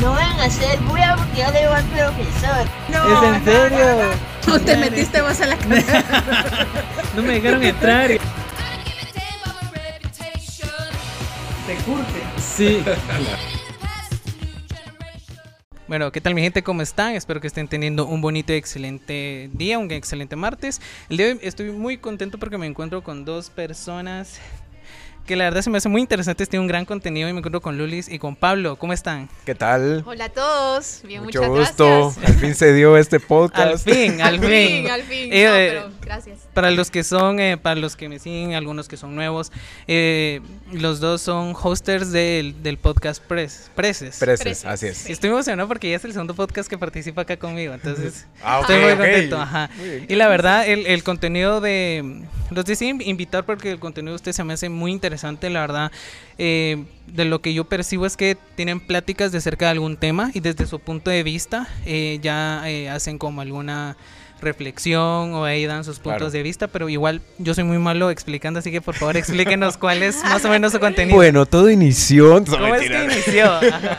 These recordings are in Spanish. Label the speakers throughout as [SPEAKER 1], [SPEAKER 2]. [SPEAKER 1] No van a hacer bulla porque yo le digo al profesor.
[SPEAKER 2] ¿Es en serio?
[SPEAKER 3] No te metiste vos a la casa.
[SPEAKER 2] No me dejaron entrar.
[SPEAKER 4] Te curte.
[SPEAKER 2] Sí. Bueno, ¿qué tal mi gente? ¿Cómo están? Espero que estén teniendo un bonito y excelente día, un excelente martes. El día de hoy estoy muy contento porque me encuentro con dos personas que la verdad se me hacen muy interesantes, tienen un gran contenido y me encuentro con Lulis y con Pablo. ¿Cómo están?
[SPEAKER 5] ¿Qué tal?
[SPEAKER 3] Hola a todos. Bien,
[SPEAKER 5] Mucho
[SPEAKER 3] muchas
[SPEAKER 5] gusto.
[SPEAKER 3] gracias.
[SPEAKER 5] Al fin se dio este
[SPEAKER 2] Al
[SPEAKER 5] podcast.
[SPEAKER 2] fin, al
[SPEAKER 3] Al
[SPEAKER 2] fin.
[SPEAKER 3] fin, al fin.
[SPEAKER 2] Eh,
[SPEAKER 3] No,
[SPEAKER 2] eh,
[SPEAKER 3] pero gracias.
[SPEAKER 2] Para los que son, eh, para los que me siguen, algunos que son nuevos, eh, los dos son hosters del, del podcast Press, Preses.
[SPEAKER 5] Preces, así es.
[SPEAKER 2] Y Estoy emocionado porque ya es el segundo podcast que participa acá conmigo, entonces
[SPEAKER 5] Ah,
[SPEAKER 2] estoy
[SPEAKER 5] ok,
[SPEAKER 2] muy
[SPEAKER 5] ok.
[SPEAKER 2] contento. Ajá.
[SPEAKER 5] Muy bien.
[SPEAKER 2] Y la verdad, el, el contenido de... mm, Los decidí invitar porque el contenido de ustedes se me hace muy interesante, la verdad. eh, de lo que yo percibo es que tienen pláticas de cerca de algún tema y desde su punto de vista eh, ya eh, hacen como alguna reflexión o ahí dan sus puntos
[SPEAKER 5] Claro.
[SPEAKER 2] de vista, pero igual yo soy muy malo explicando, así que por favor explíquenos cuál es más o menos su contenido.
[SPEAKER 5] Bueno, todo inició. No,
[SPEAKER 2] ¿Cómo es que
[SPEAKER 5] mentira.
[SPEAKER 2] inició? Ajá.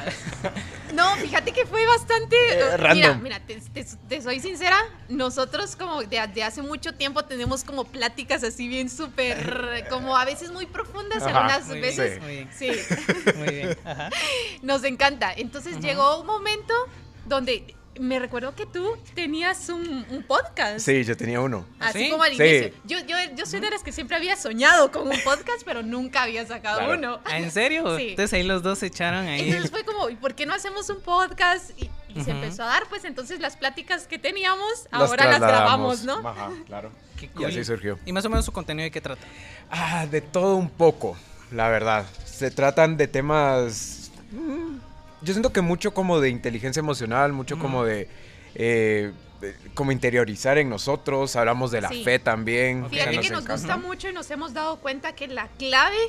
[SPEAKER 3] No, fíjate que fue bastante. eh, mira,
[SPEAKER 5] random.
[SPEAKER 3] mira, te, te- te soy sincera. Nosotros, como de, de hace mucho tiempo, tenemos como pláticas así bien súper. Como a veces muy profundas,
[SPEAKER 5] Ajá,
[SPEAKER 3] algunas
[SPEAKER 2] Muy bien,
[SPEAKER 3] veces.
[SPEAKER 2] muy bien.
[SPEAKER 3] Sí.
[SPEAKER 2] Muy bien, ajá.
[SPEAKER 3] nos encanta. Entonces
[SPEAKER 2] Ujú.
[SPEAKER 3] llegó un momento donde me recuerdo que tú tenías un, un podcast.
[SPEAKER 5] Sí, yo tenía uno.
[SPEAKER 3] Así
[SPEAKER 2] ¿Sí?
[SPEAKER 3] como al
[SPEAKER 5] Sí.
[SPEAKER 3] inicio. Yo, yo, yo soy de las que siempre había soñado con un podcast, pero nunca había sacado
[SPEAKER 5] Claro.
[SPEAKER 3] uno.
[SPEAKER 2] Ah, ¿En serio?
[SPEAKER 3] Sí.
[SPEAKER 2] Entonces ahí los dos se echaron ahí.
[SPEAKER 3] Entonces fue como, ¿y por qué no hacemos un podcast? Y, y se
[SPEAKER 2] Ujú.
[SPEAKER 3] empezó a dar, pues entonces las pláticas que teníamos,
[SPEAKER 5] Las
[SPEAKER 3] ahora las
[SPEAKER 5] trasladamos.
[SPEAKER 3] grabamos, ¿no?
[SPEAKER 5] Ajá, claro.
[SPEAKER 2] Qué
[SPEAKER 5] Y así
[SPEAKER 2] cool.
[SPEAKER 5] surgió.
[SPEAKER 2] Y más o menos su contenido de qué trata.
[SPEAKER 5] Ah, de todo un poco, la verdad. Se tratan de temas... mm, Yo siento que mucho como de inteligencia emocional, mucho como de... eh, de- como interiorizar en nosotros. Hablamos de la
[SPEAKER 3] Sí.
[SPEAKER 5] fe también.
[SPEAKER 2] Ok.
[SPEAKER 3] Fíjate que
[SPEAKER 2] nos
[SPEAKER 3] nos
[SPEAKER 5] encanta.
[SPEAKER 3] gusta mucho y nos hemos dado cuenta que la clave,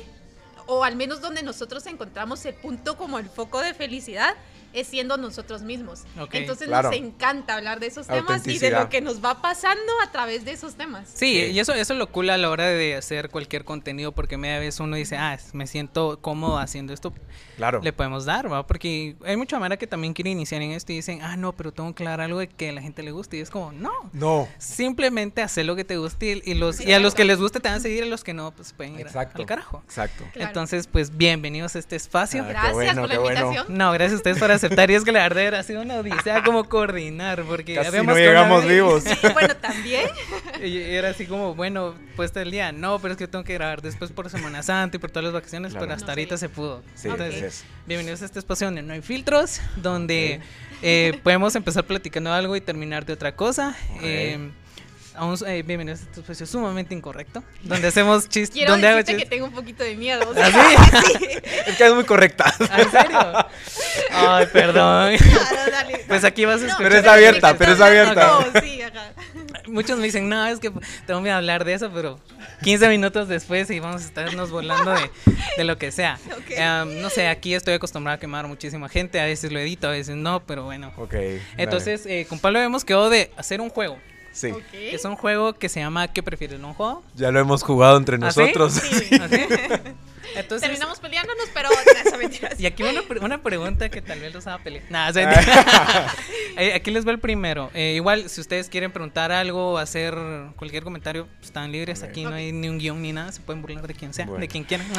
[SPEAKER 3] o al menos donde nosotros encontramos el punto como el foco de felicidad, es siendo nosotros mismos.
[SPEAKER 2] Ok.
[SPEAKER 3] Entonces
[SPEAKER 5] Claro.
[SPEAKER 3] nos encanta hablar de esos temas y de
[SPEAKER 5] Autenticidad.
[SPEAKER 3] lo que nos va pasando a través de esos temas.
[SPEAKER 2] Sí,
[SPEAKER 5] Sí.
[SPEAKER 2] y eso, eso es lo cool a la hora de hacer cualquier contenido, porque media vez uno dice, ah, me siento cómodo haciendo esto,
[SPEAKER 5] Claro.
[SPEAKER 2] le podemos dar, ¿va? Porque hay mucha manera que también quiere iniciar en esto y dicen, ah, no, pero tengo que dar algo de que a la gente le guste. Y es como, no,
[SPEAKER 5] No.
[SPEAKER 2] simplemente hacer lo que te guste y, y los, y a los que les guste te van a seguir, y a los que no, pues pueden ir a-
[SPEAKER 5] Exacto.
[SPEAKER 2] al carajo.
[SPEAKER 5] Exacto.
[SPEAKER 3] Claro.
[SPEAKER 2] Entonces, pues bienvenidos a este espacio.
[SPEAKER 5] Ah, qué
[SPEAKER 3] Gracias
[SPEAKER 5] bueno,
[SPEAKER 3] por la
[SPEAKER 5] qué bueno.
[SPEAKER 3] invitación.
[SPEAKER 2] No, gracias a ustedes por aceptar. Y es que la verdad ha sido una odisea como coordinar, porque
[SPEAKER 5] Casi
[SPEAKER 2] habíamos
[SPEAKER 5] no
[SPEAKER 2] que una
[SPEAKER 5] llegamos
[SPEAKER 2] vez-
[SPEAKER 5] vivos.
[SPEAKER 3] Sí, bueno, también.
[SPEAKER 2] Y- y era así como, bueno, puesta el día. No, pero es que tengo que grabar después por Semana Santa y por todas las vacaciones,
[SPEAKER 5] Claro.
[SPEAKER 2] pero hasta
[SPEAKER 3] No, sí.
[SPEAKER 2] ahorita se pudo.
[SPEAKER 5] Sí,
[SPEAKER 2] Entonces,
[SPEAKER 5] así es.
[SPEAKER 2] bienvenidos a este espacio donde no hay filtros, donde eh, podemos empezar platicando algo y terminar de otra cosa.
[SPEAKER 5] Ok.
[SPEAKER 2] Eh, aún, eh, bienvenidos a este espacio sumamente incorrecto, donde hacemos chistes.
[SPEAKER 3] Quiero
[SPEAKER 2] Donde hago
[SPEAKER 3] decirte que
[SPEAKER 2] chistes. ¿Ah,
[SPEAKER 3] tengo un poquito de miedo. o sea,
[SPEAKER 2] ¿Así?
[SPEAKER 5] Es que es muy correcta.
[SPEAKER 2] Ah, ¿En serio? Ay, perdón.
[SPEAKER 3] claro, dale.
[SPEAKER 2] Pues aquí vas a
[SPEAKER 3] No,
[SPEAKER 2] escuchar.
[SPEAKER 5] Pero es abierta, pero es
[SPEAKER 3] estás
[SPEAKER 5] abierta.
[SPEAKER 3] hablando como- sí, ajá.
[SPEAKER 2] Muchos me dicen, no, es que tengo que hablar de eso, pero 15 minutos después y vamos a estarnos volando de, de lo que sea.
[SPEAKER 3] Ok.
[SPEAKER 2] Em, no sé, aquí estoy acostumbrado a quemar muchísima gente, a veces lo edito, a veces no, pero bueno.
[SPEAKER 5] Ok. dale.
[SPEAKER 2] Entonces, eh, con Pablo hemos quedado de hacer un juego.
[SPEAKER 5] Sí.
[SPEAKER 3] Ok.
[SPEAKER 2] Es un juego que se llama ¿Qué prefieres? ¿Un juego?
[SPEAKER 5] Ya lo hemos jugado entre
[SPEAKER 2] ¿Ah, sí?
[SPEAKER 5] nosotros.
[SPEAKER 3] Sí.
[SPEAKER 2] ¿Así? Entonces,
[SPEAKER 3] Terminamos peleándonos, pero no, esa mentira.
[SPEAKER 2] y aquí una, pre- una pregunta que tal vez los haga pelear. Nah, o sea, eh, aquí les va el primero. Eh, igual, si ustedes quieren preguntar algo o hacer cualquier comentario, pues, están libres.
[SPEAKER 5] Ok.
[SPEAKER 2] Aquí no hay ni un guión ni nada. Se pueden burlar de quien sea, de
[SPEAKER 5] Bueno.
[SPEAKER 2] quien quieran.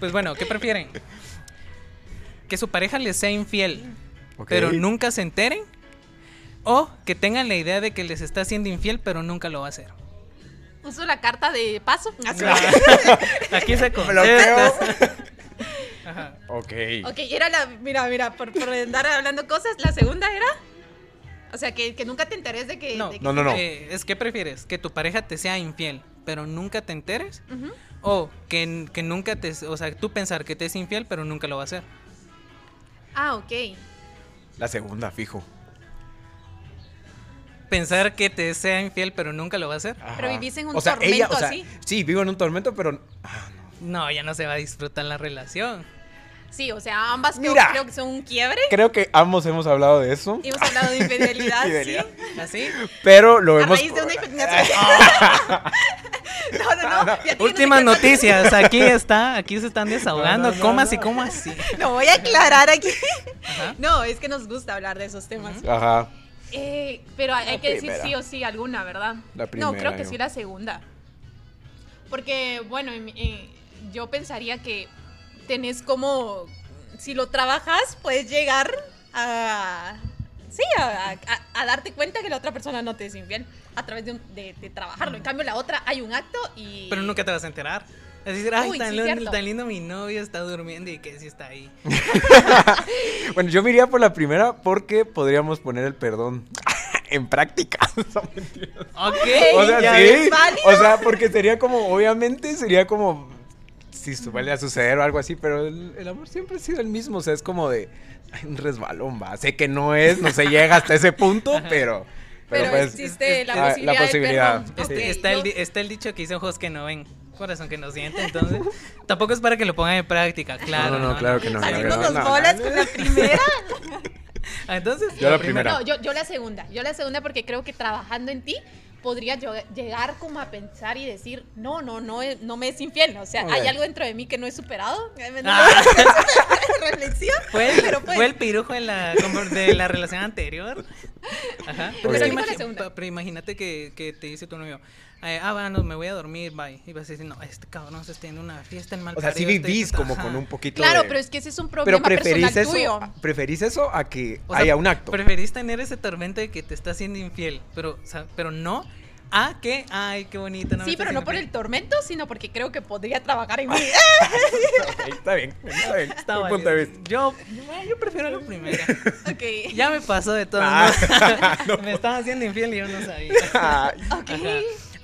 [SPEAKER 2] pues bueno, ¿qué prefieren? Que su pareja les sea infiel,
[SPEAKER 5] Ok.
[SPEAKER 2] pero nunca se enteren. O que tengan la idea de que les está siendo infiel, pero nunca lo va a hacer.
[SPEAKER 3] Uso la carta de paso. Así.
[SPEAKER 2] Aquí se
[SPEAKER 5] Me lo
[SPEAKER 2] contesta. Ajá.
[SPEAKER 5] Ok.
[SPEAKER 3] Ok, era la. Mira, mira, por, por andar hablando cosas, la segunda era. O sea, que, que nunca te enteres de que.
[SPEAKER 2] No.
[SPEAKER 3] de que-
[SPEAKER 5] No, no, no.
[SPEAKER 2] Eh, es que prefieres que tu pareja te sea infiel, pero nunca te enteres,
[SPEAKER 3] Ujú.
[SPEAKER 2] o que, que nunca te, o sea, tú pensar que te es infiel, pero nunca lo va a hacer.
[SPEAKER 3] Ah, ok.
[SPEAKER 5] La segunda, fijo.
[SPEAKER 2] Pensar que te sea infiel, pero nunca lo va a
[SPEAKER 5] Ah.
[SPEAKER 2] hacer.
[SPEAKER 3] Pero vivís en un
[SPEAKER 5] o sea, ella, o
[SPEAKER 3] tormento
[SPEAKER 5] sea,
[SPEAKER 3] así.
[SPEAKER 5] Sí, vivo en un tormento, pero. Ah, no.
[SPEAKER 2] No, ya no se va a disfrutar la relación.
[SPEAKER 3] Sí, o sea, ambas creo,
[SPEAKER 5] Mira.
[SPEAKER 3] creo que son un quiebre.
[SPEAKER 5] Creo que ambos hemos hablado de eso,
[SPEAKER 3] Hemos hablado de infidelidad,
[SPEAKER 5] Infidelidad.
[SPEAKER 3] sí.
[SPEAKER 2] ¿Así?
[SPEAKER 5] pero lo
[SPEAKER 3] A
[SPEAKER 5] vemos.
[SPEAKER 3] raíz de una infidelidad. no, no, no. ya tiene
[SPEAKER 2] Últimas
[SPEAKER 3] que-
[SPEAKER 2] noticias, aquí está, aquí se están desahogando,
[SPEAKER 5] No, no, no,
[SPEAKER 2] ¿cómo así,
[SPEAKER 5] no.
[SPEAKER 2] cómo así?
[SPEAKER 3] Lo voy a aclarar aquí.
[SPEAKER 2] Ajá.
[SPEAKER 3] No, es que nos gusta hablar de esos temas.
[SPEAKER 5] Ajá.
[SPEAKER 3] Eh, pero hay, hay
[SPEAKER 5] La
[SPEAKER 3] que decir
[SPEAKER 5] primera.
[SPEAKER 3] sí o sí alguna, ¿verdad?
[SPEAKER 5] La
[SPEAKER 3] no,
[SPEAKER 5] primera,
[SPEAKER 3] creo que
[SPEAKER 5] yo.
[SPEAKER 3] sí la segunda. Porque, bueno, en- en- yo pensaría que tenés como, si lo trabajas, puedes llegar a... Sí, a, a- a darte cuenta que la otra persona no te es infiel a través de, un- de- de trabajarlo. En cambio, la otra hay un acto y...
[SPEAKER 2] Pero nunca te vas a enterar. Es decir, ay,
[SPEAKER 3] Uy,
[SPEAKER 2] tan,
[SPEAKER 3] sí,
[SPEAKER 2] lon-
[SPEAKER 3] cierto.
[SPEAKER 2] tan lindo mi novio está durmiendo y que sí está ahí.
[SPEAKER 5] Bueno, yo me iría por la primera porque podríamos poner el perdón en práctica.
[SPEAKER 2] Ok.
[SPEAKER 5] O
[SPEAKER 2] ya
[SPEAKER 5] sea,
[SPEAKER 2] ves.
[SPEAKER 5] sí.
[SPEAKER 3] ves, válido.
[SPEAKER 5] O sea, porque sería como, obviamente, sería como si su- vuelve a suceder o algo así, pero el, el amor siempre ha sido el mismo. O sea, es como de ay, un resbalón, va. Sé que no es, no se llega hasta ese punto, pero.
[SPEAKER 3] Pero,
[SPEAKER 5] pues,
[SPEAKER 3] existe la
[SPEAKER 5] ah, la
[SPEAKER 3] posibilidad,
[SPEAKER 5] posibilidad.
[SPEAKER 3] de perdón.
[SPEAKER 2] Este-
[SPEAKER 3] Ok,
[SPEAKER 2] está,
[SPEAKER 3] yo-
[SPEAKER 2] el, di- está el dicho que dice ojos que no ven, corazón que no siente. Entonces, tampoco es para que lo pongan en práctica, claro.
[SPEAKER 5] no, no, claro que no, la
[SPEAKER 2] Así-
[SPEAKER 5] verdad.
[SPEAKER 3] Haciéndonos
[SPEAKER 5] no, no.
[SPEAKER 3] bolas con la primera.
[SPEAKER 2] Ah, Entonces,
[SPEAKER 5] Yo la
[SPEAKER 2] primera.
[SPEAKER 5] primera.
[SPEAKER 3] No, yo, yo la segunda. Yo la segunda porque creo que trabajando en ti podría yo llegar como a pensar y decir, no, no, no, eh, no me es infiel. O sea,
[SPEAKER 5] Ok.
[SPEAKER 3] hay algo dentro de mí que no he superado. Eh, me-
[SPEAKER 2] Ah.
[SPEAKER 3] Reflexión.
[SPEAKER 2] Fue el,
[SPEAKER 3] Pero pues-
[SPEAKER 2] fue el pirujo en la, como de la relación anterior. Ajá.
[SPEAKER 5] Pero
[SPEAKER 2] Es que
[SPEAKER 5] dijo
[SPEAKER 3] la
[SPEAKER 2] imagi-
[SPEAKER 3] segunda.
[SPEAKER 2] pa- pero imagínate que, que te dice tu novio, eh, ah, bueno, me voy a dormir, bye. Y vas a decir, no, este cabrón se está en una fiesta, en mal
[SPEAKER 5] O sea, sí
[SPEAKER 2] parido, este-
[SPEAKER 5] vivís como
[SPEAKER 2] ajá".
[SPEAKER 5] con un poquito
[SPEAKER 3] Claro,
[SPEAKER 5] de-
[SPEAKER 3] pero es que ese es un
[SPEAKER 5] pero
[SPEAKER 3] problema
[SPEAKER 5] preferís
[SPEAKER 3] personal
[SPEAKER 5] eso,
[SPEAKER 3] tuyo.
[SPEAKER 5] preferís eso a que
[SPEAKER 2] O sea,
[SPEAKER 5] haya un acto.
[SPEAKER 2] Preferís tener ese tormento de que te está haciendo infiel, pero, o sea, pero no a que, ay, qué bonito. me
[SPEAKER 3] sí,
[SPEAKER 2] está
[SPEAKER 3] pero no
[SPEAKER 2] haciendo
[SPEAKER 3] por
[SPEAKER 2] infiel".
[SPEAKER 3] el tormento, sino porque creo que podría trabajar en mí.
[SPEAKER 5] Ok, está bien, está bien.
[SPEAKER 2] Está
[SPEAKER 5] buen
[SPEAKER 2] válido.
[SPEAKER 5] punto de vista.
[SPEAKER 2] Yo, yo prefiero la primera.
[SPEAKER 3] ok.
[SPEAKER 2] Ya me pasó de todo. ¿no? me estaban haciendo infiel y yo no sabía.
[SPEAKER 5] Ah,
[SPEAKER 3] Ok.
[SPEAKER 2] Ajá.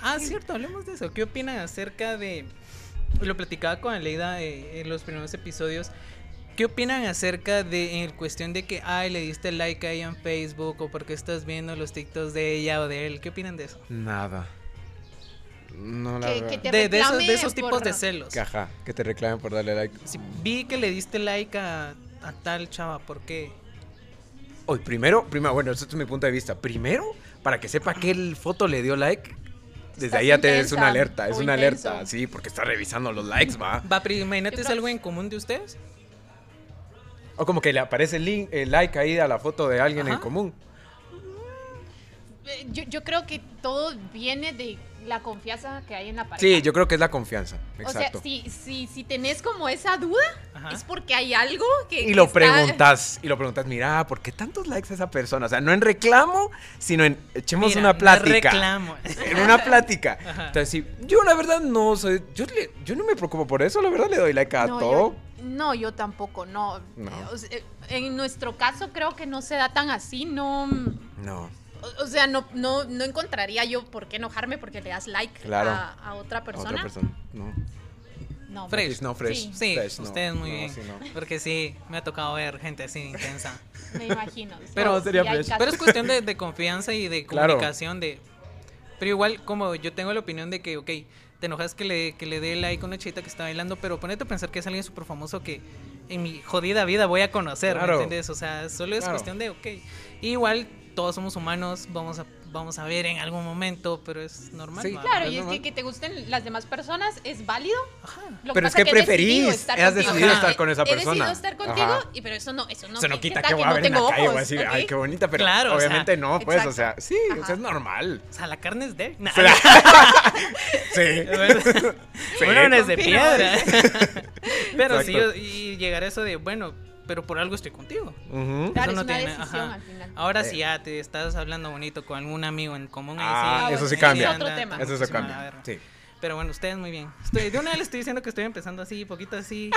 [SPEAKER 2] Ah, cierto, hablemos de eso. ¿Qué opinan acerca de. Lo platicaba con Aleida eh, en los primeros episodios. ¿Qué opinan acerca de en cuestión de que, ay, le diste like a ella en Facebook o porque estás viendo los TikToks de ella o de él? ¿Qué opinan de eso?
[SPEAKER 5] nada. No, la
[SPEAKER 3] Que-
[SPEAKER 5] verdad.
[SPEAKER 3] que te-
[SPEAKER 2] De, de esos, de
[SPEAKER 3] reclame
[SPEAKER 2] esos tipos de
[SPEAKER 3] por-
[SPEAKER 2] celos.
[SPEAKER 5] Que, ajá, que te reclamen por darle like.
[SPEAKER 2] Si vi que le diste like a, a tal chava, ¿por qué?
[SPEAKER 5] Hoy, primero, primero, bueno, ese es mi punto de vista. Primero, para que sepa que el foto le dio like. Desde
[SPEAKER 3] Estás
[SPEAKER 5] ahí ya te es
[SPEAKER 3] intensa
[SPEAKER 5] una alerta, es
[SPEAKER 3] o
[SPEAKER 5] una
[SPEAKER 3] intenso.
[SPEAKER 5] alerta, sí, porque está revisando los likes, va.
[SPEAKER 2] Va, pero imagínate,
[SPEAKER 3] Yo
[SPEAKER 2] ¿es
[SPEAKER 3] creo-
[SPEAKER 2] algo en común de ustedes?
[SPEAKER 5] O como que le aparece el, link, el like ahí a la foto de alguien en
[SPEAKER 2] Ajá.
[SPEAKER 5] común.
[SPEAKER 3] Eh, Yo, yo creo que todo viene de la confianza que hay en la pareja.
[SPEAKER 5] Sí, yo creo que es la confianza, exacto.
[SPEAKER 3] O sea, si, si, si tenés como esa duda,
[SPEAKER 2] Ajá.
[SPEAKER 3] es porque hay algo que.
[SPEAKER 5] Y
[SPEAKER 3] que
[SPEAKER 5] lo
[SPEAKER 3] está-
[SPEAKER 5] preguntas, y lo preguntas, mira, ¿por qué tantos likes a esa persona? O sea, no en reclamo, sino en echemos
[SPEAKER 2] Mira,
[SPEAKER 5] una
[SPEAKER 2] no
[SPEAKER 5] plática.
[SPEAKER 2] reclamo.
[SPEAKER 5] en una plática.
[SPEAKER 2] Ajá.
[SPEAKER 5] Entonces, sí, yo la verdad no soy. Yo, le- yo no me preocupo por eso, la verdad le doy like a
[SPEAKER 3] No,
[SPEAKER 5] todo.
[SPEAKER 3] yo, no, yo tampoco, no.
[SPEAKER 5] No.
[SPEAKER 3] Eh, o sea, eh, en nuestro caso creo que no se da tan así, no. mm,
[SPEAKER 5] No.
[SPEAKER 3] O, o sea, no, no, no encontraría yo por qué enojarme porque le das like
[SPEAKER 5] Claro.
[SPEAKER 3] a, a otra
[SPEAKER 5] a
[SPEAKER 3] persona.
[SPEAKER 5] Otra persona. No.
[SPEAKER 3] No,
[SPEAKER 2] Fresh.
[SPEAKER 5] Fresh, no, fresh.
[SPEAKER 3] Sí.
[SPEAKER 2] Sí,
[SPEAKER 5] fresh, Pues no,
[SPEAKER 2] ustedes muy
[SPEAKER 5] no,
[SPEAKER 2] bien.
[SPEAKER 5] sí, no.
[SPEAKER 2] Porque sí, me ha tocado ver gente así intensa.
[SPEAKER 3] pues, me imagino.
[SPEAKER 2] Pero-
[SPEAKER 3] No,
[SPEAKER 5] sería
[SPEAKER 3] hay
[SPEAKER 5] fresh.
[SPEAKER 3] casos.
[SPEAKER 2] Pero es cuestión de, de confianza y de
[SPEAKER 5] Claro.
[SPEAKER 2] comunicación. De, pero igual, como yo tengo la opinión de que, ok, te enojas que le, que le dé like a una chita que está bailando, pero ponete a pensar que es alguien súper famoso que en mi jodida vida voy a conocer, ¿me
[SPEAKER 5] Claro.
[SPEAKER 2] entiendes? O sea, solo es
[SPEAKER 5] Claro.
[SPEAKER 2] cuestión de, ok, igual todos somos humanos, vamos a, vamos a ver en algún momento, pero es normal.
[SPEAKER 5] Sí,
[SPEAKER 2] ¿va?
[SPEAKER 3] Claro, y
[SPEAKER 5] Es
[SPEAKER 3] es que,
[SPEAKER 5] normal.
[SPEAKER 3] que te gusten las demás personas es válido.
[SPEAKER 2] Ajá.
[SPEAKER 3] Lo
[SPEAKER 5] Pero es
[SPEAKER 3] pasa
[SPEAKER 5] que
[SPEAKER 3] he decidido
[SPEAKER 5] preferís,
[SPEAKER 3] estar
[SPEAKER 5] has
[SPEAKER 3] contigo.
[SPEAKER 5] decidido
[SPEAKER 3] Ajá.
[SPEAKER 5] estar con esa
[SPEAKER 3] He
[SPEAKER 5] persona.
[SPEAKER 3] decidido estar contigo,
[SPEAKER 5] Ajá.
[SPEAKER 3] y, pero eso no, eso no
[SPEAKER 5] Eso no
[SPEAKER 3] significa
[SPEAKER 5] quita que voy a ver en la
[SPEAKER 3] tengo
[SPEAKER 5] calle y voy a
[SPEAKER 3] ojos,
[SPEAKER 5] decir,
[SPEAKER 3] ¿ok?
[SPEAKER 5] ay, qué bonita, pero
[SPEAKER 2] Claro, o
[SPEAKER 5] obviamente
[SPEAKER 2] sea,
[SPEAKER 5] no, pues, o sea,
[SPEAKER 3] exacto.
[SPEAKER 5] sí, o sea,
[SPEAKER 3] Ajá.
[SPEAKER 5] es normal.
[SPEAKER 2] O sea, la carne es de... Nah.
[SPEAKER 5] Sí. Sí.
[SPEAKER 2] Uno no es de
[SPEAKER 3] Confirmo.
[SPEAKER 2] piedra. pero sí, yo-
[SPEAKER 5] Exacto.
[SPEAKER 2] y llegar a eso de, bueno, pero por algo estoy contigo.
[SPEAKER 5] Ujú.
[SPEAKER 2] Eso
[SPEAKER 3] Claro, es
[SPEAKER 2] no
[SPEAKER 3] una
[SPEAKER 2] tiene-
[SPEAKER 3] decisión
[SPEAKER 2] ajá.
[SPEAKER 3] al final.
[SPEAKER 2] Ahora
[SPEAKER 5] Eh.
[SPEAKER 2] si ya te estás hablando bonito con algún amigo en común. ahí
[SPEAKER 5] Ah,
[SPEAKER 2] sí,
[SPEAKER 5] eso sí
[SPEAKER 2] ahí
[SPEAKER 5] cambia.
[SPEAKER 2] anda
[SPEAKER 3] Otro tema.
[SPEAKER 5] Eso se
[SPEAKER 2] muchísima
[SPEAKER 5] cambia.
[SPEAKER 2] verga.
[SPEAKER 5] Sí.
[SPEAKER 2] Pero bueno, ustedes muy bien. Estoy, de una vez les estoy diciendo que estoy empezando así, poquito así.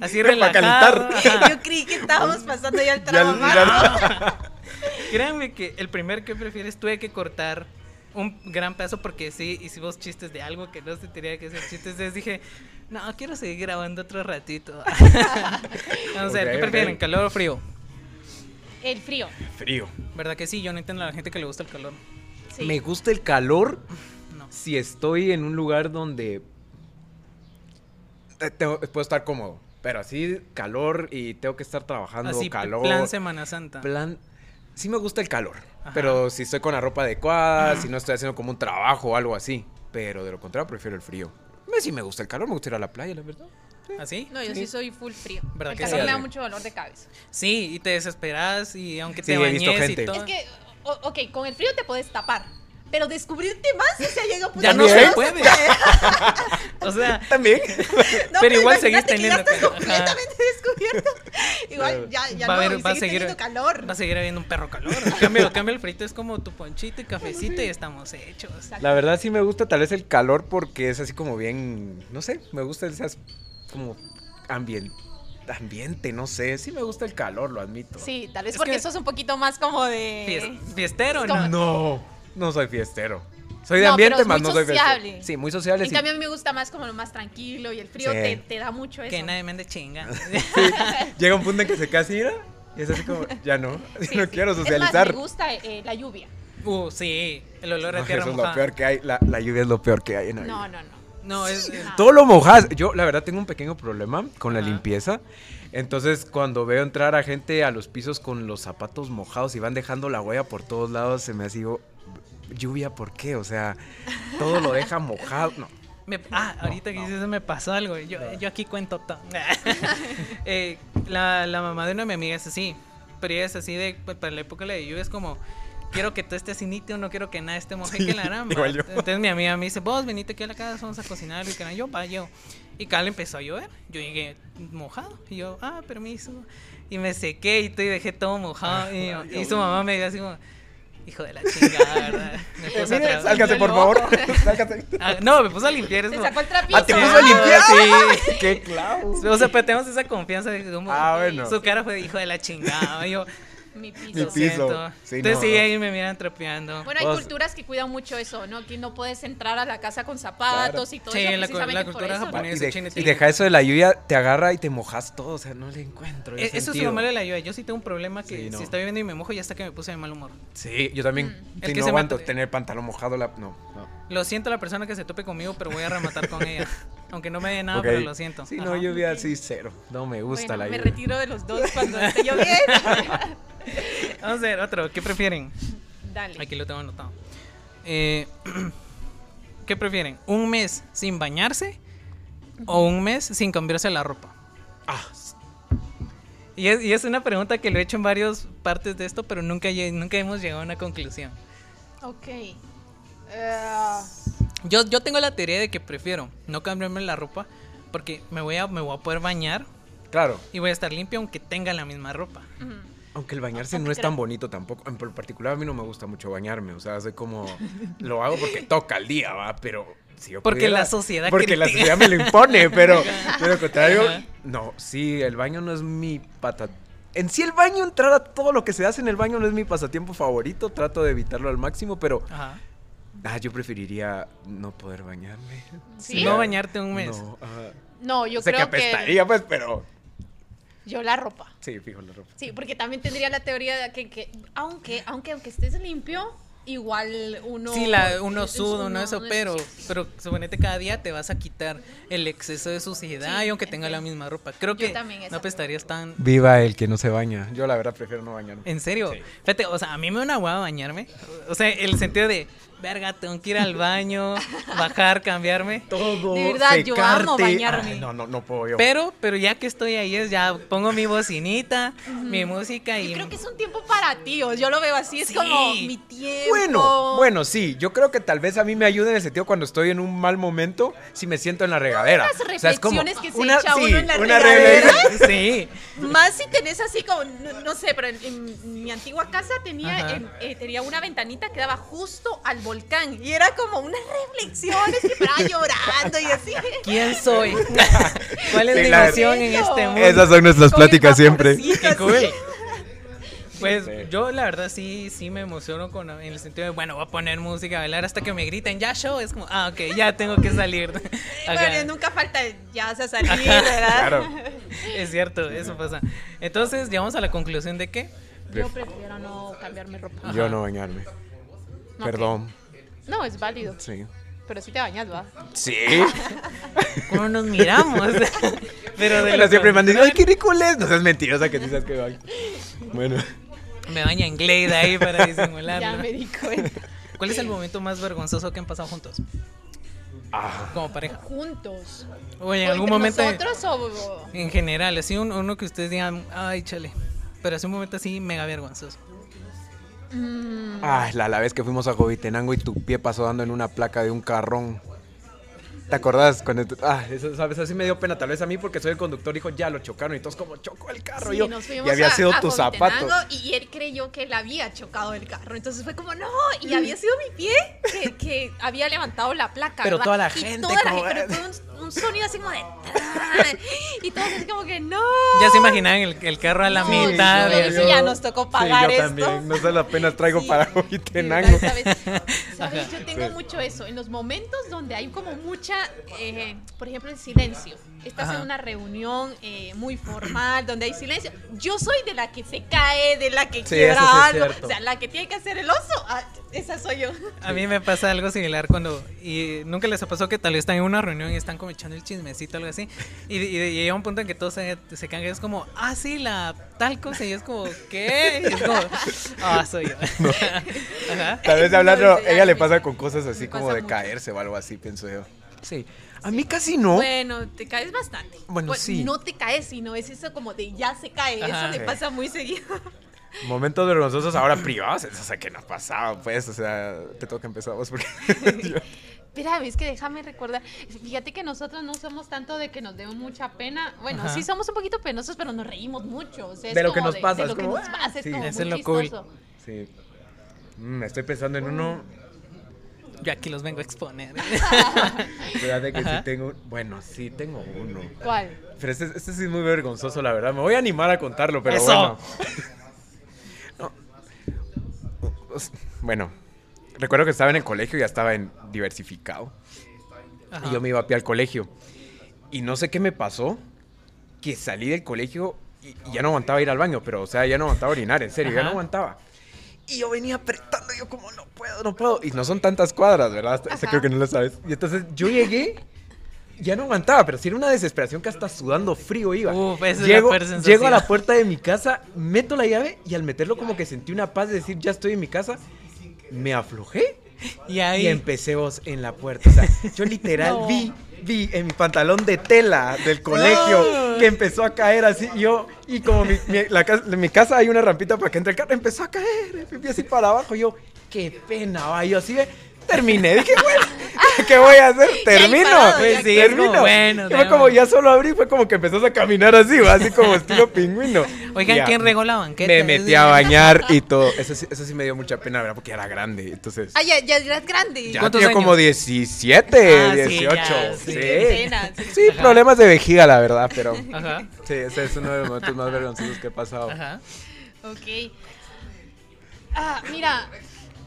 [SPEAKER 2] Así
[SPEAKER 5] Para
[SPEAKER 2] relajado. ajá.
[SPEAKER 1] Yo creí que estábamos pasando ya el
[SPEAKER 5] Ya-
[SPEAKER 1] trabajo.
[SPEAKER 5] ya-
[SPEAKER 2] Créanme que el primer que prefieres tuve que cortar un gran pedazo porque sí hicimos chistes de algo que no se tenía que hacer chistes. Entonces dije, no, quiero seguir grabando otro ratito. Vamos a ver,
[SPEAKER 5] Ok,
[SPEAKER 2] ¿qué
[SPEAKER 5] ok.
[SPEAKER 2] prefieren, calor o frío?
[SPEAKER 3] El frío.
[SPEAKER 5] Frío.
[SPEAKER 2] ¿Verdad que sí? Yo no entiendo a la gente que le gusta el calor.
[SPEAKER 3] Sí.
[SPEAKER 5] Me gusta el calor
[SPEAKER 2] No.
[SPEAKER 5] si estoy en un lugar donde eh, tengo- puedo estar cómodo, pero así calor y tengo que estar trabajando
[SPEAKER 2] Así,
[SPEAKER 5] calor.
[SPEAKER 2] plan Semana Santa.
[SPEAKER 5] plan- sí me gusta el calor,
[SPEAKER 2] Ajá.
[SPEAKER 5] pero si estoy con la ropa adecuada, si no estoy haciendo como un trabajo o algo así, pero de lo contrario prefiero el frío. Me sí me gusta el calor, me gusta ir a la playa, la verdad.
[SPEAKER 2] ¿Así?
[SPEAKER 3] No, yo sí, soy full frío.
[SPEAKER 2] ¿Verdad
[SPEAKER 3] El
[SPEAKER 2] que
[SPEAKER 3] calor
[SPEAKER 5] sí?
[SPEAKER 3] me da mucho dolor de cabeza.
[SPEAKER 2] Sí, y te desesperas y aunque
[SPEAKER 5] Sí,
[SPEAKER 2] te
[SPEAKER 5] he visto
[SPEAKER 2] bañes y
[SPEAKER 5] gente.
[SPEAKER 2] todo.
[SPEAKER 3] Es que, o- ok, con el frío te puedes tapar. Pero descubrirte más, o sea, llega un punto
[SPEAKER 2] Ya
[SPEAKER 3] en
[SPEAKER 2] no
[SPEAKER 3] que
[SPEAKER 2] se
[SPEAKER 5] ¿También?
[SPEAKER 2] puede. o sea,
[SPEAKER 5] También.
[SPEAKER 3] No, pues
[SPEAKER 2] Pero igual seguís
[SPEAKER 3] imagínate que
[SPEAKER 2] teniendo
[SPEAKER 3] Ya estás
[SPEAKER 2] calor.
[SPEAKER 3] completamente descubierto. Igual ya, ya
[SPEAKER 2] va, a
[SPEAKER 3] no,
[SPEAKER 2] haber-
[SPEAKER 3] y
[SPEAKER 2] va a
[SPEAKER 3] seguís
[SPEAKER 2] seguir
[SPEAKER 3] teniendo calor.
[SPEAKER 2] Va a seguir habiendo un perro calor. En cambio, en cambio el frito es como tu ponchito y cafecito y estamos hechos.
[SPEAKER 5] La verdad sí me gusta tal vez el calor porque es así como bien, no sé, me gusta esas como ambien- ambiente, no sé, sí me gusta el calor, lo admito.
[SPEAKER 3] Sí, tal vez
[SPEAKER 2] Es
[SPEAKER 3] porque
[SPEAKER 2] que-
[SPEAKER 3] eso es un poquito más como de...
[SPEAKER 2] Fies- Fiestero,
[SPEAKER 3] es
[SPEAKER 2] ¿no?
[SPEAKER 3] como-
[SPEAKER 5] No, no soy fiestero. Soy de
[SPEAKER 3] No,
[SPEAKER 5] ambiente,
[SPEAKER 3] pero es
[SPEAKER 5] más
[SPEAKER 3] muy
[SPEAKER 5] no soy
[SPEAKER 3] sociable.
[SPEAKER 5] fiestero. Sí, muy sociable,
[SPEAKER 3] En
[SPEAKER 5] sí.
[SPEAKER 3] cambio a mí me gusta más como lo más tranquilo y el frío
[SPEAKER 5] Sí.
[SPEAKER 3] te, te da mucho eso.
[SPEAKER 2] Que nadie me ande chinga.
[SPEAKER 5] Llega un punto en que se casi ira y es así como, ya no,
[SPEAKER 3] Sí,
[SPEAKER 5] no
[SPEAKER 3] sí.
[SPEAKER 5] quiero
[SPEAKER 3] Es más,
[SPEAKER 5] socializar.
[SPEAKER 3] me gusta eh, la lluvia.
[SPEAKER 2] Uh, sí, el olor
[SPEAKER 5] No,
[SPEAKER 2] a
[SPEAKER 5] eso
[SPEAKER 2] tierra
[SPEAKER 5] es lo
[SPEAKER 2] mojada.
[SPEAKER 5] peor que hay, la, la lluvia es lo peor que hay en la vida.
[SPEAKER 3] No, no, no.
[SPEAKER 2] No, es, es-
[SPEAKER 3] Nada.
[SPEAKER 5] Todo lo mojas. Yo, la verdad, tengo un pequeño problema con la
[SPEAKER 2] Ajá.
[SPEAKER 5] limpieza. Entonces, cuando veo entrar a gente a los pisos con los zapatos mojados y van dejando la huella por todos lados, se me hace digo, lluvia, ¿por qué? O sea, todo lo deja mojado. No.
[SPEAKER 2] me- ah, ahorita que dices eso me pasó algo. Yo, yo aquí cuento todo. Eh, la, la mamá de una de mis amigas es así. Pero ella es así de, pues, para la época de la lluvia es como, quiero que tú estés inítio, no quiero que nada esté mojé que la arama.
[SPEAKER 5] igual yo.
[SPEAKER 2] Entonces mi amiga me dice, vos venite aquí a la casa, vamos a cocinar. Y que yo, va, yo. Y Carla empezó a llover. Yo llegué mojado. Y yo, ah, permiso. Y me sequé y todo, y dejé todo
[SPEAKER 5] Ah,
[SPEAKER 2] mojado. y, yo- y su mamá me dio así como, hijo de la chingada, ¿verdad? Me
[SPEAKER 5] Eh,
[SPEAKER 2] puse a
[SPEAKER 5] mire,
[SPEAKER 2] trabajar.
[SPEAKER 5] sálgase, por favor. Sálgase.
[SPEAKER 2] Ah, no, me puso a limpiar. Es
[SPEAKER 3] Te
[SPEAKER 2] como-
[SPEAKER 3] sacó el trapito.
[SPEAKER 5] Ah, te puso
[SPEAKER 2] Ah,
[SPEAKER 5] a limpiar.
[SPEAKER 2] sí.
[SPEAKER 5] Qué clavo.
[SPEAKER 2] O sea, pero tenemos esa confianza de que como
[SPEAKER 5] Ah, bueno.
[SPEAKER 2] su cara fue de hijo de la chingada. Yo
[SPEAKER 3] Mi piso.
[SPEAKER 5] Mi
[SPEAKER 2] lo
[SPEAKER 5] piso.
[SPEAKER 2] siento.
[SPEAKER 5] Sí,
[SPEAKER 2] Entonces
[SPEAKER 5] no,
[SPEAKER 2] sí,
[SPEAKER 5] no.
[SPEAKER 2] ahí me miran trapeando.
[SPEAKER 3] Bueno, hay
[SPEAKER 5] Vos-
[SPEAKER 3] culturas que cuidan mucho eso, ¿no? Que no puedes entrar a la casa con zapatos y todo
[SPEAKER 2] Sí,
[SPEAKER 3] eso.
[SPEAKER 2] la cu-
[SPEAKER 3] precisamente
[SPEAKER 2] la
[SPEAKER 3] por
[SPEAKER 2] cultura
[SPEAKER 3] eso, ¿no?
[SPEAKER 2] japonesa.
[SPEAKER 5] Y,
[SPEAKER 2] ese
[SPEAKER 5] de-
[SPEAKER 2] chinete.
[SPEAKER 5] y deja eso de la lluvia, te agarra y te mojas todo. O sea, no le encuentro. el
[SPEAKER 2] E- Eso es
[SPEAKER 5] sentido.
[SPEAKER 2] lo malo de la lluvia. Yo sí tengo un problema que
[SPEAKER 5] Sí, no.
[SPEAKER 2] si está lloviendo y me mojo ya hasta que me puse de mal humor.
[SPEAKER 5] Sí, yo también.
[SPEAKER 2] Mm.
[SPEAKER 5] sí,
[SPEAKER 2] El que
[SPEAKER 5] no
[SPEAKER 2] se
[SPEAKER 5] aguanto
[SPEAKER 2] mata-
[SPEAKER 5] tener pantalón mojado. La... No, no.
[SPEAKER 2] Lo siento a la persona que se tope conmigo, pero voy a rematar con ella. Aunque no me dé nada,
[SPEAKER 5] Ok.
[SPEAKER 2] pero lo siento.
[SPEAKER 5] Sí, no,
[SPEAKER 2] Ajá.
[SPEAKER 5] lluvia así cero. No me gusta
[SPEAKER 3] Bueno,
[SPEAKER 5] la
[SPEAKER 3] me
[SPEAKER 5] lluvia.
[SPEAKER 3] retiro de los dos cuando esté lloviendo.
[SPEAKER 2] Vamos a ver otro. ¿Qué prefieren?
[SPEAKER 3] Dale.
[SPEAKER 2] Aquí lo tengo anotado. Eh, ¿Qué prefieren? ¿Un mes sin bañarse o un mes sin cambiarse la ropa?
[SPEAKER 5] Ah,
[SPEAKER 2] Y es, y es una pregunta que lo he hecho en varias partes de esto, pero nunca, lle- nunca hemos llegado a una conclusión.
[SPEAKER 3] Ok. Eh,
[SPEAKER 2] Yo, yo tengo la teoría de que prefiero no cambiarme la ropa porque me voy, a, me voy a poder bañar
[SPEAKER 5] Claro,
[SPEAKER 2] y voy a estar limpio aunque tenga la misma ropa.
[SPEAKER 3] ujú.
[SPEAKER 5] aunque el bañarse no es tan bonito tampoco. En particular a mí no me gusta mucho bañarme, o sea, soy como lo hago porque toca el día, va, pero si yo
[SPEAKER 2] Porque
[SPEAKER 5] pudiera-
[SPEAKER 2] la sociedad
[SPEAKER 5] porque la
[SPEAKER 2] critica.
[SPEAKER 5] sociedad me lo impone, pero de lo contrario,
[SPEAKER 2] Ajá.
[SPEAKER 5] no, sí, el baño no es mi pata. En sí el baño entrar a todo lo que se hace en el baño no es mi pasatiempo favorito, trato de evitarlo al máximo, pero
[SPEAKER 2] Ajá.
[SPEAKER 5] ah, yo preferiría no poder bañarme.
[SPEAKER 3] ¿Sí?
[SPEAKER 2] No bañarte un mes.
[SPEAKER 5] No, ajá.
[SPEAKER 3] No, yo
[SPEAKER 5] sé que
[SPEAKER 3] creo que,
[SPEAKER 5] apestaría, pues, pero
[SPEAKER 3] yo la ropa.
[SPEAKER 5] sí, fijo la ropa.
[SPEAKER 3] Sí, porque también tendría la teoría de que, que aunque, aunque, aunque estés limpio, igual uno... pues,
[SPEAKER 2] sí, la, uno
[SPEAKER 3] es-
[SPEAKER 2] suda, uno eso,
[SPEAKER 3] es-
[SPEAKER 2] pero, pero suponete cada día te vas a quitar el exceso de suciedad
[SPEAKER 3] Sí,
[SPEAKER 2] y aunque tenga la misma ropa. Creo
[SPEAKER 3] Yo
[SPEAKER 2] que
[SPEAKER 3] también esa
[SPEAKER 2] no apestarías tan...
[SPEAKER 5] Viva el que no se baña. Yo la verdad prefiero no bañarme.
[SPEAKER 2] En serio,
[SPEAKER 5] Sí.
[SPEAKER 2] fíjate, o sea, a mí me da una hueva bañarme. O sea, el sentido de, verga, tengo que ir al baño, bajar, cambiarme.
[SPEAKER 5] todo.
[SPEAKER 3] De verdad, yo amo
[SPEAKER 5] secarte.
[SPEAKER 3] bañarme.
[SPEAKER 5] Ay, no, no, no puedo yo.
[SPEAKER 2] Pero, pero ya que estoy ahí, es ya pongo mi bocinita, mi música y.
[SPEAKER 3] Yo creo que es un tiempo para ti, o yo lo veo así, es
[SPEAKER 2] mm. Sí.
[SPEAKER 3] como mi tiempo.
[SPEAKER 5] bueno, bueno, sí. Yo creo que tal vez a mí me ayuda en el sentido cuando estoy en un mal momento, si me siento en la regadera.
[SPEAKER 3] unas reflexiones que se
[SPEAKER 5] una,
[SPEAKER 3] echa uno
[SPEAKER 5] sí,
[SPEAKER 3] en la
[SPEAKER 5] una
[SPEAKER 3] regadera.
[SPEAKER 5] regadera.
[SPEAKER 2] Sí.
[SPEAKER 3] Más si tenés así como, no, no sé, pero en, en mi antigua casa tenía,
[SPEAKER 2] Ajá.
[SPEAKER 3] en- eh, tenía una ventanita que daba justo al volcán y era como unas reflexiones que estaba llorando y así.
[SPEAKER 2] ¿Quién soy? ¿Cuál es
[SPEAKER 5] Sí,
[SPEAKER 2] mi
[SPEAKER 5] la-
[SPEAKER 2] misión en este mundo?
[SPEAKER 5] Esas son nuestras
[SPEAKER 3] Con el
[SPEAKER 5] pláticas siempre.
[SPEAKER 3] vaporcito
[SPEAKER 2] Qué
[SPEAKER 3] así.
[SPEAKER 2] cool. Pues
[SPEAKER 5] Sí.
[SPEAKER 2] yo la verdad sí, sí me emociono con, en el sentido de, bueno, voy a poner música, a bailar hasta que me griten, ya show, es como, ah, ok, ya tengo que salir. Ajá.
[SPEAKER 3] Bueno, nunca falta el ya vas a salir, ¿verdad?
[SPEAKER 5] Claro.
[SPEAKER 2] Es cierto, eso pasa. Entonces, llegamos a la conclusión de que
[SPEAKER 3] Yo prefiero no cambiarme
[SPEAKER 2] Ah.
[SPEAKER 3] ropa.
[SPEAKER 5] Yo no bañarme. Perdón.
[SPEAKER 3] No, es válido.
[SPEAKER 5] Sí.
[SPEAKER 3] Pero si te bañas, va.
[SPEAKER 5] Sí.
[SPEAKER 2] ¿cómo nos miramos? Pero de
[SPEAKER 5] Pero
[SPEAKER 2] lo
[SPEAKER 5] siempre me han dicho, ay,
[SPEAKER 2] contrario,
[SPEAKER 5] qué ridículo es. No seas mentirosa que tú sabes que baño. Bueno.
[SPEAKER 2] me baña en Glade ahí para
[SPEAKER 3] Ya
[SPEAKER 2] disimularlo.
[SPEAKER 3] me di cuenta.
[SPEAKER 2] ¿Cuál es el momento más vergonzoso que han pasado juntos?
[SPEAKER 5] Ah,
[SPEAKER 2] como pareja.
[SPEAKER 3] Juntos.
[SPEAKER 2] O en
[SPEAKER 3] ¿O
[SPEAKER 2] algún
[SPEAKER 3] entre
[SPEAKER 2] momento,
[SPEAKER 3] ¿Nosotros o.? o-
[SPEAKER 2] en general, así un- uno que ustedes digan, ay, chale. Pero hace un momento así, mega vergonzoso.
[SPEAKER 3] Mm,
[SPEAKER 5] ah, la, la vez que fuimos a Jovitenango y tu pie pasó dando en una placa de un carrón. ¿Te acordás? Cuando tu- ah, eso, ¿sabes? Así me dio pena, tal vez a mí, porque soy el conductor, dijo, ya lo chocaron y todos como chocó el carro.
[SPEAKER 3] sí,
[SPEAKER 5] y, yo,
[SPEAKER 3] nos fuimos
[SPEAKER 5] y había
[SPEAKER 3] a-
[SPEAKER 5] sido
[SPEAKER 3] a
[SPEAKER 5] tus
[SPEAKER 3] Jovitenango
[SPEAKER 5] zapatos.
[SPEAKER 3] Y él creyó que él había chocado el carro. Entonces fue como, no,
[SPEAKER 5] Mm.
[SPEAKER 3] y había sido mi pie que, que había levantado la placa.
[SPEAKER 5] Pero
[SPEAKER 3] ¿verdad?
[SPEAKER 5] toda la
[SPEAKER 3] Y
[SPEAKER 5] gente
[SPEAKER 3] toda la
[SPEAKER 5] como-
[SPEAKER 3] gente, pero fue un, un sonido así como de. "Tan", Y todos así como que, no.
[SPEAKER 2] Ya se imaginaban el, el carro a la
[SPEAKER 3] No,
[SPEAKER 2] mitad.
[SPEAKER 3] no,
[SPEAKER 2] de-
[SPEAKER 3] eso ya nos tocó pagar
[SPEAKER 5] sí, yo
[SPEAKER 3] esto.
[SPEAKER 5] también. No sé la pena traigo
[SPEAKER 3] Sí.
[SPEAKER 5] para
[SPEAKER 3] Sí,
[SPEAKER 5] Jovitenango.
[SPEAKER 3] ¿sabes? ¿Sabes? Yo tengo
[SPEAKER 5] Sí.
[SPEAKER 3] mucho eso. En los momentos donde hay como mucha, eh, por ejemplo, el silencio. Estás
[SPEAKER 2] Ajá.
[SPEAKER 3] en una reunión eh, muy formal donde hay silencio. Yo soy de la que se cae, de la que
[SPEAKER 5] Sí,
[SPEAKER 3] quiebra
[SPEAKER 5] eso sí es
[SPEAKER 3] algo.
[SPEAKER 5] cierto.
[SPEAKER 3] O sea, la que tiene que hacer el oso. Ah, esa soy yo.
[SPEAKER 2] A mí me pasa algo similar cuando. Y nunca les ha pasado que tal vez están en una reunión y están como echando el chismecito o algo así. Y, y- y llega un punto en que todos se, se cangan. Es como, ah, sí, la tal cosa. Y es como, ¿qué? Y es como, ah, soy yo. Ajá.
[SPEAKER 5] Tal vez de hablarlo,
[SPEAKER 3] No, sí,
[SPEAKER 5] ella
[SPEAKER 3] a
[SPEAKER 5] le
[SPEAKER 3] mí
[SPEAKER 5] pasa
[SPEAKER 3] sí.
[SPEAKER 5] con cosas así
[SPEAKER 3] Me
[SPEAKER 5] como
[SPEAKER 3] pasa
[SPEAKER 5] de
[SPEAKER 3] mucho.
[SPEAKER 5] caerse o algo así, pienso yo. Sí. A mí casi no.
[SPEAKER 3] Bueno, te caes bastante.
[SPEAKER 5] Bueno,
[SPEAKER 3] Pues,
[SPEAKER 5] sí.
[SPEAKER 3] No te caes, sino es eso como de ya se cae.
[SPEAKER 2] Ajá.
[SPEAKER 3] eso
[SPEAKER 5] Sí.
[SPEAKER 3] le pasa muy seguido.
[SPEAKER 5] Momentos vergonzosos ahora privados, eso, o sea, que nos pasaba, pues, o sea, te toca empezar vos porque yo-
[SPEAKER 3] Mira, es que déjame recordar. Fíjate que nosotros no somos tanto de que nos demos mucha pena. Bueno,
[SPEAKER 2] Ajá.
[SPEAKER 3] sí somos un poquito penosos, pero nos reímos mucho. O sea, es
[SPEAKER 5] De lo que
[SPEAKER 3] como
[SPEAKER 5] nos pasa,
[SPEAKER 3] De
[SPEAKER 5] es
[SPEAKER 3] lo que
[SPEAKER 5] como, "Ah,
[SPEAKER 3] nos pasa, es
[SPEAKER 5] sí.
[SPEAKER 3] como
[SPEAKER 2] Eso
[SPEAKER 3] muy
[SPEAKER 2] es lo cool.
[SPEAKER 3] chistoso.
[SPEAKER 5] Sí. Mm, estoy pensando en uno,
[SPEAKER 2] Yo aquí los vengo a exponer.
[SPEAKER 5] fíjate que sí
[SPEAKER 2] Ajá.
[SPEAKER 5] tengo, bueno, sí tengo uno.
[SPEAKER 3] ¿Cuál?
[SPEAKER 5] Pero este, este sí es muy vergonzoso, la verdad. Me voy a animar a contarlo, pero
[SPEAKER 2] Eso.
[SPEAKER 5] bueno. No. O- o- Bueno, recuerdo que estaba en el colegio, ya estaba en diversificado.
[SPEAKER 2] Ajá.
[SPEAKER 5] Y yo me iba a pie al colegio. Y no sé qué me pasó, que salí del colegio y, y ya no aguantaba ir al baño, pero o sea, ya no aguantaba orinar, en serio, ya no
[SPEAKER 2] Ajá.
[SPEAKER 5] aguantaba. Y yo venía apretando, yo como, no puedo, no puedo. Y no son tantas cuadras, ¿verdad? Hasta- hasta
[SPEAKER 3] Ajá.
[SPEAKER 5] creo que no lo sabes. Y entonces yo llegué, ya no aguantaba, pero sí era una desesperación que hasta sudando frío iba.
[SPEAKER 2] Uf, esa es la
[SPEAKER 5] llego,
[SPEAKER 2] peor sensación.
[SPEAKER 5] llego a la puerta de mi casa, meto la llave y al meterlo como que sentí una paz de decir, ya estoy en mi casa, me aflojé.
[SPEAKER 2] Y
[SPEAKER 5] Y
[SPEAKER 2] ahí.
[SPEAKER 5] empecé vos en la puerta. O sea, yo literal
[SPEAKER 3] No.
[SPEAKER 5] vi, vi en mi pantalón de tela del colegio que empezó a caer así. y Yo, y como mi, mi- la casa, en mi casa hay una rampita para que entre el carro, empezó a caer, me fui así para abajo. Yo, qué pena, va. Yo así de, terminé. Dije, bueno, ¿qué voy a hacer? Termino.
[SPEAKER 3] parado,
[SPEAKER 2] ya que-
[SPEAKER 5] termino.
[SPEAKER 2] Es como, bueno,
[SPEAKER 5] Y fue como
[SPEAKER 2] dame.
[SPEAKER 5] ya solo abrí, fue como que empezás a caminar así, va, así como estilo pingüino.
[SPEAKER 2] Oigan,
[SPEAKER 5] Ya.
[SPEAKER 2] ¿quién regó la banqueta?
[SPEAKER 5] Me metí a bañar y todo. Eso sí, eso sí me dio mucha pena, ¿verdad? Porque ya era grande. Entonces.
[SPEAKER 3] Ah, ya, ya eras grande.
[SPEAKER 5] Ya
[SPEAKER 2] ¿Cuántos
[SPEAKER 5] tenía
[SPEAKER 2] años?
[SPEAKER 5] como 17,
[SPEAKER 2] Ah, sí,
[SPEAKER 5] 18.
[SPEAKER 2] ya,
[SPEAKER 5] sí,
[SPEAKER 2] sí.
[SPEAKER 5] sí.
[SPEAKER 3] Pena, sí.
[SPEAKER 2] Ajá.
[SPEAKER 5] problemas de vejiga, la verdad, pero.
[SPEAKER 2] Ajá.
[SPEAKER 5] Sí, ese es uno de los momentos más vergonzosos que he pasado.
[SPEAKER 2] Ajá.
[SPEAKER 3] Ok. Ah, mira,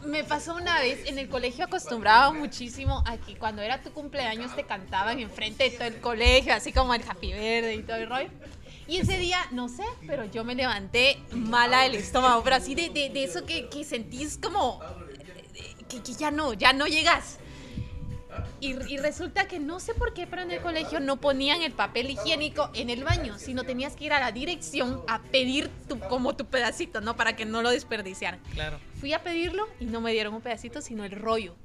[SPEAKER 3] me pasó una vez, en el colegio acostumbraba muchísimo a que cuando era tu cumpleaños te cantaban enfrente de todo el colegio, así como el Happy Verde y todo el rollo. Y ese día, no sé, pero yo me levanté mala del estómago, pero así de, de- de eso que, que sentís como eh, que, que ya no, ya no llegas. Y, y resulta que no sé por qué, pero en el colegio no ponían el papel higiénico en el baño, sino tenías que ir a la dirección a pedir tu, como tu pedacito, ¿no? Para que no lo desperdiciaran.
[SPEAKER 2] Claro.
[SPEAKER 3] Fui a pedirlo y no me dieron un pedacito, sino el rollo.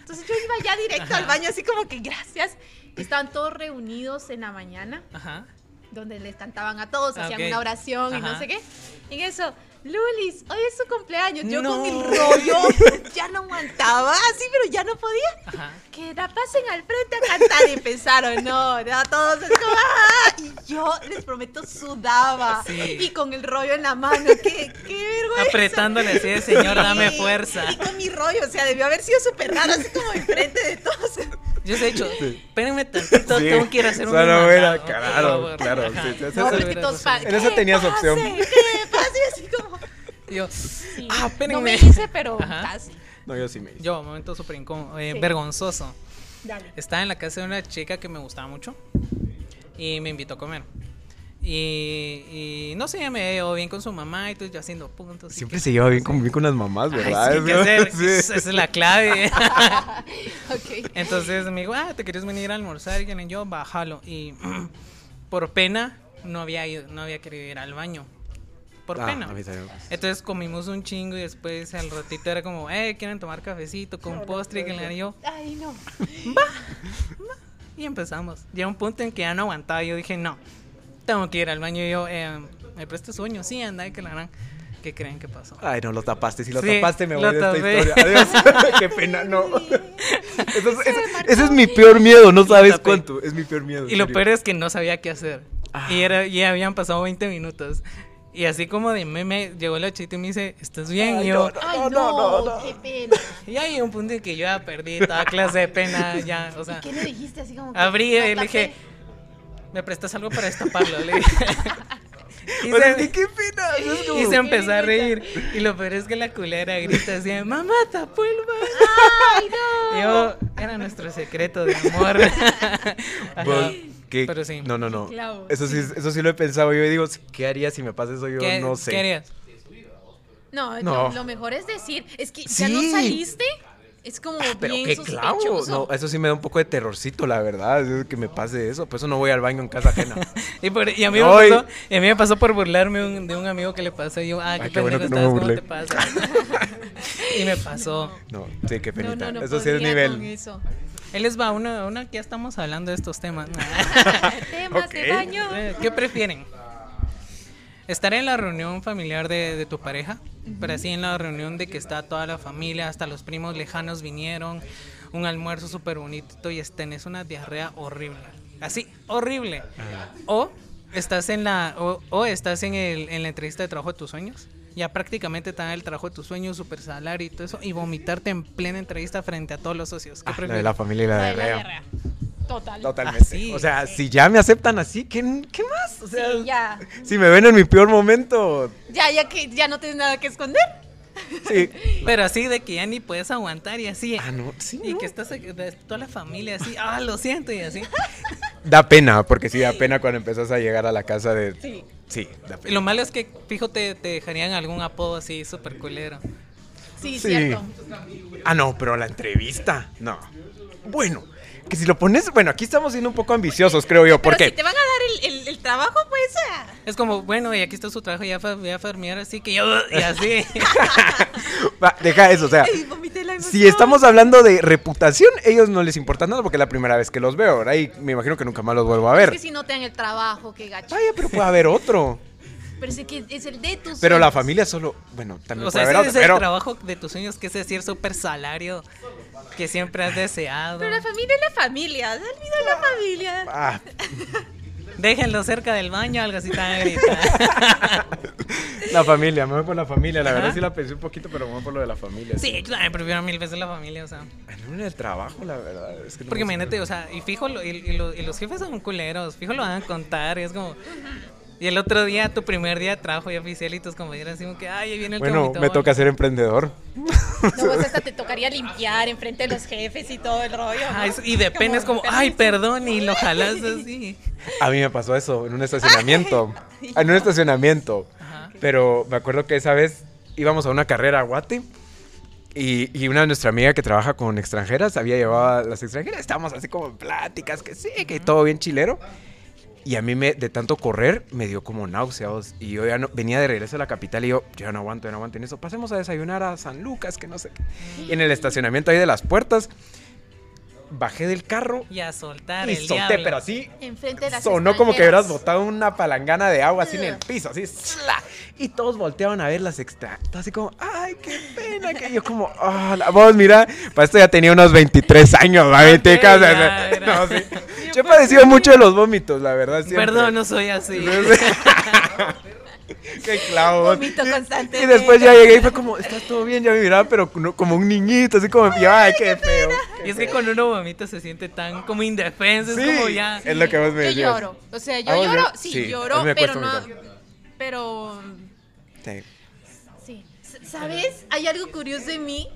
[SPEAKER 3] Entonces yo iba ya directo al baño, así como que gracias. Estaban todos reunidos en la mañana,
[SPEAKER 2] Ajá.
[SPEAKER 3] donde les cantaban a todos,
[SPEAKER 2] Ah,
[SPEAKER 3] hacían
[SPEAKER 2] ok.
[SPEAKER 3] una oración y no
[SPEAKER 2] Ajá.
[SPEAKER 3] sé qué. Y en eso, Lulis, hoy es su cumpleaños. Yo
[SPEAKER 2] No.
[SPEAKER 3] con el rollo ya no aguantaba, así, pero ya no podía
[SPEAKER 2] Ajá.
[SPEAKER 3] que la pasen al frente a cantar y empezaron, no, no, todos es como, ¡ah! y yo les prometo sudaba
[SPEAKER 2] Sí.
[SPEAKER 3] y con el rollo en la mano, qué, qué vergüenza.
[SPEAKER 2] Apretándole así de señor, dame
[SPEAKER 3] Sí,
[SPEAKER 2] fuerza.
[SPEAKER 3] Y con mi rollo, o sea, debió haber sido súper raro, así como enfrente de todos.
[SPEAKER 2] Yo os he dicho, espérenme tantito,
[SPEAKER 5] Sí.
[SPEAKER 2] tengo que ir a hacer un
[SPEAKER 5] Solo
[SPEAKER 2] mandado,
[SPEAKER 5] era-
[SPEAKER 2] por
[SPEAKER 5] claro,
[SPEAKER 2] favor".
[SPEAKER 5] claro,
[SPEAKER 2] Ajá.
[SPEAKER 5] sí, sí, sí,
[SPEAKER 3] No,
[SPEAKER 5] sí,
[SPEAKER 3] pero
[SPEAKER 5] sí,
[SPEAKER 3] que todos pa-
[SPEAKER 5] En eso
[SPEAKER 3] ¿qué
[SPEAKER 5] tenías
[SPEAKER 3] pase?
[SPEAKER 5] opción.
[SPEAKER 3] ¿Qué pasa? Y así como,
[SPEAKER 2] Yo,
[SPEAKER 3] sí,
[SPEAKER 2] Ah,
[SPEAKER 3] no
[SPEAKER 2] espérenme.
[SPEAKER 3] me hice, pero
[SPEAKER 2] Ajá.
[SPEAKER 3] casi.
[SPEAKER 5] No, yo sí me hice.
[SPEAKER 2] yo, momento súper incómodo, eh,
[SPEAKER 3] Sí.
[SPEAKER 2] vergonzoso.
[SPEAKER 3] Dale.
[SPEAKER 2] Estaba en la casa de una chica que me gustaba mucho y me invitó a comer. Y, y no sé, me veo bien con su mamá y tú yo haciendo puntos. y
[SPEAKER 5] Siempre
[SPEAKER 2] que-
[SPEAKER 5] se lleva bien con, bien con las mamás,
[SPEAKER 2] Ay, sí,
[SPEAKER 5] ¿verdad?
[SPEAKER 2] ¿qué hacer?
[SPEAKER 5] Sí.
[SPEAKER 2] Esa es la clave.
[SPEAKER 3] Ok.
[SPEAKER 2] Entonces me dijo, ah, ¿te quieres venir a almorzar? Y que yo, bájalo. Y por pena, no había, ido- no había querido ir al baño. por
[SPEAKER 5] Ah,
[SPEAKER 2] pena.
[SPEAKER 5] a mí también.
[SPEAKER 2] Entonces comimos un chingo y después al ratito era como, eh, quieren tomar cafecito con postre que le yo.
[SPEAKER 3] Ay, no.
[SPEAKER 2] Y empezamos. Llega un punto en que ya no aguantaba. Yo dije, no, tengo que ir al baño. Y yo, eh, me presto sueño. Sí, anda, que la harán. ¿Qué creen que pasó?
[SPEAKER 5] Ay, no, lo tapaste. Si lo
[SPEAKER 2] Sí,
[SPEAKER 5] tapaste, me
[SPEAKER 2] lo
[SPEAKER 5] voy de
[SPEAKER 2] tapé.
[SPEAKER 5] esta historia. Adiós. Qué pena, no. Eso es- eso-
[SPEAKER 3] marcó
[SPEAKER 5] ese es
[SPEAKER 3] un
[SPEAKER 5] mi peor miedo, no sabes
[SPEAKER 2] tapé.
[SPEAKER 5] cuánto. Es mi peor miedo. en
[SPEAKER 2] Y lo
[SPEAKER 5] serio. Ah.
[SPEAKER 2] peor es que no sabía qué hacer. Y era, ya habían pasado 20 minutos. Y así como de meme, llegó la chita y me dice, ¿estás bien?
[SPEAKER 5] Ay,
[SPEAKER 2] y yo,
[SPEAKER 5] no,
[SPEAKER 3] Ay,
[SPEAKER 5] no,
[SPEAKER 3] no,
[SPEAKER 5] no, no.
[SPEAKER 3] qué pena.
[SPEAKER 2] y ahí un punto en que yo ya perdí toda clase de pena, ya, o sea.
[SPEAKER 3] ¿Qué le dijiste así como que
[SPEAKER 2] Abrí
[SPEAKER 3] la
[SPEAKER 2] y le dije,
[SPEAKER 3] tapé?
[SPEAKER 2] ¿me prestas algo para destaparlo? Le dije. Y
[SPEAKER 5] O sea,
[SPEAKER 2] se-
[SPEAKER 5] Pues es que qué pena. eso es como-
[SPEAKER 2] Y se
[SPEAKER 3] Qué
[SPEAKER 2] empezó a
[SPEAKER 3] idiota.
[SPEAKER 2] reír. Y lo peor es que la culera grita así, de, mamá, tapó el baño".
[SPEAKER 3] Ay, no.
[SPEAKER 2] Yo, era nuestro secreto de amor. Ajá.
[SPEAKER 5] Vos, ¿qué?
[SPEAKER 2] Pero sí.
[SPEAKER 5] No, no, no.
[SPEAKER 3] Claro.
[SPEAKER 5] Eso sí, eso sí lo he pensado. Yo y digo, ¿qué haría si me pasa eso? Yo
[SPEAKER 2] ¿Qué,
[SPEAKER 5] no sé.
[SPEAKER 2] qué harías?
[SPEAKER 3] No,
[SPEAKER 5] No.
[SPEAKER 3] Lo, lo mejor es decir, es que ya no
[SPEAKER 5] Sí. Ah,
[SPEAKER 3] saliste. Es como
[SPEAKER 5] Pero
[SPEAKER 3] bien
[SPEAKER 5] qué clavo.
[SPEAKER 3] sospechoso.
[SPEAKER 5] No, eso sí me da un poco de terrorcito, la verdad. es que me pase eso. Por eso no voy al baño en casa ajena.
[SPEAKER 2] Y, por- y a mí me
[SPEAKER 5] Ay.
[SPEAKER 2] pasó, y a mí me pasó por burlarme un- de un amigo que le pasó. Y yo, ah, qué,
[SPEAKER 5] Ay, qué bueno
[SPEAKER 2] pendejo
[SPEAKER 5] que no me
[SPEAKER 2] estás, ¿cómo te pasa? y me pasó.
[SPEAKER 5] No, sí, qué
[SPEAKER 3] no,
[SPEAKER 5] penita.
[SPEAKER 3] no, no
[SPEAKER 5] eso sí es
[SPEAKER 3] podría
[SPEAKER 5] nivel.
[SPEAKER 3] con eso.
[SPEAKER 2] Él les va, una, una que ya estamos hablando de estos temas.
[SPEAKER 3] Temas
[SPEAKER 5] Ok.
[SPEAKER 3] de baño.
[SPEAKER 2] Eh, ¿Qué prefieren? ¿Estar en la reunión familiar de, de tu pareja? Pero así en la reunión de que está toda la familia, hasta los primos lejanos vinieron, un almuerzo súper bonito y es- tenés una diarrea horrible. Así, horrible. O estás en la o, o estás en, el- en la entrevista de trabajo de tus sueños. Ya prácticamente te dan el trabajo de tus sueños, super salario y todo eso, y vomitarte en plena entrevista frente a todos los socios. ¿Qué
[SPEAKER 5] Ah, la de
[SPEAKER 2] prefieren?
[SPEAKER 5] la familia y la
[SPEAKER 3] La
[SPEAKER 5] de
[SPEAKER 3] de la
[SPEAKER 5] Rea.
[SPEAKER 3] diarrea. Total.
[SPEAKER 5] Totalmente.
[SPEAKER 2] Así.
[SPEAKER 5] O sea, si ya me aceptan así, ¿qué, qué más? O sea,
[SPEAKER 3] Sí, ya.
[SPEAKER 5] si me ven en mi peor momento.
[SPEAKER 3] Ya, ya que ya no tienes nada que esconder.
[SPEAKER 5] Sí.
[SPEAKER 2] Pero así de que ya ni puedes aguantar y así.
[SPEAKER 5] Ah, no, sí.
[SPEAKER 2] Y
[SPEAKER 5] no.
[SPEAKER 2] que estás aquí, de- toda la familia así, ah, lo siento, y así.
[SPEAKER 5] Da pena, porque sí da pena cuando empiezas a llegar a la casa de. Sí. Sí, da
[SPEAKER 2] Y
[SPEAKER 5] pena.
[SPEAKER 2] lo malo es que, fijo, te, te dejarían algún apodo así, súper culero.
[SPEAKER 3] Sí,
[SPEAKER 5] Sí.
[SPEAKER 3] cierto.
[SPEAKER 5] Ah, no, pero la entrevista. No. Bueno, que si lo pones. Bueno, aquí estamos siendo un poco ambiciosos, creo yo.
[SPEAKER 3] Pero
[SPEAKER 5] Porque.
[SPEAKER 3] si te van a dar el, el- el trabajo, pues. ah.
[SPEAKER 2] Es como, bueno, y aquí está su trabajo, ya fue a farmear así que yo, y así.
[SPEAKER 5] Va, deja eso, o sea.
[SPEAKER 3] Ay, vomité la
[SPEAKER 5] Si
[SPEAKER 3] emoción.
[SPEAKER 5] estamos hablando de reputación, ellos no les importa nada porque es la primera vez que los veo, ¿verdad? Y me imagino que nunca más los vuelvo a
[SPEAKER 3] Es
[SPEAKER 5] ver.
[SPEAKER 3] que si no te dan el trabajo, qué gacho.
[SPEAKER 5] Vaya, pero puede haber otro.
[SPEAKER 3] Pero es que es el de tus.
[SPEAKER 5] Pero la
[SPEAKER 3] sueños.
[SPEAKER 5] familia solo. Bueno, también
[SPEAKER 2] o sea,
[SPEAKER 5] puede
[SPEAKER 2] ese
[SPEAKER 5] haber otro.
[SPEAKER 2] es el
[SPEAKER 5] Pero
[SPEAKER 2] trabajo de tus sueños, que es decir, súper salario que siempre has deseado.
[SPEAKER 3] Pero la familia es la familia. Se olvida la familia.
[SPEAKER 5] Ah,
[SPEAKER 2] Déjenlo cerca del baño, algo así tan grita.
[SPEAKER 5] la familia, me voy por la familia. La verdad
[SPEAKER 2] Ajá.
[SPEAKER 5] sí la pensé un poquito, pero me voy por lo de la familia.
[SPEAKER 2] sí, yo también prefiero mil veces la familia, o sea.
[SPEAKER 5] Ah, no, en el trabajo, la verdad. Es que no
[SPEAKER 2] Porque
[SPEAKER 5] me-
[SPEAKER 2] imagínate, o sea, y fijo, lo- y, y lo- y los jefes son culeros, fijo lo van a contar, y es como... Y el otro día, tu primer día de trabajo ya oficial, y tus compañeros así como que, ay, ahí viene el que
[SPEAKER 5] Bueno,
[SPEAKER 2] vomitó
[SPEAKER 5] me
[SPEAKER 2] hoy".
[SPEAKER 5] toca ser emprendedor.
[SPEAKER 3] No, pues hasta te tocaría limpiar enfrente de los jefes y todo el rollo. ¿no?
[SPEAKER 2] Ajá, es- y de pena es como, ay, perdón, y lo jalas así.
[SPEAKER 5] A mí me pasó eso en un estacionamiento. en un estacionamiento.
[SPEAKER 2] Ajá.
[SPEAKER 5] Pero me acuerdo que esa vez íbamos a una carrera a Guate. Y, y una de nuestra amiga que trabaja con extranjeras había llevado a las extranjeras. Estábamos así como en pláticas, que sí, que todo bien chilero. Y a mí, me, de tanto correr, me dio como náuseas. Y yo ya no, venía de regreso a la capital y yo, yo ya no aguanto, ya no aguanto en eso. Pasemos a desayunar a San Lucas, que no sé qué. Y en el estacionamiento ahí de las puertas, bajé del carro
[SPEAKER 2] Y a soltar
[SPEAKER 5] y
[SPEAKER 2] el
[SPEAKER 5] solté,
[SPEAKER 2] diablo.
[SPEAKER 5] pero así
[SPEAKER 3] Enfrente de las
[SPEAKER 5] Sonó como que hubieras
[SPEAKER 3] eras
[SPEAKER 5] botado una palangana de agua así en el piso, así. ¡sla! Y todos volteaban a ver las extras. Así como, ay, qué pena. Que yo como, ah, la voz, mira, para esto ya tenía unos 23 años, va, vete,
[SPEAKER 2] Ok,
[SPEAKER 5] casa.
[SPEAKER 2] ya era.
[SPEAKER 5] No, sí. Yo he padecido mucho de los vómitos, la verdad. siempre.
[SPEAKER 2] Perdón, no soy así.
[SPEAKER 5] Qué clavo. vos.
[SPEAKER 3] Vomito
[SPEAKER 5] Y-
[SPEAKER 3] constantemente.
[SPEAKER 5] Y después ya llegué y fue como, estás todo bien, ya me miraba, pero no- como un niñito, así como, y yo, ay, qué feo.
[SPEAKER 2] Y es que cuando uno vomita se siente tan como indefenso, es como ya...
[SPEAKER 5] es lo que vos me
[SPEAKER 3] Yo
[SPEAKER 5] decías.
[SPEAKER 3] lloro. O sea, yo
[SPEAKER 5] Ah, vos
[SPEAKER 3] lloro,
[SPEAKER 5] lloras.
[SPEAKER 3] sí,
[SPEAKER 5] Sí, a
[SPEAKER 3] lloro,
[SPEAKER 5] mí me
[SPEAKER 3] pero
[SPEAKER 5] cuesta
[SPEAKER 3] no.
[SPEAKER 5] vomitar.
[SPEAKER 3] Pero.
[SPEAKER 5] Sí.
[SPEAKER 3] Sí. S- ¿Sabes? Hay algo curioso de mí.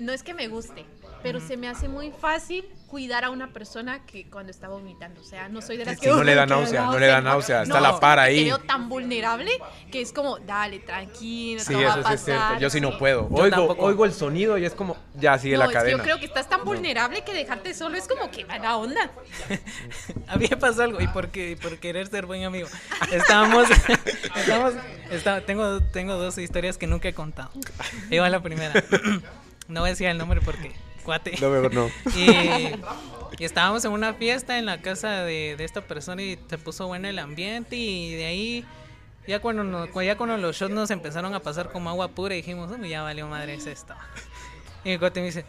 [SPEAKER 3] No es que me guste, pero se me hace muy fácil cuidar a una persona que cuando está vomitando. O sea, no soy de las
[SPEAKER 5] Sí,
[SPEAKER 3] que.
[SPEAKER 5] no le da
[SPEAKER 3] "Uy, qué
[SPEAKER 5] náusea, no le da náusea, está a la
[SPEAKER 3] no,
[SPEAKER 5] par
[SPEAKER 3] porque
[SPEAKER 5] ahí".
[SPEAKER 3] Te veo tan vulnerable que es como, dale, tranquilo,
[SPEAKER 5] Sí,
[SPEAKER 3] no va a
[SPEAKER 5] eso sí
[SPEAKER 3] pasar.
[SPEAKER 5] es cierto. Yo sí no puedo.
[SPEAKER 6] Yo
[SPEAKER 5] Oigo,
[SPEAKER 6] tampoco.
[SPEAKER 5] oigo el sonido y es como. Ya sigue
[SPEAKER 3] No,
[SPEAKER 5] la
[SPEAKER 3] es que
[SPEAKER 5] cadena.
[SPEAKER 3] yo creo que estás tan vulnerable que dejarte solo es como que mala onda.
[SPEAKER 2] A mí me pasó algo, y por, qué- por querer ser buen amigo. Estábamos. estábamos- está- tengo, tengo dos historias que nunca he contado. Ahí va la primera. No voy a decir el nombre porque. Cuate.
[SPEAKER 5] No, mejor no.
[SPEAKER 2] Y, y estábamos en una fiesta en la casa de, de esta persona y se puso bueno el ambiente y de ahí ya cuando, nos- cu- ya cuando los shots nos empezaron a pasar como agua pura dijimos, "Uy, ya valió madre es esto. Y mi cuate me dice,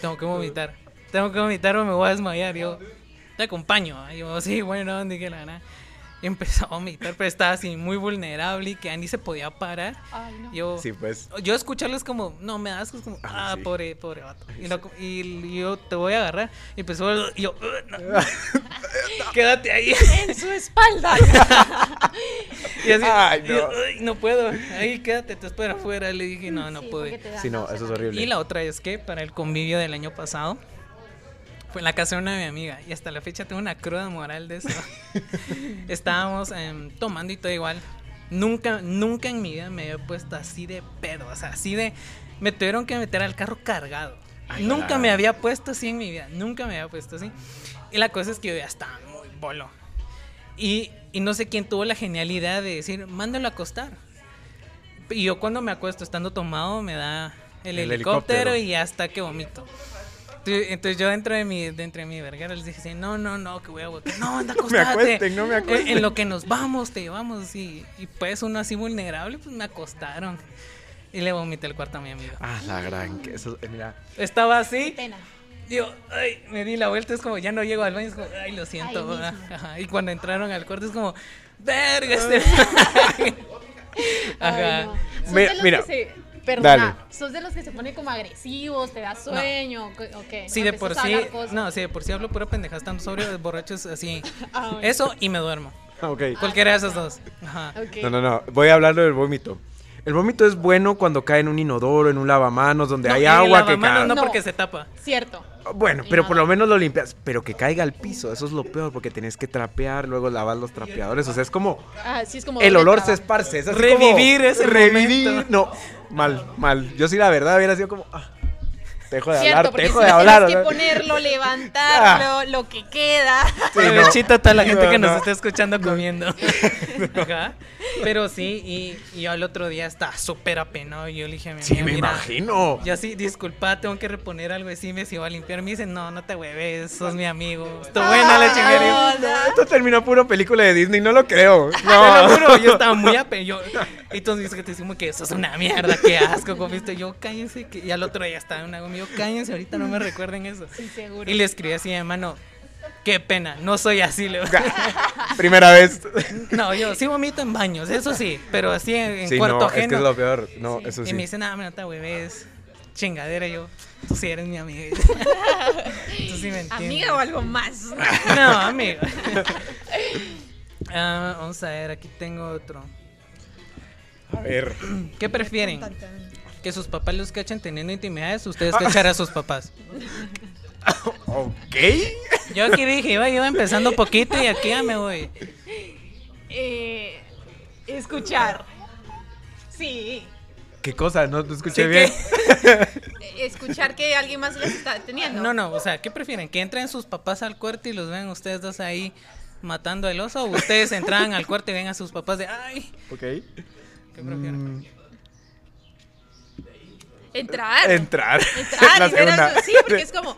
[SPEAKER 2] tengo que vomitar, tengo que vomitar o me voy a desmayar. Y yo, te acompaño. Y yo, sí, bueno, dije la gana. Y empezó a vomitar, pero estaba así muy vulnerable y que ni se podía parar.
[SPEAKER 3] Ay, no.
[SPEAKER 2] Yo,
[SPEAKER 5] Sí, pues.
[SPEAKER 2] yo escucharles como, no, me das asco, es como, ah,
[SPEAKER 5] Ah, sí.
[SPEAKER 2] pobre, pobre vato. Y, lo- y- y yo te voy a agarrar. Y empezó, el- y yo, "Ugh, no, no". quédate ahí.
[SPEAKER 3] En su espalda.
[SPEAKER 2] Y así,
[SPEAKER 5] Ay,
[SPEAKER 2] y
[SPEAKER 5] no.
[SPEAKER 2] yo, "Ay, no puedo, ahí quédate, te espero afuera. Le dije, no, no pude.
[SPEAKER 5] Sí, no, eso es horrible.
[SPEAKER 2] Y la otra es que para el convivio del año pasado, fue en la casa de una de mi amiga. Y hasta la fecha tengo una cruda moral de eso. Estábamos em, tomando y todo igual. Nunca, nunca en mi vida me había puesto así de pedo. O sea, así de. Me tuvieron que meter al carro cargado. nunca
[SPEAKER 5] claro.
[SPEAKER 2] me había puesto así en mi vida. Nunca me había puesto así. Y la cosa es que yo ya estaba muy bolo. Y, y no sé quién tuvo la genialidad de decir, mándalo a acostar. Y yo cuando me acuesto estando tomado me da el,
[SPEAKER 5] El
[SPEAKER 2] helicóptero,
[SPEAKER 5] helicóptero.
[SPEAKER 2] y hasta que vomito. Tu- Entonces yo dentro de mi, dentro de mi vergara les dije, sí, no, no, no, que voy a votar. No, anda
[SPEAKER 5] me
[SPEAKER 2] acostate.
[SPEAKER 5] acuesten, no me
[SPEAKER 2] En-
[SPEAKER 5] acuesten.
[SPEAKER 2] En, lo que nos vamos, te llevamos. Y, y pues uno así vulnerable, pues me acostaron. Y le vomité el cuarto a mi amigo.
[SPEAKER 5] Ah, la gran. Que eso, eh, mira.
[SPEAKER 2] Estaba así.
[SPEAKER 3] Pena.
[SPEAKER 2] Digo, ay, me di la vuelta, es como, ya no llego al baño, es como, ay, lo siento.
[SPEAKER 3] Ahí
[SPEAKER 2] ah,
[SPEAKER 3] mismo.
[SPEAKER 2] ajá. Y cuando entraron al cuarto es como, verga, este... Ajá.
[SPEAKER 3] Ay, no. Sos
[SPEAKER 5] Mira,
[SPEAKER 3] de los
[SPEAKER 5] mira.
[SPEAKER 3] que se- Perdona,
[SPEAKER 5] Dale.
[SPEAKER 3] sos de los que se ponen como agresivos, te da sueño, co- ok,
[SPEAKER 2] Sí, de
[SPEAKER 3] empezás
[SPEAKER 2] por
[SPEAKER 3] a
[SPEAKER 2] sí,
[SPEAKER 3] hablar cosas.
[SPEAKER 2] no, sí, de por sí hablo pura pendeja, estando sobrio, borracho es así.
[SPEAKER 3] Ah, bueno.
[SPEAKER 2] Eso y me duermo.
[SPEAKER 5] Ah, ok.
[SPEAKER 2] Cualquiera de esas dos. Ajá.
[SPEAKER 3] Ok.
[SPEAKER 5] No, no, no. Voy a hablarlo del vómito. El vómito es bueno cuando cae en un inodoro, en un lavamanos, donde
[SPEAKER 2] No,
[SPEAKER 5] hay
[SPEAKER 2] y
[SPEAKER 5] agua que
[SPEAKER 2] lavamanos
[SPEAKER 5] cae.
[SPEAKER 2] no
[SPEAKER 3] No.
[SPEAKER 2] porque se tapa.
[SPEAKER 3] Cierto.
[SPEAKER 5] Bueno,
[SPEAKER 3] Y
[SPEAKER 5] pero
[SPEAKER 3] nada.
[SPEAKER 5] por lo menos lo limpias. Pero que caiga al piso, eso es lo peor, porque tenés que trapear, luego lavar los trapeadores. O sea, es como.
[SPEAKER 3] Ah, sí, es como
[SPEAKER 5] El
[SPEAKER 3] doble
[SPEAKER 5] olor se
[SPEAKER 3] trabajo.
[SPEAKER 5] esparce. Es así
[SPEAKER 2] Revivir
[SPEAKER 5] como,
[SPEAKER 2] ese
[SPEAKER 5] Revivir.
[SPEAKER 2] momento.
[SPEAKER 5] No, mal, mal. Yo sí, la verdad, hubiera sido como. ah, te dejo de
[SPEAKER 3] Cierto,
[SPEAKER 5] hablar, te
[SPEAKER 3] porque si
[SPEAKER 5] dejo de
[SPEAKER 3] tienes
[SPEAKER 5] hablar.
[SPEAKER 3] que
[SPEAKER 5] ¿no? Ah.
[SPEAKER 3] ponerlo, levantarlo, lo que queda.
[SPEAKER 5] Sí,
[SPEAKER 2] Ay,
[SPEAKER 5] no.
[SPEAKER 2] Bechita está la gente
[SPEAKER 5] No,
[SPEAKER 2] que nos
[SPEAKER 5] no.
[SPEAKER 2] está escuchando comiendo. Ajá. Pero sí, y, y yo al otro día estaba súper apenado. Y yo le dije a mi
[SPEAKER 5] Sí,
[SPEAKER 2] amiga,
[SPEAKER 5] me
[SPEAKER 2] "Mira,
[SPEAKER 5] imagino.
[SPEAKER 2] Yo sí, disculpa, tengo que reponer algo así, me si voy a limpiar. Me dicen, no, no te hueves, sos mi amigo. Está buena la chinguería.
[SPEAKER 3] Ah, no.
[SPEAKER 5] Esto terminó puro película de Disney, no lo creo.
[SPEAKER 2] Te
[SPEAKER 5] No.
[SPEAKER 2] lo juro, yo estaba muy ape. Yo, y entonces dice que te decimos que eso es una mierda, qué asco, comiste. Yo, cállense, que y al otro día estaba una goma. Yo, cállense, ahorita no me recuerden eso.
[SPEAKER 3] Sí, seguro.
[SPEAKER 2] Y le escribí así, hermano, qué pena, no soy así. le-
[SPEAKER 5] Primera vez.
[SPEAKER 2] No, yo sí vomito en baños, eso sí, pero así en, en
[SPEAKER 5] Sí,
[SPEAKER 2] cuarto
[SPEAKER 5] no, es que
[SPEAKER 2] ajeno.
[SPEAKER 5] es lo peor. No, eso
[SPEAKER 2] Y me
[SPEAKER 5] sí.
[SPEAKER 2] dicen, ah, no te hueves, chingadera. Yo, tú sí eres mi amiga. tú sí me entiendes.
[SPEAKER 3] Amiga o algo más.
[SPEAKER 2] No, amigo. Ah, vamos a ver, aquí tengo otro.
[SPEAKER 5] A ver.
[SPEAKER 2] ¿Qué prefieren? ¿Que sus papás los cachen teniendo intimidades o
[SPEAKER 5] Ah.
[SPEAKER 2] ustedes cachar a sus papás?
[SPEAKER 5] Ok.
[SPEAKER 2] Yo aquí dije, iba, iba empezando poquito y aquí ya me voy.
[SPEAKER 3] Eh, escuchar. Sí.
[SPEAKER 5] ¿Qué cosa? No te escuché
[SPEAKER 2] Sí,
[SPEAKER 5] bien.
[SPEAKER 3] Escuchar que alguien más les está teniendo.
[SPEAKER 2] No, no, o sea, ¿qué prefieren? ¿Que entren sus papás al cuarto y los ven ustedes dos ahí matando el oso? ¿O ustedes entran al cuarto y ven a sus papás de, ay,
[SPEAKER 5] Ok.
[SPEAKER 2] ¿qué
[SPEAKER 5] Mm.
[SPEAKER 2] prefieren? Ah,
[SPEAKER 3] Entrar.
[SPEAKER 5] Entrar.
[SPEAKER 3] Entrar
[SPEAKER 5] La
[SPEAKER 3] y ver a
[SPEAKER 5] segunda.
[SPEAKER 3] su- Sí, porque es como.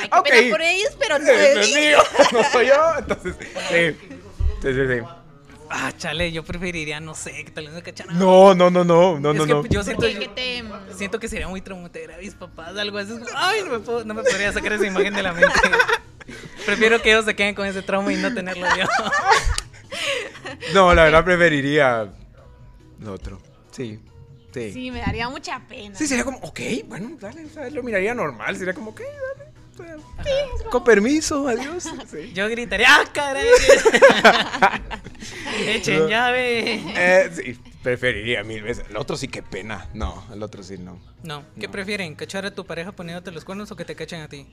[SPEAKER 3] Hay que
[SPEAKER 5] Ok.
[SPEAKER 3] pena por ellos, pero no
[SPEAKER 5] Eh, No es
[SPEAKER 3] es mío.
[SPEAKER 5] mío, no soy yo. Entonces, sí. Sí, sí, sí.
[SPEAKER 2] Ah, chale, yo preferiría, no sé, que tal vez me cacharan.
[SPEAKER 5] No, no, no, no. No,
[SPEAKER 2] Es
[SPEAKER 5] no,
[SPEAKER 2] que
[SPEAKER 5] no.
[SPEAKER 2] Yo siento,
[SPEAKER 3] Porque que te.
[SPEAKER 2] Siento que sería muy traumante ver a mis papás, algo así. es como, Ay, no me, puedo- no me podría sacar esa imagen de la mente. Prefiero que ellos se queden con ese trauma y no tenerlo yo.
[SPEAKER 5] No, la verdad preferiría lo otro. Sí. Sí.
[SPEAKER 3] Sí, me daría mucha pena.
[SPEAKER 5] Sí, sería como, ok, bueno, dale, o sea, lo miraría normal, sería como, ok, dale. o sea, con permiso, adiós. Sí.
[SPEAKER 2] Yo gritaría, ¡ah, caray! ¡Echen llave!
[SPEAKER 5] Eh, sí. Preferiría mil veces. El otro sí, qué pena. No, el otro sí, no.
[SPEAKER 2] No, ¿qué
[SPEAKER 5] No.
[SPEAKER 2] prefieren? ¿Cachar a tu pareja poniéndote los cuernos o que te cachen a ti?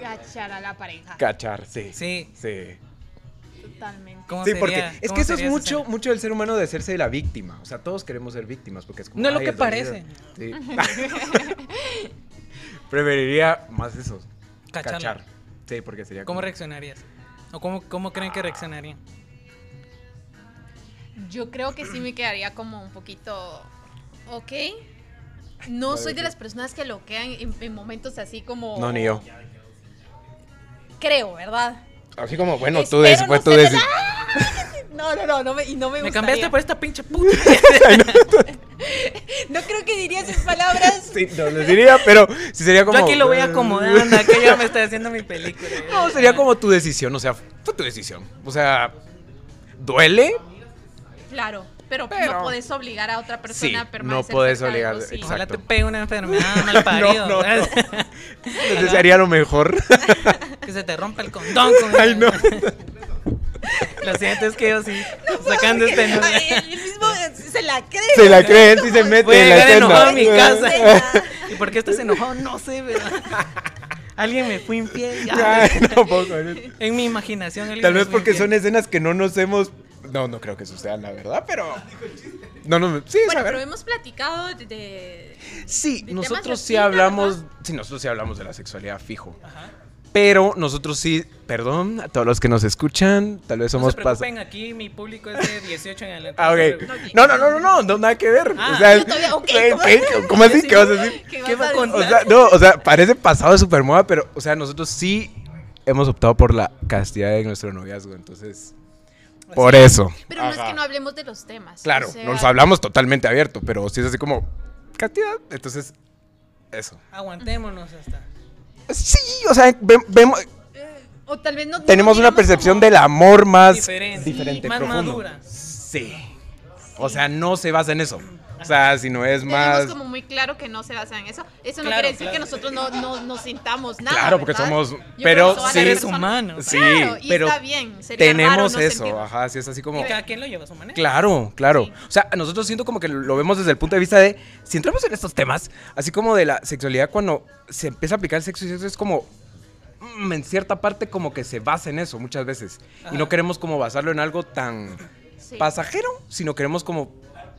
[SPEAKER 3] Cachar a la pareja.
[SPEAKER 5] Cachar, sí.
[SPEAKER 2] Sí.
[SPEAKER 5] Sí.
[SPEAKER 3] Totalmente.
[SPEAKER 2] ¿Cómo
[SPEAKER 5] Sí,
[SPEAKER 2] sería-
[SPEAKER 5] porque es
[SPEAKER 2] cómo
[SPEAKER 5] que eso es
[SPEAKER 2] sería esa
[SPEAKER 5] mucho,
[SPEAKER 2] escena?
[SPEAKER 5] mucho del ser humano de hacerse la víctima. O sea, todos queremos ser víctimas porque es como.
[SPEAKER 2] No es lo
[SPEAKER 5] "Ay,
[SPEAKER 2] que
[SPEAKER 5] el dolido".
[SPEAKER 2] parece.
[SPEAKER 5] Sí. Preferiría más eso.
[SPEAKER 2] Cacharlo.
[SPEAKER 5] Cachar. Sí, porque sería.
[SPEAKER 2] ¿Cómo
[SPEAKER 5] como-
[SPEAKER 2] reaccionarías? ¿O cómo, cómo creen que reaccionarían?
[SPEAKER 3] Yo creo que sí me quedaría como un poquito. Ok. No soy de las personas que lo quedan en, en momentos así como.
[SPEAKER 5] No, ni yo.
[SPEAKER 3] Creo, ¿verdad?
[SPEAKER 5] Así como, bueno, tú
[SPEAKER 3] Espero
[SPEAKER 5] dices,
[SPEAKER 3] no
[SPEAKER 5] pues tú
[SPEAKER 3] ser de
[SPEAKER 5] dices.
[SPEAKER 3] No, no, no, no me, y no me
[SPEAKER 2] Me
[SPEAKER 3] gustaría.
[SPEAKER 2] cambiaste por esta pinche puta.
[SPEAKER 3] No creo que diría esas palabras.
[SPEAKER 5] Sí, no les diría, pero sí sería como.
[SPEAKER 2] Yo aquí lo voy acomodando, aquí ya me está haciendo mi película.
[SPEAKER 5] No, sería como tu decisión, o sea, fue tu decisión. O sea, ¿duele?
[SPEAKER 3] Claro, pero,
[SPEAKER 5] Pero-
[SPEAKER 3] no puedes obligar a otra
[SPEAKER 5] no
[SPEAKER 3] persona a permanecer.
[SPEAKER 5] puedes
[SPEAKER 3] cerca de
[SPEAKER 5] obligar,
[SPEAKER 3] algo, sí.
[SPEAKER 5] exacto.
[SPEAKER 2] Ojalá te pegue una enfermedad mal parido.
[SPEAKER 5] No, no, no. Entonces sería lo mejor.
[SPEAKER 2] que se te rompa el condón. Con
[SPEAKER 5] Ay, no.
[SPEAKER 2] Lo siento, es que yo sí, sacando este nudo.
[SPEAKER 3] Ay, él mismo se la cree.
[SPEAKER 5] Se la creen, si se mete
[SPEAKER 2] Voy a
[SPEAKER 5] en la
[SPEAKER 2] llegar enojado a mi
[SPEAKER 5] escena.
[SPEAKER 2] casa. ¿Y por qué estás enojado? No sé, pero... Alguien me fue infiel. ya.
[SPEAKER 5] Ay, no, poco.
[SPEAKER 2] En mi imaginación. alguien
[SPEAKER 5] Tal
[SPEAKER 2] me
[SPEAKER 5] vez
[SPEAKER 2] fue
[SPEAKER 5] porque son
[SPEAKER 2] infiel.
[SPEAKER 5] escenas que no nos hemos. No, no creo que sucedan, la verdad, pero. No, no, sí, es
[SPEAKER 3] Bueno,
[SPEAKER 5] a
[SPEAKER 3] pero
[SPEAKER 5] ver.
[SPEAKER 3] hemos platicado de- de.
[SPEAKER 5] Sí,
[SPEAKER 3] de temas
[SPEAKER 5] nosotros
[SPEAKER 3] de
[SPEAKER 5] sí
[SPEAKER 3] cita,
[SPEAKER 5] hablamos. Sí, nosotros sí hablamos de la sexualidad fijo.
[SPEAKER 2] Ajá.
[SPEAKER 5] Pero nosotros sí, perdón a todos los que nos escuchan, tal vez
[SPEAKER 2] No
[SPEAKER 5] somos
[SPEAKER 2] se
[SPEAKER 5] pas-
[SPEAKER 2] preocupen, aquí mi público es de 18 en adelante.
[SPEAKER 5] Ah,
[SPEAKER 2] no se
[SPEAKER 5] ok.
[SPEAKER 2] preocupen.
[SPEAKER 5] No, no, no, no, no, no, nada que ver.
[SPEAKER 2] Ah,
[SPEAKER 5] o sea,
[SPEAKER 3] yo todavía, ok,
[SPEAKER 5] ¿qué-
[SPEAKER 3] ¿cómo?
[SPEAKER 5] qué- ¿cómo, así? ¿Qué vas a decir?
[SPEAKER 3] ¿Qué,
[SPEAKER 2] ¿Qué
[SPEAKER 3] vas
[SPEAKER 2] va
[SPEAKER 3] a
[SPEAKER 2] con-
[SPEAKER 5] O
[SPEAKER 3] decir?
[SPEAKER 5] sea, no, o sea, parece pasado de supermoda, pero, o sea, nosotros sí hemos optado por la castidad de nuestro noviazgo, entonces. Por eso.
[SPEAKER 3] Pero no es que no hablemos de los temas.
[SPEAKER 5] Claro,
[SPEAKER 3] o sea,
[SPEAKER 5] nos hablamos totalmente abierto, pero si es así como castidad, entonces. Eso.
[SPEAKER 2] Aguantémonos hasta.
[SPEAKER 5] Sí, o sea, ve- vemos,
[SPEAKER 3] O tal vez no. no
[SPEAKER 5] tenemos una
[SPEAKER 3] digamos
[SPEAKER 5] percepción
[SPEAKER 3] como-
[SPEAKER 5] del amor más
[SPEAKER 2] Diferente.
[SPEAKER 5] diferente,
[SPEAKER 2] Más
[SPEAKER 5] profundo.
[SPEAKER 2] madura.
[SPEAKER 5] Sí. O sea, no se basa en eso. O sea, si no es más.
[SPEAKER 3] Tenemos como muy claro que no se basa en eso. Eso no
[SPEAKER 2] Claro,
[SPEAKER 3] quiere decir
[SPEAKER 2] claro.
[SPEAKER 3] que nosotros no, no, no sintamos nada.
[SPEAKER 5] Claro, porque
[SPEAKER 3] ¿verdad?
[SPEAKER 5] somos-
[SPEAKER 3] Yo creo que
[SPEAKER 5] pero
[SPEAKER 3] todas las
[SPEAKER 5] sí.
[SPEAKER 2] Seres
[SPEAKER 3] personas-
[SPEAKER 2] humanos.
[SPEAKER 5] Sí,
[SPEAKER 3] Claro, y
[SPEAKER 5] pero
[SPEAKER 3] está bien. Sería raro no
[SPEAKER 5] tenemos eso, ah,
[SPEAKER 3] sentirlo.
[SPEAKER 5] ajá, sí es así como
[SPEAKER 2] Y cada quien lo lleva a su manera.
[SPEAKER 5] Claro, claro. O sea, nosotros siento como que lo vemos desde el punto de vista de si entramos en estos temas, así como de la sexualidad cuando se empieza a aplicar el sexo y sexo es como mm, en cierta parte como que se basa en eso muchas veces y no
[SPEAKER 2] Ajá.
[SPEAKER 5] queremos como basarlo en algo tan
[SPEAKER 3] Sí.
[SPEAKER 5] pasajero, sino queremos como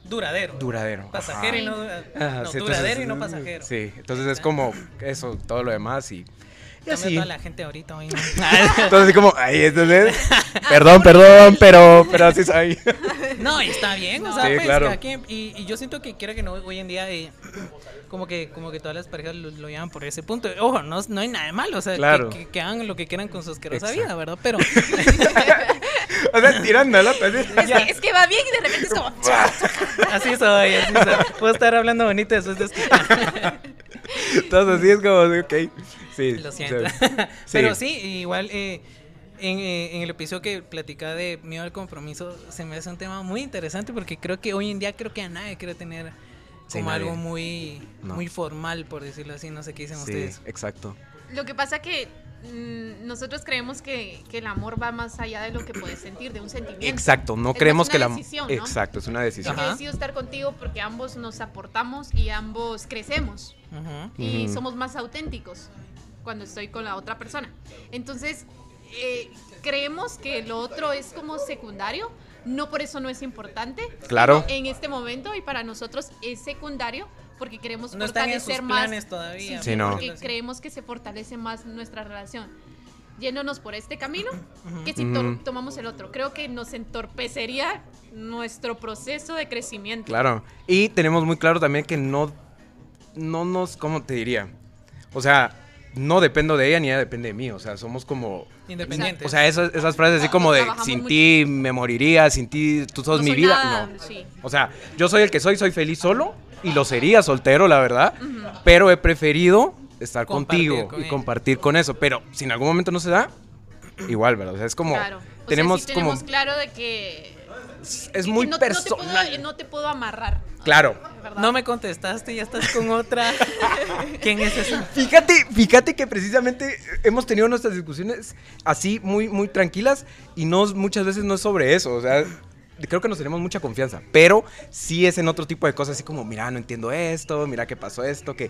[SPEAKER 2] Duradero.
[SPEAKER 5] duradero. ajá.
[SPEAKER 2] Pasajero y no, eh,
[SPEAKER 5] Ah,
[SPEAKER 2] no,
[SPEAKER 5] sí, entonces-
[SPEAKER 2] duradero y no pasajero.
[SPEAKER 5] Sí, entonces es como eso, todo lo demás y, y
[SPEAKER 2] Cambia
[SPEAKER 5] así.
[SPEAKER 2] toda la gente ahorita hoy. ¿no?
[SPEAKER 5] Entonces así como, ay, entonces, perdón, perdón, pero, pero así soy.
[SPEAKER 2] No, y está bien, o sea,
[SPEAKER 5] Sí,
[SPEAKER 2] pues,
[SPEAKER 5] claro.
[SPEAKER 2] cada quien- y, y yo siento que quiera que no, hoy en día eh, como que como que todas las parejas lo, lo llevan por ese punto. Ojo, no, no hay nada de malo, o sea, que-
[SPEAKER 5] Claro.
[SPEAKER 2] que, que hagan lo que quieran con su asquerosa
[SPEAKER 5] Exacto.
[SPEAKER 2] vida, ¿verdad? Pero
[SPEAKER 5] O sea, tirándola. así.
[SPEAKER 3] Es que, es que va bien y de repente es como.
[SPEAKER 2] así soy, así soy. Puedo estar hablando bonito después de escuchar.
[SPEAKER 5] Entonces así es como, ok. Sí.
[SPEAKER 2] Lo siento.
[SPEAKER 5] o sea,
[SPEAKER 2] Pero sí, igual eh, en, eh, en el episodio que platicaba de miedo al compromiso, se me hace un tema muy interesante porque creo que hoy en día creo que a nadie quiere tener como
[SPEAKER 5] Sí, nadie.
[SPEAKER 2] algo muy,
[SPEAKER 5] No.
[SPEAKER 2] muy formal, por decirlo así. No sé qué dicen
[SPEAKER 5] Sí,
[SPEAKER 2] ustedes.
[SPEAKER 5] exacto.
[SPEAKER 3] Lo que pasa que mm, nosotros creemos que, que el amor va más allá de lo que puedes sentir, de un sentimiento.
[SPEAKER 5] Exacto, no
[SPEAKER 3] Es más
[SPEAKER 5] creemos
[SPEAKER 3] una
[SPEAKER 5] que la...
[SPEAKER 3] decisión, ¿no?
[SPEAKER 5] Exacto, es una
[SPEAKER 3] Yo
[SPEAKER 5] decisión.
[SPEAKER 2] Ajá.
[SPEAKER 3] decido estar contigo porque ambos nos aportamos y ambos crecemos
[SPEAKER 2] Ujú.
[SPEAKER 3] y
[SPEAKER 5] Ujú.
[SPEAKER 3] somos más auténticos cuando estoy con la otra persona. Entonces, eh, creemos que lo otro es como secundario, no por eso no es importante.
[SPEAKER 5] Claro.
[SPEAKER 3] En este momento y para nosotros es secundario porque queremos
[SPEAKER 2] No están en sus
[SPEAKER 3] fortalecer más
[SPEAKER 2] planes todavía.
[SPEAKER 5] Sí, no.
[SPEAKER 3] porque creemos que se fortalece más nuestra relación yéndonos por este camino que si to-
[SPEAKER 5] Ujú.
[SPEAKER 3] tomamos el otro. Creo que nos entorpecería nuestro proceso de crecimiento.
[SPEAKER 5] Claro. Y tenemos muy claro también que no, no nos, ¿cómo te diría? O sea, no dependo de ella ni ella depende de mí. O sea, somos como...
[SPEAKER 2] Independientes.
[SPEAKER 5] O sea, esas, esas frases así como de,
[SPEAKER 3] Trabajamos
[SPEAKER 5] sin
[SPEAKER 3] mucho.
[SPEAKER 5] ti me moriría, sin ti tú sos
[SPEAKER 3] No
[SPEAKER 5] Pues mi
[SPEAKER 3] soy
[SPEAKER 5] vida.
[SPEAKER 3] nada,
[SPEAKER 5] no.
[SPEAKER 3] sí.
[SPEAKER 5] O sea, yo soy el que soy, soy feliz solo y lo sería soltero, la verdad. Pero he preferido estar
[SPEAKER 2] Compartir
[SPEAKER 5] contigo
[SPEAKER 2] con
[SPEAKER 5] y
[SPEAKER 2] ella.
[SPEAKER 5] compartir con eso. Pero si en algún momento no se da, igual, ¿verdad? O sea, es como.
[SPEAKER 3] Claro. O sea, sí
[SPEAKER 5] Tenemos
[SPEAKER 3] tenemos
[SPEAKER 5] como.
[SPEAKER 3] claro de que
[SPEAKER 5] Es
[SPEAKER 3] que
[SPEAKER 5] muy
[SPEAKER 3] no, no te puedo-
[SPEAKER 5] personal.
[SPEAKER 3] no te puedo amarrar.
[SPEAKER 5] Claro.
[SPEAKER 3] ¿verdad?
[SPEAKER 2] No me contestaste, ya estás con otra. ¿Quién es esa?
[SPEAKER 5] Fíjate, fíjate que precisamente eh, hemos tenido nuestras discusiones así muy, muy tranquilas y no muchas veces no es sobre eso. O sea, creo que nos tenemos mucha confianza, pero sí es en otro tipo de cosas, así como, mira, no entiendo esto, mira qué pasó esto, que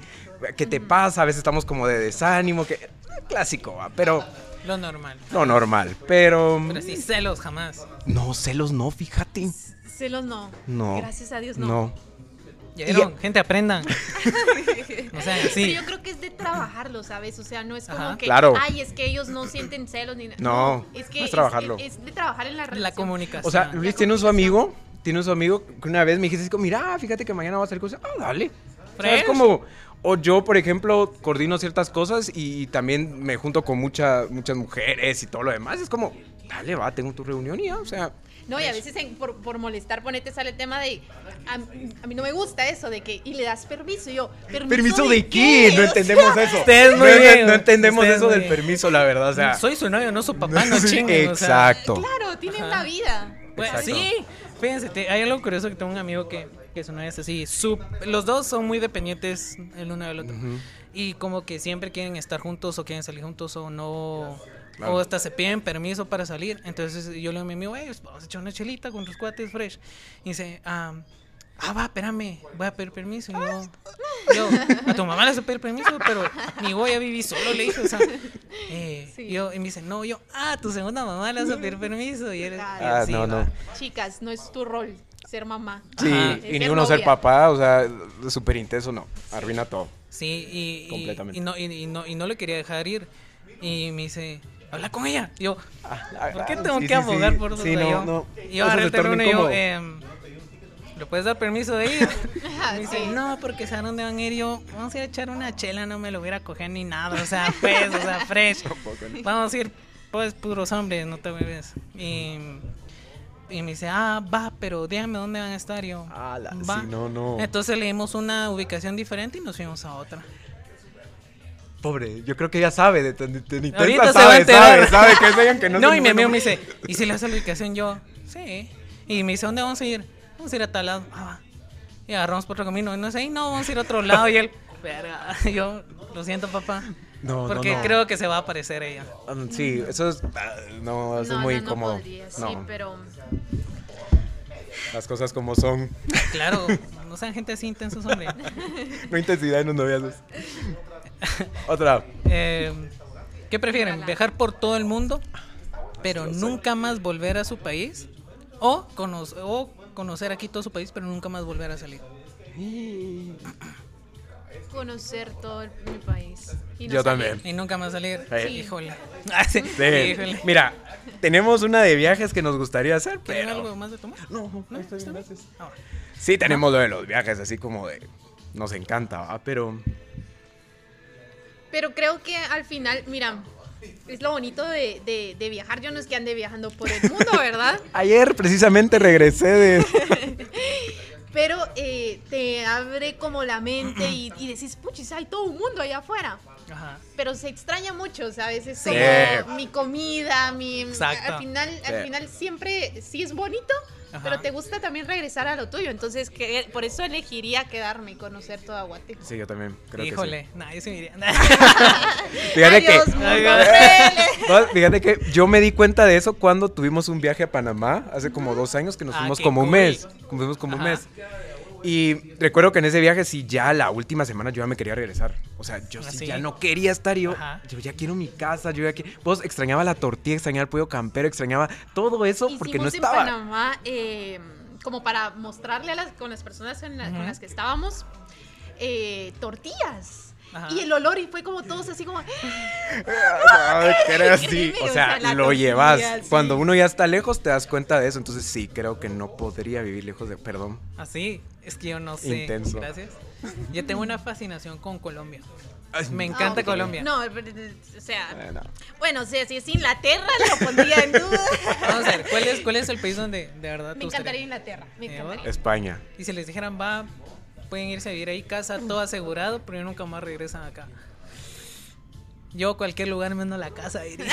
[SPEAKER 5] qué te pasa, a veces estamos como de desánimo, que clásico, va, pero
[SPEAKER 2] Lo normal.
[SPEAKER 5] no normal, pero
[SPEAKER 2] Pero sí, celos jamás.
[SPEAKER 5] no celos no, fíjate.
[SPEAKER 3] Celos no.
[SPEAKER 5] No.
[SPEAKER 3] Gracias a Dios no.
[SPEAKER 5] No.
[SPEAKER 2] Ya vieron, gente, aprendan. O sea, sí.
[SPEAKER 3] Pero yo creo que es de trabajarlo, ¿sabes? O sea, no es como
[SPEAKER 2] Ajá.
[SPEAKER 3] que,
[SPEAKER 5] Claro.
[SPEAKER 3] ay, es que ellos no sienten celos ni nada.
[SPEAKER 5] No,
[SPEAKER 3] es que
[SPEAKER 5] no es trabajarlo.
[SPEAKER 3] Es, es de trabajar en la relación.
[SPEAKER 2] La comunicación.
[SPEAKER 5] O sea, Luis tiene su amigo, tiene su amigo que una vez me dijiste, así como, mira, fíjate que mañana va a hacer cosas. Ah, dale. O sea, es
[SPEAKER 2] Fresh.
[SPEAKER 5] como, o yo, por ejemplo, coordino ciertas cosas y también me junto con mucha- muchas mujeres y todo lo demás. Es como, dale, va, tengo tu reunión y ya, o sea,
[SPEAKER 3] No, y a veces en- por, por molestar, ponete, sale el tema de, a, a mí no me gusta eso, de que, y le das permiso, y yo, ¿permiso,
[SPEAKER 5] ¿permiso de qué? No
[SPEAKER 3] O sea,
[SPEAKER 5] entendemos eso.
[SPEAKER 2] Ustedes
[SPEAKER 5] no,
[SPEAKER 2] muy
[SPEAKER 5] ente-
[SPEAKER 2] bien,
[SPEAKER 5] no entendemos
[SPEAKER 2] ustedes
[SPEAKER 5] eso
[SPEAKER 2] muy
[SPEAKER 5] del
[SPEAKER 2] bien.
[SPEAKER 5] permiso, la verdad, o sea.
[SPEAKER 2] Soy su novio, no su papá, no
[SPEAKER 5] Sí,
[SPEAKER 2] chinguen. o sea.
[SPEAKER 5] Exacto.
[SPEAKER 3] Claro, tiene
[SPEAKER 2] Ajá.
[SPEAKER 3] una vida.
[SPEAKER 2] Pues,
[SPEAKER 5] Exacto.
[SPEAKER 2] sí, fíjense, te- hay algo curioso que tengo un amigo que, que su novia es así. su- los dos son muy dependientes el uno del otro.
[SPEAKER 5] Ujú.
[SPEAKER 2] Y como que siempre quieren estar juntos o quieren salir juntos o no.
[SPEAKER 5] Claro.
[SPEAKER 2] O hasta se piden permiso para salir. Entonces yo le digo a mi amigo, "Ey, pues, vamos a echar una chelita con los cuates fresh. Y dice, ah, ah, va, espérame, voy a pedir permiso. Y yo, yo, a tu mamá le vas a pedir permiso, pero ni voy a vivir solo, le dije. O sea, eh,
[SPEAKER 3] Sí.
[SPEAKER 2] yo, y me dice, no, yo, ah, tu segunda mamá le vas a pedir permiso. Y eres,
[SPEAKER 3] Claro.
[SPEAKER 5] Ah,
[SPEAKER 2] sí,
[SPEAKER 5] no,
[SPEAKER 2] va.
[SPEAKER 5] no.
[SPEAKER 3] Chicas, no es tu rol ser mamá.
[SPEAKER 5] Sí,
[SPEAKER 2] Ajá.
[SPEAKER 5] y
[SPEAKER 3] Es
[SPEAKER 5] ni
[SPEAKER 3] ser
[SPEAKER 5] uno ser
[SPEAKER 3] novia.
[SPEAKER 5] papá, o sea, súper intenso, no. Arruina todo.
[SPEAKER 2] Sí, y, y-
[SPEAKER 5] Completamente.
[SPEAKER 2] y no, y, y no, y no le quería dejar ir. Y me dice, habla con ella. Y yo, ¿por qué tengo
[SPEAKER 5] Ah,
[SPEAKER 2] que
[SPEAKER 5] Sí, sí,
[SPEAKER 2] abogar
[SPEAKER 5] sí.
[SPEAKER 2] por eso?
[SPEAKER 5] Sí,
[SPEAKER 2] O sea,
[SPEAKER 5] no,
[SPEAKER 2] yo,
[SPEAKER 5] no.
[SPEAKER 2] y yo
[SPEAKER 5] Vas a
[SPEAKER 2] agarré el
[SPEAKER 5] estar bien
[SPEAKER 2] teléfono y yo,
[SPEAKER 5] incómodo.
[SPEAKER 2] em, ¿le puedes dar permiso de ir?
[SPEAKER 3] Ajá,
[SPEAKER 2] me
[SPEAKER 3] sí.
[SPEAKER 2] dice, no, porque ¿saben dónde van a ir? Y Yo, vamos a ir a echar una chela, no me lo hubiera coger ni nada. O sea, pues, o sea, fresh. Vamos a ir, pues, puros hombres, no te mueves. Y, y me dice, ah, va, pero dígame dónde van a estar. Y yo,
[SPEAKER 5] Ala, sí,
[SPEAKER 2] va.
[SPEAKER 5] no, no.
[SPEAKER 2] Entonces le dimos una ubicación diferente y nos fuimos a otra.
[SPEAKER 5] Pobre, yo creo que ya sabe, de tan de tan intensa
[SPEAKER 2] Ahorita se
[SPEAKER 5] sabe,
[SPEAKER 2] va a enterar.
[SPEAKER 5] sabe, sabe que es ella que no
[SPEAKER 2] No,
[SPEAKER 5] se
[SPEAKER 2] y mi
[SPEAKER 5] mueve,
[SPEAKER 2] amigo
[SPEAKER 5] no-
[SPEAKER 2] me dice, ¿y si le hace la ubicación yo? Sí. Y me dice, ¿dónde vamos a ir? Vamos a ir a tal lado. Ah, va. Y agarramos por otro camino. Y no sé, "Ay, no, vamos a ir a otro lado. Y él, verga. Y Yo, lo siento, papá.
[SPEAKER 5] No, no,
[SPEAKER 2] Porque
[SPEAKER 5] no.
[SPEAKER 2] creo que se va a aparecer ella.
[SPEAKER 5] Um, Sí, eso es. ah, No, eso
[SPEAKER 3] No,
[SPEAKER 5] es muy
[SPEAKER 3] no, no
[SPEAKER 5] incómodo.
[SPEAKER 3] podría, sí,
[SPEAKER 5] No,
[SPEAKER 3] pero
[SPEAKER 5] las cosas como son.
[SPEAKER 2] Claro, no sean gente así intensos, hombre.
[SPEAKER 5] No intensidad en los noviazgos. Otra.
[SPEAKER 2] Eh, ¿Qué prefieren? ¿Viajar por todo el mundo, pero nunca más volver a su país? ¿O, cono- o conocer aquí todo su país, pero nunca más volver a salir?
[SPEAKER 3] conocer todo el- mi país. y no
[SPEAKER 5] Yo
[SPEAKER 3] salir.
[SPEAKER 5] también.
[SPEAKER 2] Y nunca más salir.
[SPEAKER 5] Sí.
[SPEAKER 2] Híjole. Ah, sí.
[SPEAKER 5] Sí.
[SPEAKER 2] Híjole.
[SPEAKER 5] Mira, tenemos una de viajes que nos gustaría hacer,
[SPEAKER 2] ¿Quieren algo
[SPEAKER 5] pero.
[SPEAKER 2] más de tomar?
[SPEAKER 5] No, no, está bien, gracias.
[SPEAKER 2] Ah, bueno.
[SPEAKER 5] Sí, tenemos lo de los viajes, así como de. Nos encanta, ¿va? Pero.
[SPEAKER 3] Pero creo que al final, mira, es lo bonito de, de- de viajar. Yo no es que ande viajando por el mundo, ¿verdad?
[SPEAKER 5] Ayer precisamente regresé de.
[SPEAKER 3] Pero eh, te abre como la mente y, y decís, puchis, hay todo un mundo allá afuera.
[SPEAKER 2] Ajá.
[SPEAKER 3] Pero se extraña mucho, ¿sabes? Es
[SPEAKER 2] Sí.
[SPEAKER 3] como mi comida, mi...
[SPEAKER 2] Exacto.
[SPEAKER 3] Al final, al
[SPEAKER 5] Sí.
[SPEAKER 3] final siempre sí es bonito,
[SPEAKER 2] Ajá.
[SPEAKER 3] pero te gusta también regresar a lo tuyo. Entonces, que, por eso elegiría quedarme y conocer toda Guateque.
[SPEAKER 5] Sí, yo también. Creo
[SPEAKER 2] Híjole. No, yo sí me iría.
[SPEAKER 5] Que sí. Fíjate que.
[SPEAKER 3] Adiós, mundo
[SPEAKER 2] Adiós.
[SPEAKER 3] cruel.
[SPEAKER 5] No, Fíjate que yo me di cuenta de eso cuando tuvimos un viaje a Panamá hace como dos años que nos
[SPEAKER 2] Ah,
[SPEAKER 5] fuimos
[SPEAKER 2] qué
[SPEAKER 5] como un
[SPEAKER 2] cool.
[SPEAKER 5] mes. Nos fuimos como un
[SPEAKER 2] Ajá.
[SPEAKER 5] mes. Y recuerdo que en ese viaje sí ya la última semana yo ya me quería regresar. O sea, yo
[SPEAKER 2] ¿Ah,
[SPEAKER 5] sí
[SPEAKER 2] sí?
[SPEAKER 5] ya no quería estar yo.
[SPEAKER 2] Ajá.
[SPEAKER 5] Yo ya quiero mi casa, yo ya quiero... Vos extrañaba la tortilla, extrañaba el pollo campero, extrañaba todo eso porque no
[SPEAKER 3] Hicimos en
[SPEAKER 5] estaba.
[SPEAKER 3] Panamá eh, como para mostrarle a las, con las personas en la- con las que estábamos eh, tortillas.
[SPEAKER 2] Ajá.
[SPEAKER 3] Y el olor, y fue como todos así como...
[SPEAKER 5] Ay, que era así.
[SPEAKER 3] Increíble,
[SPEAKER 5] O
[SPEAKER 3] o
[SPEAKER 5] sea,
[SPEAKER 3] sea, la
[SPEAKER 5] lo
[SPEAKER 3] tortilla,
[SPEAKER 5] llevas.
[SPEAKER 3] sí.
[SPEAKER 5] Cuando uno ya está lejos te das cuenta de eso. Entonces sí, creo que no podría vivir lejos de... Perdón.
[SPEAKER 2] Así. Es que yo no sé.
[SPEAKER 5] Intenso.
[SPEAKER 2] Gracias. Yo tengo una fascinación con Colombia.
[SPEAKER 5] Ay,
[SPEAKER 2] Me encanta
[SPEAKER 3] Ah,
[SPEAKER 2] Colombia.
[SPEAKER 3] No, pero, eh, o sea...
[SPEAKER 5] eh, no.
[SPEAKER 3] Bueno, o sea, si es Inglaterra, lo pondría en duda.
[SPEAKER 2] Vamos a ver, ¿cuál es, cuál es el país donde de verdad
[SPEAKER 3] Me
[SPEAKER 2] te gustaría?
[SPEAKER 3] encantaría
[SPEAKER 2] ¿Eh,
[SPEAKER 3] Inglaterra. Me
[SPEAKER 2] ¿Eva?
[SPEAKER 3] encantaría.
[SPEAKER 5] España.
[SPEAKER 2] Y si les dijeran, va, pueden irse a vivir ahí, casa, todo asegurado, pero ya nunca más regresan acá. Yo a cualquier lugar menos la casa diría.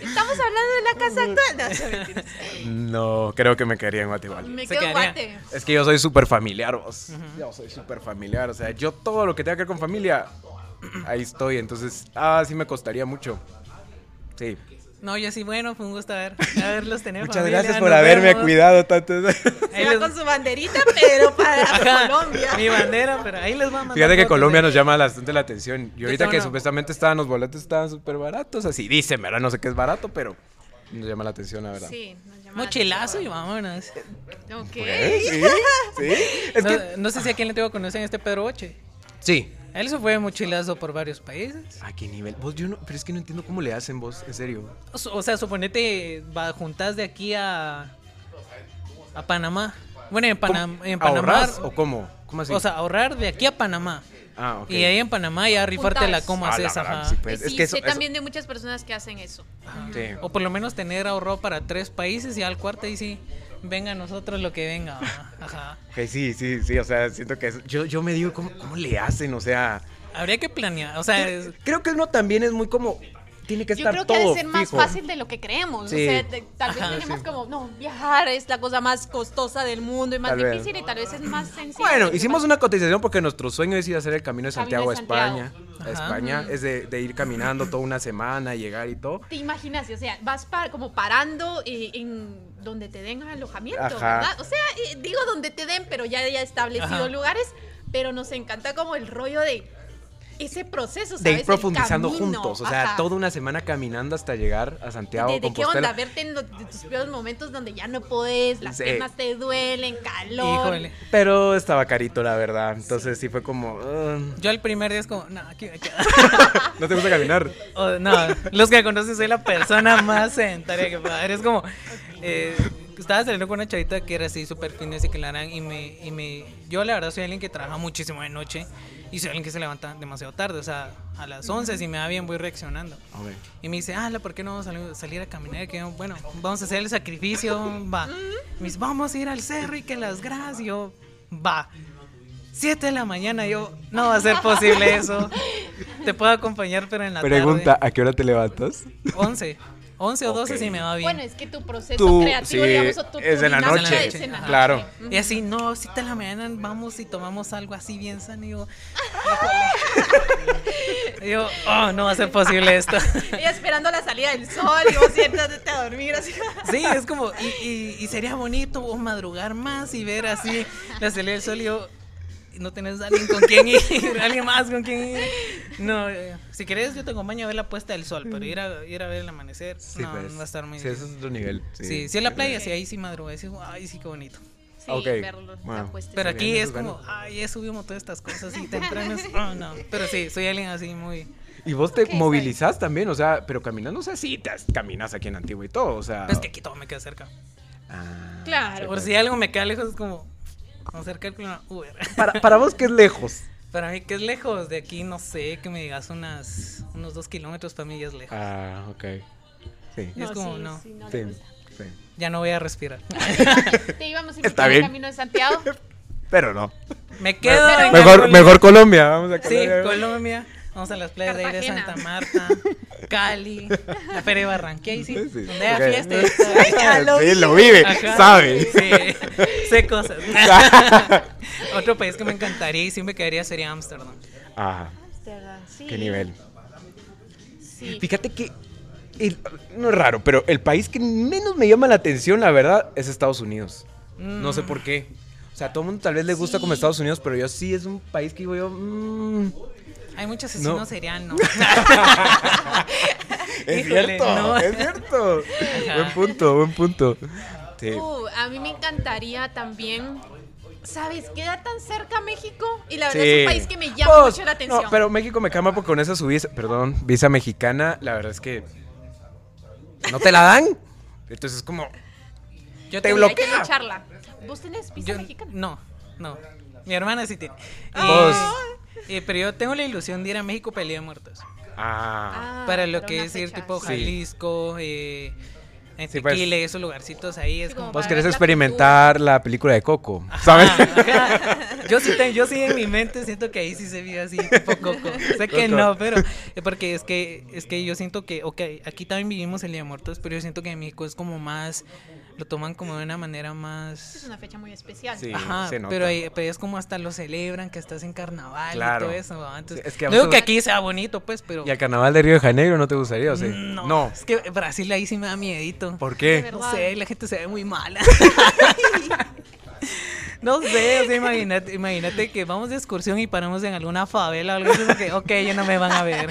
[SPEAKER 3] Estamos hablando de la casa actual. No, se mentiras.
[SPEAKER 5] No, creo que me quedaría en Guatemala.
[SPEAKER 3] me
[SPEAKER 2] Se
[SPEAKER 3] quedo en
[SPEAKER 2] quedaría.
[SPEAKER 3] Guate.
[SPEAKER 5] Es que yo soy súper familiar, vos. Yo soy súper familiar. O sea, yo todo lo que tenga que ver con familia, ahí estoy. Entonces, ah, sí me costaría mucho. Sí.
[SPEAKER 2] No, yo sí, bueno, fue un gusto ver, haberlos tenido.
[SPEAKER 5] Muchas
[SPEAKER 2] familia,
[SPEAKER 5] gracias
[SPEAKER 2] nos
[SPEAKER 5] por haberme
[SPEAKER 2] vemos.
[SPEAKER 5] cuidado tanto.
[SPEAKER 2] Ahí
[SPEAKER 1] Se va
[SPEAKER 2] les-
[SPEAKER 1] con su banderita, pero para
[SPEAKER 2] Ajá,
[SPEAKER 1] Colombia.
[SPEAKER 2] Mi bandera, pero ahí les va a mandar
[SPEAKER 5] Fíjate que
[SPEAKER 2] fotos
[SPEAKER 5] Colombia
[SPEAKER 2] de-
[SPEAKER 5] nos llama bastante la atención. Y ahorita
[SPEAKER 2] Está
[SPEAKER 5] que
[SPEAKER 2] bueno.
[SPEAKER 5] supuestamente estaban los boletos, estaban súper baratos. Así dicen, ¿verdad? No sé qué es barato, pero nos llama la atención, la verdad.
[SPEAKER 3] Sí, nos llama la
[SPEAKER 2] Mochilazo y
[SPEAKER 3] atención.
[SPEAKER 2] vámonos.
[SPEAKER 3] Ok.
[SPEAKER 5] Pues, ¿Sí? ¿Sí? Es
[SPEAKER 2] no,
[SPEAKER 5] que...
[SPEAKER 2] no sé si a quién le tengo que conocer este Pedro Boche.
[SPEAKER 5] Sí.
[SPEAKER 2] Él se fue de mochilazo por varios países.
[SPEAKER 5] ¿A qué nivel? Vos, yo no... Pero es que no entiendo cómo le hacen vos, en serio.
[SPEAKER 2] O s- O sea, suponete, va, juntás de aquí a, a Panamá. Bueno, en, Panam- en Panamá.
[SPEAKER 5] ¿Ahorrás o cómo? ¿Cómo así?
[SPEAKER 2] O sea, ahorrar de aquí a Panamá.
[SPEAKER 5] ah, ok.
[SPEAKER 2] Y ahí en Panamá ya rifarte la
[SPEAKER 3] Juntás.
[SPEAKER 2] coma
[SPEAKER 5] Ah, la
[SPEAKER 2] esa,
[SPEAKER 5] gran,
[SPEAKER 2] ajá.
[SPEAKER 5] sí,
[SPEAKER 3] Y
[SPEAKER 5] pues,
[SPEAKER 3] Eh, sí,
[SPEAKER 5] es que eso,
[SPEAKER 3] sé
[SPEAKER 5] eso-
[SPEAKER 3] también de muchas personas que hacen eso.
[SPEAKER 5] sí.
[SPEAKER 2] O por lo menos tener ahorrado para tres países y al cuarto y sí, venga a nosotros lo que venga. va. Ajá.
[SPEAKER 5] Ok, sí, sí, sí, o sea, siento que es- yo, yo me digo, ¿cómo, ¿cómo le hacen? O sea,
[SPEAKER 2] Habría que planear. O sea, es-
[SPEAKER 5] creo que uno también es muy como, tiene que
[SPEAKER 3] Yo
[SPEAKER 5] estar
[SPEAKER 3] creo que
[SPEAKER 5] todo
[SPEAKER 3] ha de ser más
[SPEAKER 5] fijo.
[SPEAKER 3] fácil de lo que creemos.
[SPEAKER 5] Sí.
[SPEAKER 3] O sea, de- tal vez
[SPEAKER 2] Ajá,
[SPEAKER 3] tenemos
[SPEAKER 2] sí.
[SPEAKER 3] como, no, viajar es la cosa más costosa del mundo y más
[SPEAKER 5] Tal vez.
[SPEAKER 3] difícil y tal vez es más sencillo.
[SPEAKER 5] Bueno,
[SPEAKER 3] Porque
[SPEAKER 5] hicimos una cotización porque nuestro sueño es ir a hacer el Camino de Santiago
[SPEAKER 3] Camino
[SPEAKER 5] a
[SPEAKER 3] de Santiago.
[SPEAKER 5] España. A
[SPEAKER 2] Ajá.
[SPEAKER 5] España es de, de ir caminando toda una semana, llegar y todo.
[SPEAKER 3] Te imaginas, o sea, vas pa- como parando eh, en donde te den alojamiento,
[SPEAKER 5] Ajá.
[SPEAKER 3] ¿verdad? O sea, eh, digo donde te den, pero ya ya establecidos
[SPEAKER 2] Ajá.
[SPEAKER 3] lugares, pero nos encanta como el rollo de ese proceso,
[SPEAKER 5] De
[SPEAKER 3] ¿sabes?
[SPEAKER 5] ir
[SPEAKER 3] El
[SPEAKER 5] profundizando
[SPEAKER 3] camino,
[SPEAKER 5] juntos, o sea,
[SPEAKER 3] ajá.
[SPEAKER 5] toda una semana caminando hasta llegar a Santiago
[SPEAKER 3] ¿De, de qué
[SPEAKER 5] Compostela.
[SPEAKER 3] onda? Verte en los, de tus peores momentos donde ya no podés, las
[SPEAKER 5] Sí.
[SPEAKER 3] piernas te duelen, calor.
[SPEAKER 2] híjole.
[SPEAKER 5] Pero estaba carito, la verdad. Entonces sí fue como, "Mm,
[SPEAKER 2] Yo el primer día es como, no, aquí me quedo".
[SPEAKER 5] no te gusta caminar.
[SPEAKER 2] O, no, los que conocen soy la persona más sedentaria que pueda haber. Es como, eh, estaba saliendo con una chavita que era así súper fitness y que la harán y me, y me, yo la verdad soy alguien que trabaja muchísimo de noche y soy alguien que se levanta demasiado tarde, o sea, a las 11 si me va bien voy reaccionando.
[SPEAKER 5] A ver.
[SPEAKER 2] Y me dice, ala, ¿por qué no vamos a sali- salir a caminar? Que, bueno, vamos a hacer el sacrificio, va. Y me dice, vamos a ir al cerro y que las gracias. Y yo, va. Siete de la mañana, yo, no va a ser posible eso. Te puedo acompañar, pero en la
[SPEAKER 5] Pregunta, ¿a qué hora te levantas?
[SPEAKER 2] tarde. 11. 11 o 12 si me va bien.
[SPEAKER 3] Bueno, es que tu proceso
[SPEAKER 5] Tú, sí,
[SPEAKER 3] creativo, digamos, o tu, tu
[SPEAKER 5] es en la
[SPEAKER 3] dinámica
[SPEAKER 2] noche,
[SPEAKER 3] es en la
[SPEAKER 5] claro.
[SPEAKER 3] noche.
[SPEAKER 2] Y así, no, siete de la mañana vamos y tomamos algo así bien sano. Y yo, y yo, oh, no va a ser posible esto.
[SPEAKER 1] Ella esperando la salida del sol y vos siéntate a dormir así.
[SPEAKER 2] Sí, es como, y, y- y sería bonito vos madrugar más y ver así la salida del sol y yo, y no tenés alguien con quien ir, alguien más con quien ir. No, eh, si querés yo te acompaño a ver la puesta del sol, pero ir a, ir a ver el amanecer, no, no va a estar muy
[SPEAKER 5] pues, Sí, ese
[SPEAKER 2] difícil.
[SPEAKER 5] es otro nivel.
[SPEAKER 2] Sí, sí, en la playa, sí, ahí sí madrugué, sí, ay, sí, qué bonito.
[SPEAKER 3] Sí,
[SPEAKER 5] Ok,
[SPEAKER 3] verlo,
[SPEAKER 5] bueno.
[SPEAKER 3] la puesta en
[SPEAKER 2] Pero
[SPEAKER 3] la-
[SPEAKER 2] aquí
[SPEAKER 5] bien,
[SPEAKER 2] es
[SPEAKER 5] eso es
[SPEAKER 2] como, ay, ya subimos todas estas cosas y temprano es, oh, no. Pero sí, soy alguien así muy...
[SPEAKER 5] Y vos te
[SPEAKER 3] Ok, está
[SPEAKER 5] movilizás también, o sea, pero caminando, o sea, sí, te has- caminas aquí en Antigua y todo, o sea.
[SPEAKER 2] Pero es pues, que aquí todo me queda cerca.
[SPEAKER 5] Ah.
[SPEAKER 3] Claro.
[SPEAKER 2] Por si algo me queda lejos es como, hacer cálculo, no, Uber.
[SPEAKER 5] Para, para vos que es lejos.
[SPEAKER 2] Para mí que es lejos, de aquí no sé, que me digas unas, unos dos kilómetros, para mí ya es lejos.
[SPEAKER 5] Ah, ok. Sí.
[SPEAKER 2] es como, no.
[SPEAKER 3] no le
[SPEAKER 5] Sí.
[SPEAKER 3] gusta.
[SPEAKER 5] sí.
[SPEAKER 2] Ya no voy a respirar.
[SPEAKER 3] Te íbamos a
[SPEAKER 5] Está
[SPEAKER 3] invitar al
[SPEAKER 5] bien.
[SPEAKER 3] camino de Santiago.
[SPEAKER 5] Pero no.
[SPEAKER 2] Me quedo en
[SPEAKER 5] Mejor,
[SPEAKER 2] Colombia.
[SPEAKER 5] mejor Colombia, vamos a
[SPEAKER 2] Sí,
[SPEAKER 5] Colombia.
[SPEAKER 2] Colombia. Vamos a las playas de ahí de
[SPEAKER 3] Cartagena.
[SPEAKER 2] Santa Marta, Cali, la Feria de Barranquilla, y sí,
[SPEAKER 5] Sí, sí.
[SPEAKER 2] donde haya
[SPEAKER 5] Ok.
[SPEAKER 2] fiesta. y está.
[SPEAKER 1] Ya lo
[SPEAKER 5] Sí,
[SPEAKER 1] vive.
[SPEAKER 5] lo vive,
[SPEAKER 2] Ajá.
[SPEAKER 5] sabe.
[SPEAKER 2] Sí, sé cosas. Otro país que me encantaría y sí me quedaría sería Ámsterdam.
[SPEAKER 5] Ajá,
[SPEAKER 3] Amsterdam, sí.
[SPEAKER 5] Ah, qué nivel.
[SPEAKER 3] Sí.
[SPEAKER 5] Fíjate que. el- no es raro, pero el país que menos me llama la atención, la verdad, es Estados Unidos. No sé por qué. O sea, a todo el mundo tal vez le gusta como
[SPEAKER 3] Sí.
[SPEAKER 5] Estados Unidos, pero yo sí es un país que digo yo. mm,
[SPEAKER 2] Hay muchos asesinos
[SPEAKER 5] No.
[SPEAKER 2] serianos.
[SPEAKER 5] es
[SPEAKER 2] Híjole,
[SPEAKER 5] cierto,
[SPEAKER 2] no.
[SPEAKER 5] es cierto.
[SPEAKER 2] Ajá.
[SPEAKER 5] Buen punto, buen punto. Sí.
[SPEAKER 3] Uh, a mí me encantaría también. ¿Sabes? Queda tan cerca México y la verdad
[SPEAKER 5] Sí.
[SPEAKER 3] es un país que me llama
[SPEAKER 5] Pues,
[SPEAKER 3] mucho la atención.
[SPEAKER 5] No, pero México me cama porque con esa su visa, perdón, visa mexicana, la verdad es que no te la dan. Entonces es como,
[SPEAKER 2] Yo
[SPEAKER 5] Te
[SPEAKER 2] tengo-
[SPEAKER 5] bloqueo.
[SPEAKER 3] Hay que lucharla. ¿Vos tenés pizza
[SPEAKER 2] Yo-
[SPEAKER 3] mexicana? Ah.
[SPEAKER 2] No, no. Mi hermana sí tiene.
[SPEAKER 5] Vos.
[SPEAKER 2] Eh, eh, pero yo tengo la ilusión de ir a México para el Día de Muertos.
[SPEAKER 5] ah,
[SPEAKER 3] Ah,
[SPEAKER 2] para lo que
[SPEAKER 3] una
[SPEAKER 2] es ir
[SPEAKER 3] fecha,
[SPEAKER 2] tipo
[SPEAKER 3] sí.
[SPEAKER 2] Jalisco, eh, en
[SPEAKER 5] Sí, pues.
[SPEAKER 2] Tequila, esos lugarcitos ahí. Es
[SPEAKER 3] Sí,
[SPEAKER 2] como.
[SPEAKER 3] como
[SPEAKER 5] vos
[SPEAKER 3] para
[SPEAKER 5] querés
[SPEAKER 3] ver la
[SPEAKER 5] experimentar la película de Coco, ¿sabes?
[SPEAKER 2] Ajá. Yo sí, te- yo sí en mi mente siento que ahí sí se vio así tipo coco. Sé que
[SPEAKER 5] Coco.
[SPEAKER 2] no, pero eh, porque es que es que yo siento que ok, aquí también vivimos el Día de Muertos, pero yo siento que en México es como más lo toman como de una manera más...
[SPEAKER 3] Es una fecha muy especial.
[SPEAKER 5] Sí.
[SPEAKER 2] Ajá,
[SPEAKER 5] se nota.
[SPEAKER 2] pero, ahí- pero es como hasta lo celebran, que estás en carnaval
[SPEAKER 5] Claro.
[SPEAKER 2] y todo eso. ¿va? Entonces,
[SPEAKER 5] Sí, es que a
[SPEAKER 2] no digo que
[SPEAKER 5] veces-
[SPEAKER 2] aquí sea bonito, pues, pero...
[SPEAKER 5] ¿Y al carnaval de Río de Janeiro no te gustaría o sí?
[SPEAKER 2] No, Es que Brasil ahí sí me da miedito.
[SPEAKER 5] ¿Por
[SPEAKER 3] De
[SPEAKER 5] qué?
[SPEAKER 2] No
[SPEAKER 3] verdad.
[SPEAKER 2] sé, la gente se ve muy mala. no sé, o sea, imagínate, imagínate que vamos de excursión y paramos en alguna favela o algo así, porque, ok, ya no me van a ver.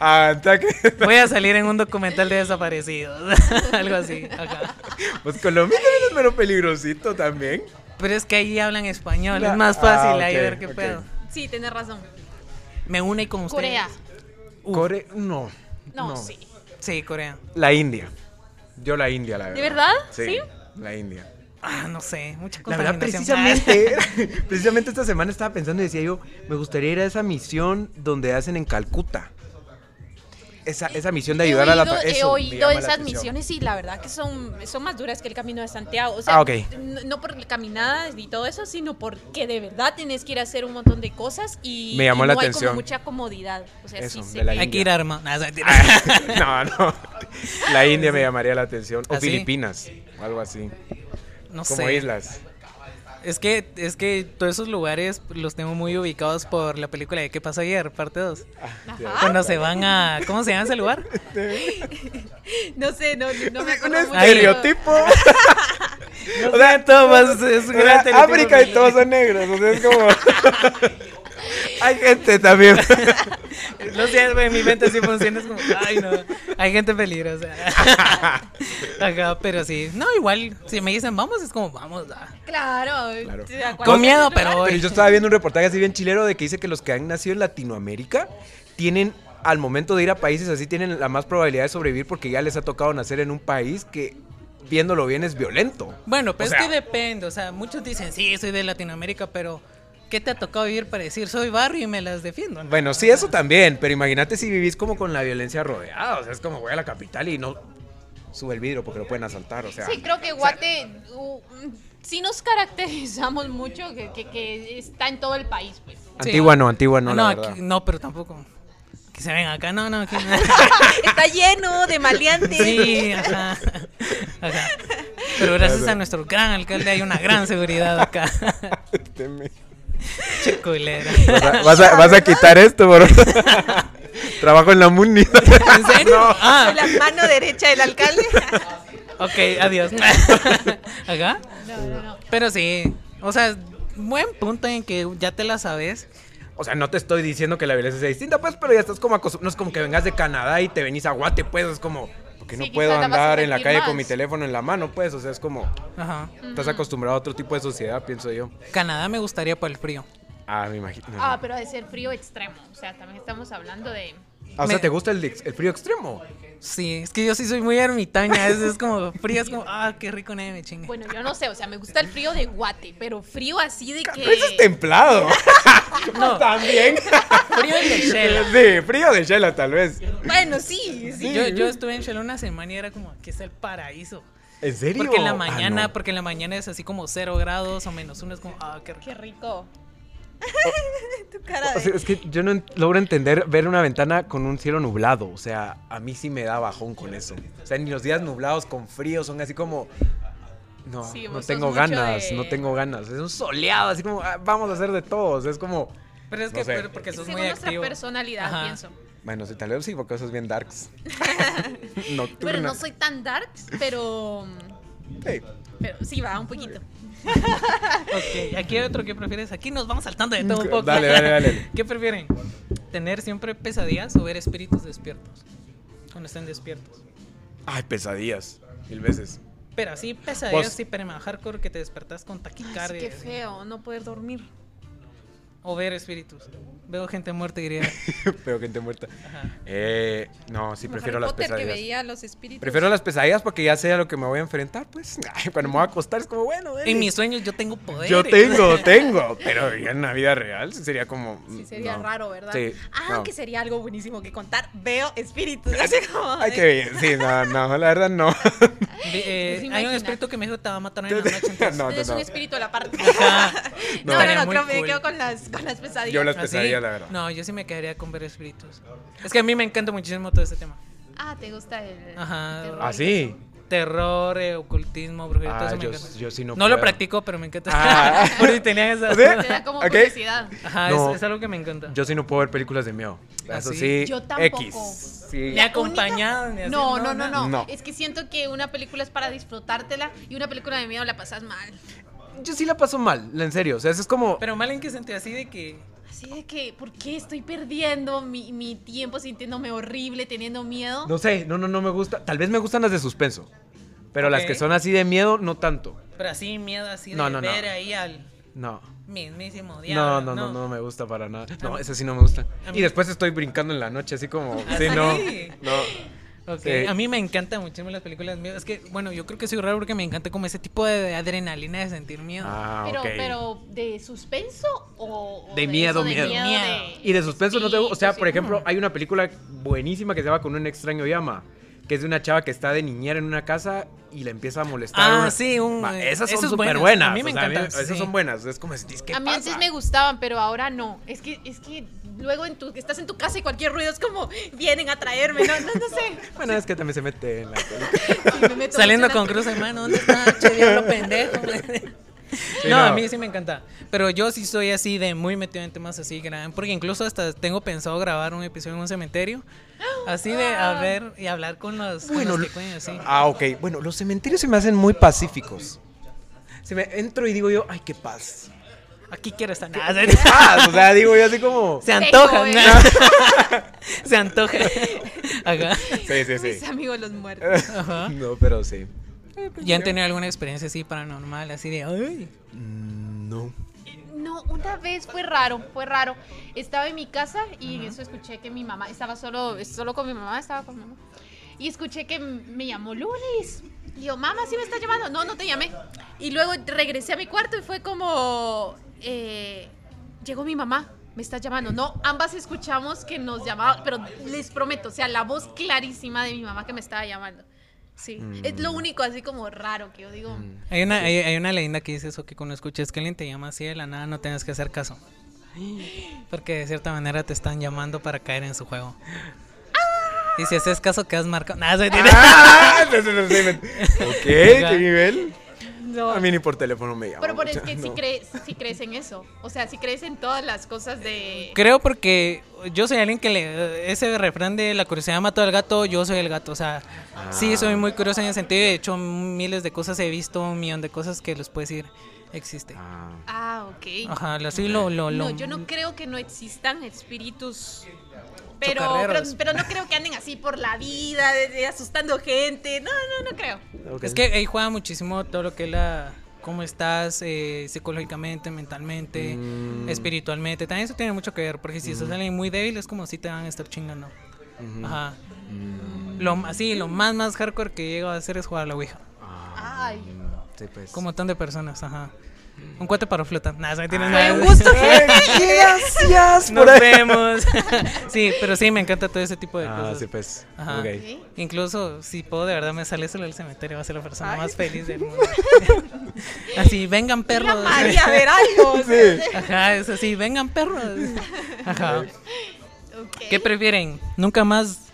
[SPEAKER 5] Ah, está que-
[SPEAKER 2] Voy a salir en un documental de desaparecidos, algo así. ajá.
[SPEAKER 5] Pues Colombia también es mero peligrosito también.
[SPEAKER 2] Pero es que ahí hablan español,
[SPEAKER 5] La-
[SPEAKER 2] es más
[SPEAKER 5] ah,
[SPEAKER 2] fácil ahí
[SPEAKER 5] ok,
[SPEAKER 2] ver qué
[SPEAKER 5] ok.
[SPEAKER 2] pedo.
[SPEAKER 3] Sí, tenés razón.
[SPEAKER 2] Me une con ustedes.
[SPEAKER 3] Corea.
[SPEAKER 5] Core, no.
[SPEAKER 3] No, sí.
[SPEAKER 2] Sí, Corea.
[SPEAKER 5] La India. Yo la India, la verdad.
[SPEAKER 3] ¿De verdad?
[SPEAKER 5] Sí.
[SPEAKER 3] ¿Sí?
[SPEAKER 5] La India.
[SPEAKER 2] Ah, no sé, mucha
[SPEAKER 6] La verdad,
[SPEAKER 2] contaminación.
[SPEAKER 6] precisamente, precisamente esta semana estaba pensando y decía yo, me gustaría ir a esa misión donde hacen en Calcuta. Esa, esa misión de
[SPEAKER 3] He
[SPEAKER 6] ayudar a la
[SPEAKER 3] oído-
[SPEAKER 6] pa-
[SPEAKER 3] He
[SPEAKER 6] eso me
[SPEAKER 3] oído
[SPEAKER 6] llama la
[SPEAKER 3] esas
[SPEAKER 6] atención.
[SPEAKER 3] misiones y la verdad que son, son más duras que el camino de Santiago. O sea,
[SPEAKER 6] Ah, ok.
[SPEAKER 3] n- no por caminadas ni todo eso, sino porque de verdad tienes que ir a hacer un montón de cosas y,
[SPEAKER 5] Me llamó
[SPEAKER 3] y
[SPEAKER 5] la
[SPEAKER 3] no hay
[SPEAKER 5] atención.
[SPEAKER 3] como mucha comodidad. O sea,
[SPEAKER 5] Eso,
[SPEAKER 3] sí se
[SPEAKER 5] de la
[SPEAKER 2] Hay que
[SPEAKER 5] India.
[SPEAKER 2] ir arma. Ah, o sea,
[SPEAKER 5] no, no. La India me llamaría la atención. O
[SPEAKER 2] ¿Ah, sí?
[SPEAKER 5] Filipinas, o algo así.
[SPEAKER 2] No sé.
[SPEAKER 5] Como islas.
[SPEAKER 2] Es que, es que todos esos lugares los tengo muy ubicados por la película de ¿Qué pasó ayer? Parte 2.
[SPEAKER 6] Ah,
[SPEAKER 3] Ajá.
[SPEAKER 2] Cuando se van a... ¿Cómo se llama ese lugar?
[SPEAKER 3] No sé, no, no me
[SPEAKER 5] Un
[SPEAKER 3] acuerdo mucho.
[SPEAKER 5] estereotipo. o sea,
[SPEAKER 2] Todo más es un
[SPEAKER 5] o
[SPEAKER 2] gran
[SPEAKER 5] sea,
[SPEAKER 2] estereotipo.
[SPEAKER 5] África y todos son negros. O sea, es como. Hay gente también.
[SPEAKER 2] No sé, güey, en mi mente sí funciona. Es como, ay, no. Hay gente peligrosa. Ajá, pero sí. No, igual, si me dicen vamos, es como vamos. ah.
[SPEAKER 3] Claro.
[SPEAKER 5] Claro.
[SPEAKER 3] o sea,
[SPEAKER 2] Con miedo,
[SPEAKER 3] cualquier
[SPEAKER 2] pero
[SPEAKER 3] lugar.
[SPEAKER 6] Pero yo estaba viendo un reportaje así bien chilero de que dice que los que han nacido en Latinoamérica tienen al momento de ir a países así tienen la más probabilidad de sobrevivir porque ya les ha tocado nacer en un país que viéndolo bien es violento.
[SPEAKER 2] Bueno, pero
[SPEAKER 6] O
[SPEAKER 2] es
[SPEAKER 6] sea-
[SPEAKER 2] que depende. O sea, muchos dicen, sí, soy de Latinoamérica, pero ¿qué te ha tocado vivir para decir soy barrio y me las defiendo? no?
[SPEAKER 6] Bueno, sí, eso también, pero imagínate si vivís como con la violencia rodeada, o sea, es como voy a la capital y no sube el vidrio porque lo pueden asaltar, o sea.
[SPEAKER 3] Sí, creo que Guate u- sí nos caracterizamos mucho que, que- que está en todo el país, pues.
[SPEAKER 6] Antigua
[SPEAKER 2] Sí.
[SPEAKER 6] no, antigua no,
[SPEAKER 2] Ah,
[SPEAKER 6] la
[SPEAKER 2] aquí-
[SPEAKER 6] verdad.
[SPEAKER 2] no, pero tampoco. Que se ven acá, no, no, aquí no.
[SPEAKER 1] Está lleno de maleantes.
[SPEAKER 2] Sí, ajá. Ajá. Pero gracias a nuestro gran alcalde hay una gran seguridad acá.
[SPEAKER 5] Este
[SPEAKER 2] Chocolera.
[SPEAKER 5] Vas a, vas a- vas a quitar esto, bro. Trabajo en la MUNI.
[SPEAKER 2] ¿En serio? Ah,
[SPEAKER 1] Soy la mano derecha del alcalde.
[SPEAKER 2] ok, adiós. Ajá.
[SPEAKER 3] No, no, no.
[SPEAKER 2] Pero sí, o sea, buen punto en que ya te la sabes.
[SPEAKER 6] O sea, no te estoy diciendo que la violencia sea distinta, pues, pero ya estás como acostumbrado. No es como que vengas de Canadá y te venís a Guate, pues, es como.
[SPEAKER 5] Porque no
[SPEAKER 3] Sí,
[SPEAKER 5] puedo
[SPEAKER 3] quizás la vas a
[SPEAKER 5] andar en la
[SPEAKER 3] sentir
[SPEAKER 5] calle
[SPEAKER 3] más.
[SPEAKER 5] con mi teléfono en la mano, pues. O sea, es como.
[SPEAKER 2] Ajá.
[SPEAKER 5] Estás acostumbrado a otro tipo de sociedad, pienso yo.
[SPEAKER 2] Canadá me gustaría por el frío.
[SPEAKER 5] Ah, me imagino.
[SPEAKER 3] Ah, pero ha de ser frío extremo. O sea, también estamos hablando de.
[SPEAKER 6] Ah, O
[SPEAKER 2] Me-
[SPEAKER 6] sea, ¿te gusta el, ex- el frío extremo?
[SPEAKER 2] Sí, es que yo sí soy muy ermitaña. Es, es como frío, es como, ah, qué rico nieve, chingue.
[SPEAKER 3] Bueno, yo no sé, o sea, me gusta el frío de Guate, pero frío así de que.
[SPEAKER 5] Eso es templado. También.
[SPEAKER 2] Frío de chela.
[SPEAKER 5] Sí, frío de chela, tal vez.
[SPEAKER 3] Bueno, sí, sí.
[SPEAKER 2] Yo, yo estuve en Shell una semana y era como, aquí está el paraíso.
[SPEAKER 5] ¿En serio?
[SPEAKER 2] Porque en la
[SPEAKER 5] Ah, no.
[SPEAKER 2] mañana, porque en la mañana es así como cero grados o menos uno, es como, ah, qué rico.
[SPEAKER 3] Qué rico.
[SPEAKER 1] tu cara
[SPEAKER 6] O sea,
[SPEAKER 1] de...
[SPEAKER 6] es que yo no en- logro entender ver una ventana con un cielo nublado. O sea, a mí sí me da bajón con eso. O sea, ni los días nublados con frío son así como. No,
[SPEAKER 3] Sí,
[SPEAKER 6] no
[SPEAKER 3] vos sos
[SPEAKER 6] tengo
[SPEAKER 3] mucho
[SPEAKER 6] ganas,
[SPEAKER 3] de-
[SPEAKER 6] no tengo ganas. Es un soleado, así como, ah, vamos a hacer de todo. O sea, es como.
[SPEAKER 2] Pero es
[SPEAKER 5] No
[SPEAKER 2] que
[SPEAKER 5] sé.
[SPEAKER 2] pero porque sos
[SPEAKER 3] Según
[SPEAKER 2] muy
[SPEAKER 3] nuestra
[SPEAKER 2] activo.
[SPEAKER 3] personalidad,
[SPEAKER 2] Ajá.
[SPEAKER 3] pienso.
[SPEAKER 5] Bueno, sí, tal vez sí, porque eso es bien darks.
[SPEAKER 3] Bueno,
[SPEAKER 5] Nocturna.
[SPEAKER 3] no soy tan darks, pero.
[SPEAKER 5] Sí.
[SPEAKER 3] Pero sí, va, un poquito.
[SPEAKER 2] Ok, aquí hay otro que prefieres. Aquí nos vamos saltando de todo un poco.
[SPEAKER 5] Dale, dale, dale.
[SPEAKER 2] ¿Qué prefieren? ¿Tener siempre pesadillas o ver espíritus despiertos? Cuando estén despiertos.
[SPEAKER 5] Ay, pesadillas. Mil veces.
[SPEAKER 2] Pero así pesadillas,
[SPEAKER 5] Vos-
[SPEAKER 2] sí, pero más hardcore que te despertás con
[SPEAKER 3] Ay, sí,
[SPEAKER 2] taquicardia.
[SPEAKER 3] qué
[SPEAKER 2] así.
[SPEAKER 3] feo, no poder dormir.
[SPEAKER 2] O ver espíritus. Veo gente muerta y diría.
[SPEAKER 5] Pero gente muerta.
[SPEAKER 2] Ajá.
[SPEAKER 5] Eh, no, sí, prefiero las pesadillas.
[SPEAKER 3] los espíritus.
[SPEAKER 5] Prefiero las pesadillas porque ya sé a lo que me voy a enfrentar, pues. Ay, cuando me voy a acostar es como, bueno, dele.
[SPEAKER 2] En mis sueños yo tengo poder.
[SPEAKER 5] Yo tengo, tengo. Pero ya en la vida real sí sería como. mm,
[SPEAKER 3] Sí, sería
[SPEAKER 5] no.
[SPEAKER 3] raro, ¿verdad?
[SPEAKER 5] Sí,
[SPEAKER 3] ah,
[SPEAKER 5] no.
[SPEAKER 3] que sería algo buenísimo que contar.
[SPEAKER 1] Veo espíritus. Así como...
[SPEAKER 5] Ay, qué
[SPEAKER 3] ¿eh?
[SPEAKER 5] bien. Sí, no, no, la verdad no.
[SPEAKER 2] Eh,
[SPEAKER 3] Es
[SPEAKER 2] hay un
[SPEAKER 3] imaginar.
[SPEAKER 2] espíritu que me dijo te va a matar en la noche. entonces-
[SPEAKER 5] No, no,
[SPEAKER 3] es un
[SPEAKER 5] no.
[SPEAKER 3] espíritu a la parte.
[SPEAKER 2] Ajá.
[SPEAKER 1] No,
[SPEAKER 2] Estaría
[SPEAKER 1] no, no,
[SPEAKER 2] muy
[SPEAKER 1] creo que me
[SPEAKER 2] cool.
[SPEAKER 1] quedo con
[SPEAKER 3] las, con las pesadillas.
[SPEAKER 5] Yo las
[SPEAKER 2] ¿Ah, sí?
[SPEAKER 5] pesadillas, la verdad.
[SPEAKER 2] No, yo sí me quedaría con ver espíritus. Es que a mí me encanta muchísimo todo este tema.
[SPEAKER 3] Ah, te gusta el.
[SPEAKER 2] Ajá.
[SPEAKER 3] el terror
[SPEAKER 5] Ah,
[SPEAKER 3] y
[SPEAKER 5] sí.
[SPEAKER 3] eso.
[SPEAKER 2] terror, eh, ocultismo, brujería, todo
[SPEAKER 5] Ah,
[SPEAKER 2] eso me
[SPEAKER 5] yo,
[SPEAKER 2] encanta.
[SPEAKER 5] yo sí no
[SPEAKER 2] No, lo
[SPEAKER 5] puedo.
[SPEAKER 2] practico, pero me encanta.
[SPEAKER 5] Ah.
[SPEAKER 2] Por si tenían esa.
[SPEAKER 3] Te da como
[SPEAKER 5] Ok.
[SPEAKER 3] curiosidad.
[SPEAKER 2] Ajá,
[SPEAKER 5] No.
[SPEAKER 2] es, es algo que me encanta.
[SPEAKER 5] Yo sí no puedo ver películas de miedo.
[SPEAKER 2] ¿Ah,
[SPEAKER 5] Eso
[SPEAKER 2] sí?
[SPEAKER 5] sí,
[SPEAKER 3] Yo tampoco.
[SPEAKER 5] X. Sí.
[SPEAKER 2] ni acompañado, ni así,
[SPEAKER 3] No, no, no, no,
[SPEAKER 7] No.
[SPEAKER 3] Es que siento que una película es para disfrutártela y una película de miedo la pasas mal.
[SPEAKER 5] Yo sí la paso mal, en serio. O sea, eso es como...
[SPEAKER 2] Pero mal en qué sentido, así de que.
[SPEAKER 3] Así de que, ¿por qué estoy perdiendo mi, mi tiempo sintiéndome horrible, teniendo miedo?
[SPEAKER 5] No sé, no, no, no me gusta. Tal vez me gustan las de suspenso. Pero las
[SPEAKER 2] Ok.
[SPEAKER 5] que son así de miedo, no tanto.
[SPEAKER 2] Pero así, miedo, así
[SPEAKER 5] No,
[SPEAKER 2] de
[SPEAKER 5] no, no.
[SPEAKER 2] ver ahí al
[SPEAKER 5] No.
[SPEAKER 2] mismísimo diablo.
[SPEAKER 5] No, no, no, no, me gusta para nada. No, esas sí no me gustan.
[SPEAKER 2] A mí-
[SPEAKER 5] Y después estoy brincando en la noche, así como.
[SPEAKER 2] Ah,
[SPEAKER 5] Sí, no.
[SPEAKER 2] sí.
[SPEAKER 5] No.
[SPEAKER 2] Ok,
[SPEAKER 5] Sí.
[SPEAKER 2] A mí me encantan muchísimo las películas de miedo. Es que, bueno, yo creo que soy raro porque me encanta como ese tipo de adrenalina de sentir miedo.
[SPEAKER 5] Ah,
[SPEAKER 3] pero,
[SPEAKER 5] ok.
[SPEAKER 3] pero, ¿de suspenso o, o
[SPEAKER 5] De miedo,
[SPEAKER 3] eso de
[SPEAKER 5] miedo.
[SPEAKER 3] de-
[SPEAKER 5] Y de suspenso no te O sea,
[SPEAKER 3] sí,
[SPEAKER 5] por
[SPEAKER 3] sí.
[SPEAKER 5] ejemplo, hay una película buenísima que se llama Con un extraño llama. Que es de una chava que está de niñera en una casa y la empieza a molestar.
[SPEAKER 2] Ah,
[SPEAKER 5] una-
[SPEAKER 2] sí, un-
[SPEAKER 5] Va, esas son
[SPEAKER 2] esas
[SPEAKER 5] súper
[SPEAKER 2] buenas.
[SPEAKER 5] buenas.
[SPEAKER 2] A mí me
[SPEAKER 5] o sea,
[SPEAKER 2] encantan,
[SPEAKER 5] Esas
[SPEAKER 2] sí.
[SPEAKER 5] son buenas. Es como, decís, ¿qué
[SPEAKER 3] A mí antes
[SPEAKER 5] pasa?
[SPEAKER 3] me gustaban, pero ahora no. Es que, es que luego en tu, estás en tu casa y cualquier ruido es como vienen a traerme. No, no, no sé.
[SPEAKER 5] Bueno, es que también se mete en la película.
[SPEAKER 3] Sí, me meto
[SPEAKER 2] Saliendo
[SPEAKER 3] mucho en
[SPEAKER 2] con
[SPEAKER 3] la-
[SPEAKER 2] cruz en mano, ¿dónde está? Che, diablo pendejo. no,
[SPEAKER 5] no.
[SPEAKER 2] a mí sí me encanta. Pero yo sí soy así de muy metido en temas así, gran- porque incluso hasta tengo pensado grabar un episodio en un cementerio. Así de a ver y hablar con los, con
[SPEAKER 5] Bueno,
[SPEAKER 2] los que cuelgan, así.
[SPEAKER 5] Ah, ok. Bueno, los cementerios se me hacen muy pacíficos. Se me entro y digo yo, ay, qué paz.
[SPEAKER 2] Aquí quiero estar.
[SPEAKER 5] Paz, Ah, o sea, digo yo así como.
[SPEAKER 2] Se antoja.
[SPEAKER 3] Seco,
[SPEAKER 2] Se antoja. Ajá.
[SPEAKER 7] Sí, sí, sí.
[SPEAKER 3] Mis amigos los muertos.
[SPEAKER 2] Ajá.
[SPEAKER 5] No, pero sí.
[SPEAKER 2] ¿Y han tenido alguna experiencia así paranormal, así de, ay?
[SPEAKER 5] No.
[SPEAKER 3] No, una vez fue raro, fue raro. Estaba en mi casa y en eso escuché que mi mamá estaba solo, solo con mi mamá, estaba con mi mamá. Y escuché que m- me llamó Lulis. Y yo, mamá, ¿sí me está llamando? No, no te llamé. Y luego regresé a mi cuarto y fue como, eh, llegó mi mamá, me está llamando. No, ambas escuchamos que nos llamaba, pero les prometo, o sea, la voz clarísima de mi mamá que me estaba llamando. Sí, es lo único así como raro que yo digo.
[SPEAKER 5] Mm.
[SPEAKER 2] Hay una, hay, hay una leyenda que dice eso, que cuando escuches que alguien te llama así de la nada, no tengas que hacer caso. Porque de cierta manera te están llamando para caer en su juego. Y si haces caso, quedas marcado. Nada, se tiene.
[SPEAKER 5] Ah, sí, sí, sí, me- ok,
[SPEAKER 2] Ajá.
[SPEAKER 5] ¿qué nivel? A mí ni por teléfono me llama.
[SPEAKER 3] Pero, por es que si, crees, si crees en eso. O sea, si crees en todas las cosas de.
[SPEAKER 2] Creo porque yo soy alguien que le. Ese refrán de la curiosidad mató al gato, yo soy el gato. O sea, sí, soy muy curioso en ese sentido. De hecho, miles de cosas he visto, un millón de cosas que los puedes decir existe.
[SPEAKER 5] Ah,
[SPEAKER 3] Ah, ok.
[SPEAKER 2] Ajá, lo- así lo, lo, lo-
[SPEAKER 3] No, yo no creo que no existan espíritus. Pero, pero,
[SPEAKER 2] Chocarreros.
[SPEAKER 3] pero no creo que anden así por la vida, de- de asustando gente. No, no, no creo.
[SPEAKER 5] ok.
[SPEAKER 2] Es que ahí juega muchísimo todo lo que es la. cómo estás eh, psicológicamente, mentalmente,
[SPEAKER 5] Mm.
[SPEAKER 2] espiritualmente. También eso tiene mucho que ver, porque si estás alguien muy débil, es como si te van a estar chingando.
[SPEAKER 5] Mm.
[SPEAKER 2] Ajá. Lo, así, lo más, más hardcore que llego a hacer es jugar a la Ouija.
[SPEAKER 3] Ay.
[SPEAKER 5] Ah, Sí, pues.
[SPEAKER 2] Con un montón de personas, ajá.
[SPEAKER 5] Mm.
[SPEAKER 2] Un cuate para flota. Nada, se me tiene
[SPEAKER 3] Fue
[SPEAKER 2] nada.
[SPEAKER 3] un gusto,
[SPEAKER 5] Ah, Ay,
[SPEAKER 3] gente.
[SPEAKER 5] Gracias
[SPEAKER 2] Nos
[SPEAKER 5] por ahí.
[SPEAKER 2] vemos. sí, pero sí, me encanta todo ese tipo de
[SPEAKER 5] Ah,
[SPEAKER 2] cosas.
[SPEAKER 5] sí, pues.
[SPEAKER 2] Ajá.
[SPEAKER 5] Ok.
[SPEAKER 3] Sí.
[SPEAKER 2] Incluso si puedo, de verdad me sale solo del cementerio, va a ser la persona más feliz del mundo. Así, vengan
[SPEAKER 3] La
[SPEAKER 2] perros.
[SPEAKER 3] María, a ver algo. o sea,
[SPEAKER 2] Ajá, es así, vengan perros. Ajá.
[SPEAKER 3] ok.
[SPEAKER 2] ¿Qué prefieren? ¿Nunca más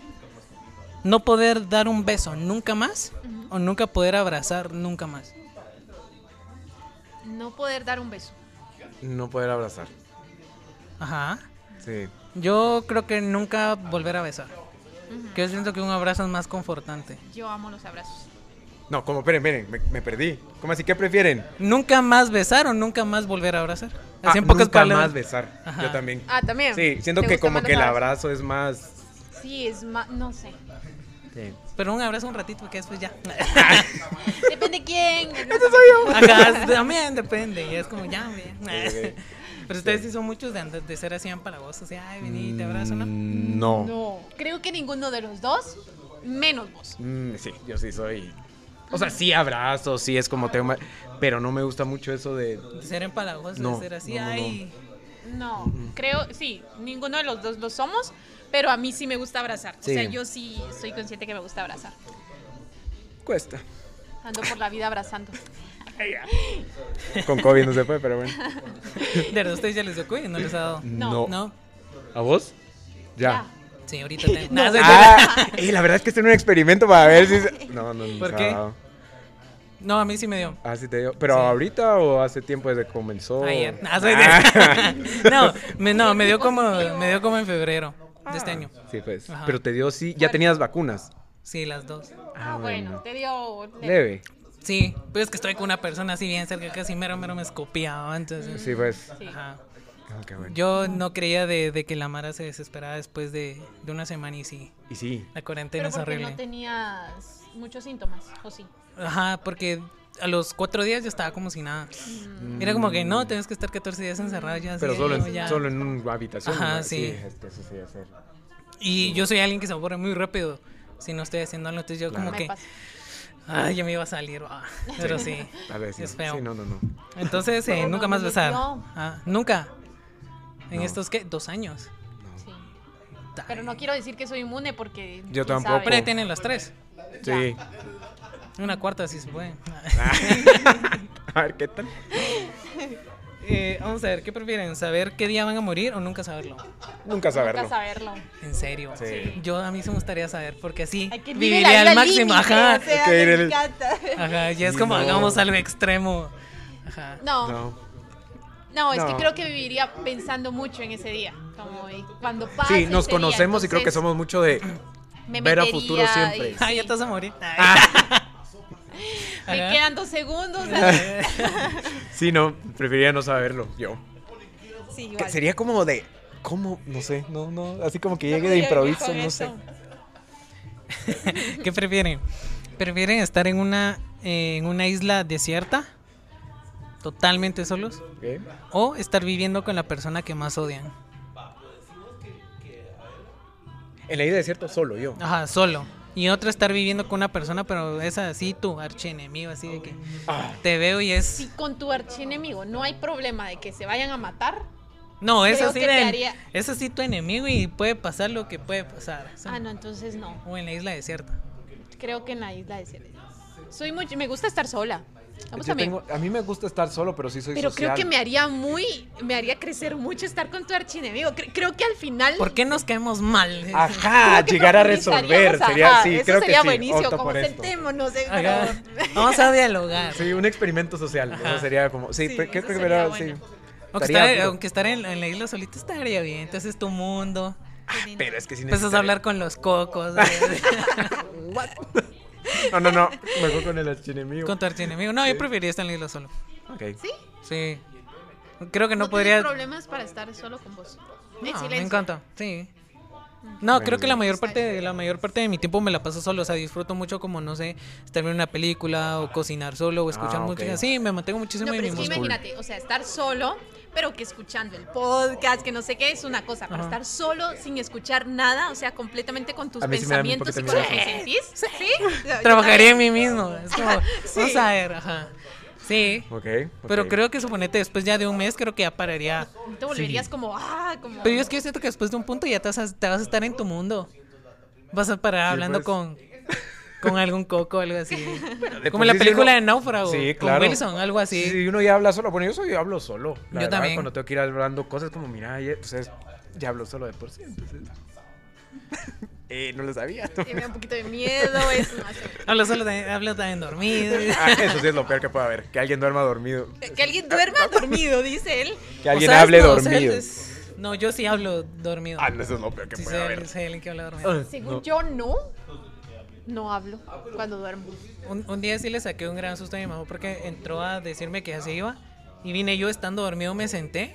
[SPEAKER 2] no poder dar un beso nunca más? ¿O nunca poder abrazar nunca más?
[SPEAKER 3] No poder dar un beso.
[SPEAKER 5] No poder abrazar.
[SPEAKER 2] Ajá.
[SPEAKER 5] Sí.
[SPEAKER 2] Yo creo que nunca volver a besar. Que yo siento que un abrazo es más confortante.
[SPEAKER 3] Yo amo los abrazos.
[SPEAKER 7] No, como, esperen, miren, me, me perdí. ¿Cómo así? ¿Qué prefieren?
[SPEAKER 2] ¿Nunca más besar o nunca más volver a abrazar? Así en
[SPEAKER 5] Ah,
[SPEAKER 2] pocas
[SPEAKER 5] nunca
[SPEAKER 2] palabras.
[SPEAKER 5] más besar.
[SPEAKER 2] Ajá.
[SPEAKER 7] Yo también.
[SPEAKER 3] Ah, también.
[SPEAKER 7] Sí, siento
[SPEAKER 3] ¿Te
[SPEAKER 7] que
[SPEAKER 3] gustan
[SPEAKER 7] como
[SPEAKER 3] más
[SPEAKER 7] que el
[SPEAKER 3] los
[SPEAKER 7] abrazo es más...
[SPEAKER 3] abrazos? Sí, es más. No sé.
[SPEAKER 2] Pero un abrazo un ratito porque después ya.
[SPEAKER 3] Depende quién.
[SPEAKER 2] Acá también depende, ya es como ya, bien. Pero ustedes sí son muchos de, andar- de ser así empalagosos, así, ay, vení,
[SPEAKER 5] mm,
[SPEAKER 2] te abrazo, ¿no?
[SPEAKER 7] No.
[SPEAKER 3] No, creo que ninguno de los dos, menos vos.
[SPEAKER 5] Mm, sí, yo sí soy. O sea, sí abrazo, sí es como tema. Pero no me gusta mucho eso de.
[SPEAKER 2] De Ser empalagosos, de
[SPEAKER 5] No,
[SPEAKER 2] ser así,
[SPEAKER 5] no, no, no.
[SPEAKER 2] ay.
[SPEAKER 3] No, creo, sí, ninguno de los dos lo somos, pero a mí sí me gusta abrazar.
[SPEAKER 5] Sí.
[SPEAKER 3] O sea, yo sí soy consciente que me gusta abrazar.
[SPEAKER 5] Cuesta.
[SPEAKER 3] Ando por la vida abrazando.
[SPEAKER 7] Con COVID no se fue, pero bueno.
[SPEAKER 2] De verdad, ustedes ya les dio COVID, no les ha dado.
[SPEAKER 3] No.
[SPEAKER 2] No.
[SPEAKER 5] ¿A vos?
[SPEAKER 3] Ya.
[SPEAKER 2] Sí, ahorita tengo. Nada,
[SPEAKER 5] Ah, eh, la verdad es que este era un experimento para ver si... se- No, no, no.
[SPEAKER 2] ¿Por
[SPEAKER 5] o sea,
[SPEAKER 2] qué? No, a mí sí me dio.
[SPEAKER 5] Ah, sí te digo. ¿Pero
[SPEAKER 2] Sí. Ah,
[SPEAKER 5] ahorita o hace tiempo desde que comenzó?
[SPEAKER 2] Ayer. No, soy de-
[SPEAKER 5] Ah.
[SPEAKER 2] no, me, no, me dio como, me dio como en febrero de este año.
[SPEAKER 5] Sí, pues.
[SPEAKER 2] Ajá.
[SPEAKER 5] Pero te dio sí, ya tenías vacunas.
[SPEAKER 2] Sí, las dos.
[SPEAKER 3] Ah, bueno, te dio.
[SPEAKER 5] Leve.
[SPEAKER 2] Sí, pues es que estoy con una persona así bien cerca, casi mero mero me escopiaba, entonces.
[SPEAKER 5] Sí, pues.
[SPEAKER 3] Sí.
[SPEAKER 2] Ajá.
[SPEAKER 5] Ah, qué bueno.
[SPEAKER 2] Yo no creía de, de que la Mara se desesperara después de, de una semana y sí,
[SPEAKER 5] Y sí.
[SPEAKER 2] la cuarentena
[SPEAKER 3] Pero
[SPEAKER 2] es
[SPEAKER 3] porque
[SPEAKER 2] horrible.
[SPEAKER 3] no tenías muchos síntomas, ¿o sí?
[SPEAKER 2] Ajá, porque a los cuatro días yo estaba como si nada. Era como que no, tienes que estar 14 días encerrado ya.
[SPEAKER 5] Pero
[SPEAKER 2] sí,
[SPEAKER 5] solo,
[SPEAKER 2] no,
[SPEAKER 5] en,
[SPEAKER 2] ya.
[SPEAKER 5] solo en una habitación.
[SPEAKER 2] Ajá,
[SPEAKER 5] ¿no?
[SPEAKER 2] sí.
[SPEAKER 5] este, eso sí, hacer.
[SPEAKER 2] Y yo soy alguien que se aburre muy rápido si no estoy haciendo algo. Entonces yo como
[SPEAKER 3] Me
[SPEAKER 2] que,
[SPEAKER 3] pasa.
[SPEAKER 2] ay, ya me iba a salir. ah, Pero sí.
[SPEAKER 5] Tal vez.
[SPEAKER 2] Es
[SPEAKER 5] sí.
[SPEAKER 2] feo.
[SPEAKER 5] Sí, no, no, no.
[SPEAKER 2] Entonces, eh,
[SPEAKER 3] No,
[SPEAKER 2] nunca
[SPEAKER 3] no,
[SPEAKER 2] más
[SPEAKER 3] no me
[SPEAKER 2] besar.
[SPEAKER 3] dio.
[SPEAKER 2] Ah, nunca. En
[SPEAKER 5] No.
[SPEAKER 2] estos, ¿qué? Dos años.
[SPEAKER 3] Sí. Pero no quiero decir que soy inmune porque.
[SPEAKER 5] Yo
[SPEAKER 3] quién
[SPEAKER 5] tampoco.
[SPEAKER 2] Pero
[SPEAKER 3] sabe.
[SPEAKER 2] ahí tienen las tres.
[SPEAKER 5] Sí.
[SPEAKER 2] Una cuarta, si se puede.
[SPEAKER 5] Ah. A ver, ¿qué tal?
[SPEAKER 2] Eh, vamos a ver, ¿qué prefieren? ¿Saber qué día van a morir o nunca saberlo?
[SPEAKER 5] Nunca saberlo.
[SPEAKER 3] Nunca saberlo.
[SPEAKER 2] En serio.
[SPEAKER 5] Sí.
[SPEAKER 2] Yo a mí se me gustaría saber, porque así
[SPEAKER 1] Hay que vivir
[SPEAKER 2] viviría al máximo. Ajá.
[SPEAKER 1] O sea,
[SPEAKER 5] Ok,
[SPEAKER 1] me
[SPEAKER 5] el-
[SPEAKER 1] encanta.
[SPEAKER 2] Ajá, ya es
[SPEAKER 5] Sí,
[SPEAKER 2] como
[SPEAKER 5] no.
[SPEAKER 2] hagamos algo extremo. Ajá.
[SPEAKER 3] No, no,
[SPEAKER 5] No.
[SPEAKER 3] es
[SPEAKER 5] No.
[SPEAKER 3] que creo que viviría pensando mucho en ese día. Como y cuando pasa.
[SPEAKER 5] Sí, nos
[SPEAKER 3] ese día,
[SPEAKER 5] conocemos y creo que
[SPEAKER 3] entonces
[SPEAKER 5] somos mucho de.
[SPEAKER 3] me
[SPEAKER 5] ver a
[SPEAKER 3] metería
[SPEAKER 5] futuro siempre.
[SPEAKER 3] y
[SPEAKER 2] Ah, ya
[SPEAKER 3] sí. Ah,
[SPEAKER 2] te vas a morir. Ah, Ay.
[SPEAKER 3] Me
[SPEAKER 2] Ajá.
[SPEAKER 3] quedan dos segundos.
[SPEAKER 5] Sí, no, preferiría no saberlo. Yo.
[SPEAKER 1] Sí,
[SPEAKER 5] Que
[SPEAKER 1] igual.
[SPEAKER 5] sería como de. ¿Cómo? No sé, no, no. Así como que llegue
[SPEAKER 3] Llegué
[SPEAKER 5] de improviso, no sé.
[SPEAKER 2] ¿Qué prefieren? ¿Prefieren estar en una, eh, en una isla desierta? Totalmente solos.
[SPEAKER 5] ¿Qué?
[SPEAKER 2] O estar viviendo con la persona que más odian.
[SPEAKER 5] En la isla desierto solo yo.
[SPEAKER 2] Ajá, solo. Y otro estar viviendo con una persona, pero es así tu archienemigo, así de que te veo y
[SPEAKER 3] Si
[SPEAKER 2] es...
[SPEAKER 3] con tu archienemigo no hay problema de que se vayan a matar.
[SPEAKER 2] No, es
[SPEAKER 3] creo
[SPEAKER 2] así,
[SPEAKER 3] que te
[SPEAKER 2] de-
[SPEAKER 3] haría-
[SPEAKER 2] es así tu enemigo y puede pasar lo que puede pasar. Sí.
[SPEAKER 3] Ah, no, entonces no.
[SPEAKER 2] O en la isla desierta.
[SPEAKER 3] Creo que en la isla de Soy muy, me gusta estar sola. Vamos
[SPEAKER 5] Yo
[SPEAKER 3] también.
[SPEAKER 5] tengo- a mí me gusta estar solo, pero sí soy
[SPEAKER 3] pues Pero creo
[SPEAKER 5] social.
[SPEAKER 3] que me haría muy, me haría crecer mucho estar con tu archienemigo. Cre- creo que al final.
[SPEAKER 2] ¿Por qué nos caemos mal?
[SPEAKER 5] Ajá,
[SPEAKER 3] creo que
[SPEAKER 5] llegar a
[SPEAKER 3] profundizaríamos,
[SPEAKER 5] resolver. Sería,
[SPEAKER 3] ajá,
[SPEAKER 5] sí,
[SPEAKER 3] eso
[SPEAKER 5] creo
[SPEAKER 3] sería
[SPEAKER 5] que sí.
[SPEAKER 3] buenísimo.
[SPEAKER 5] opto
[SPEAKER 3] Como
[SPEAKER 5] por esto.
[SPEAKER 1] Sentémonos, eh,
[SPEAKER 2] Ajá.
[SPEAKER 1] pero-
[SPEAKER 2] Vamos a dialogar.
[SPEAKER 5] Sí, un experimento social. Eso sería como. Sí,
[SPEAKER 1] Sí,
[SPEAKER 5] pero creo
[SPEAKER 1] eso
[SPEAKER 5] que
[SPEAKER 1] sería
[SPEAKER 5] era-
[SPEAKER 1] bueno.
[SPEAKER 5] sí.
[SPEAKER 2] Aunque
[SPEAKER 5] Estaría
[SPEAKER 2] estar,
[SPEAKER 5] duro.
[SPEAKER 2] aunque estar en, en la isla solita estaría bien. Entonces es tu mundo.
[SPEAKER 5] Pero es que sin
[SPEAKER 2] Empiezas a hablar con los cocos.
[SPEAKER 5] No, no, no. Mejor con el archienemigo.
[SPEAKER 2] con tu archienemigo. No, yo preferiría estar en la isla solo.
[SPEAKER 5] Ok.
[SPEAKER 2] Sí. Creo que no,
[SPEAKER 3] tienes
[SPEAKER 2] podría.
[SPEAKER 3] problemas para estar solo con vos. En
[SPEAKER 2] No, me
[SPEAKER 3] silencio.
[SPEAKER 2] encanta. Sí. No, creo que la mayor parte de la mayor parte de mi tiempo me la paso solo, o sea, disfruto mucho como no sé, estar viendo una película o cocinar solo o escuchar
[SPEAKER 5] Ah, ok.
[SPEAKER 2] música. Sí, me mantengo
[SPEAKER 3] No,
[SPEAKER 2] muchísimo en
[SPEAKER 3] pero
[SPEAKER 2] mi
[SPEAKER 3] es que
[SPEAKER 2] mundo.
[SPEAKER 3] imagínate, o sea, estar solo, pero que escuchando el podcast, que no sé qué, es una cosa. Pero
[SPEAKER 2] Ajá.
[SPEAKER 3] estar solo sin escuchar nada, o sea, completamente con tus
[SPEAKER 5] A mí sí me da un
[SPEAKER 3] pensamientos y
[SPEAKER 5] poquito
[SPEAKER 3] con lo
[SPEAKER 5] miedo
[SPEAKER 3] que
[SPEAKER 5] eso.
[SPEAKER 3] sentís. Sí.
[SPEAKER 2] Trabajaría en mí mismo. Es como, vamos a ver, ajá. Sí.
[SPEAKER 5] Ok. ok.
[SPEAKER 2] Pero creo que suponete después ya de un mes creo que ya pararía.
[SPEAKER 3] Te volverías como, ah, como.
[SPEAKER 2] Pero yo es que yo siento que después de un punto ya te vas a, te vas a estar en tu mundo. Vas a parar hablando
[SPEAKER 5] pues.
[SPEAKER 2] con con algún coco algo así.
[SPEAKER 5] de
[SPEAKER 2] Como
[SPEAKER 5] por
[SPEAKER 2] la
[SPEAKER 5] sí
[SPEAKER 2] película
[SPEAKER 5] uno-
[SPEAKER 2] de Náufrago
[SPEAKER 5] Sí,
[SPEAKER 2] con
[SPEAKER 5] claro.
[SPEAKER 2] Wilson, algo así.
[SPEAKER 5] Sí, sí, uno ya habla solo. Bueno, yo soy yo hablo solo.
[SPEAKER 2] Yo
[SPEAKER 5] La verdad,
[SPEAKER 2] también.
[SPEAKER 5] Cuando tengo que ir hablando cosas como, mira, ya, pues, es- ya hablo solo de por sí. Entonces... eh, no lo sabía.
[SPEAKER 3] Que me da un poquito de miedo, eso no hace-
[SPEAKER 2] Hablo solo de, hablo también dormido.
[SPEAKER 5] Ah, eso sí es lo peor que puede haber. Que alguien duerma dormido.
[SPEAKER 3] Que alguien duerma dormido, dice él.
[SPEAKER 5] Que alguien
[SPEAKER 2] O sea,
[SPEAKER 5] hable
[SPEAKER 2] no, o sea,
[SPEAKER 5] dormido.
[SPEAKER 2] es- no, yo sí hablo dormido.
[SPEAKER 5] Ah, no, eso es lo peor que
[SPEAKER 2] Sí,
[SPEAKER 5] puede
[SPEAKER 2] soy,
[SPEAKER 5] haber. Ah,
[SPEAKER 2] soy alguien que habla dormido.
[SPEAKER 3] Según yo, no. No hablo cuando duermo.
[SPEAKER 2] Un, un día sí le saqué un gran susto a mi mamá porque entró a decirme que ya se iba. Y vine yo estando dormido, me senté.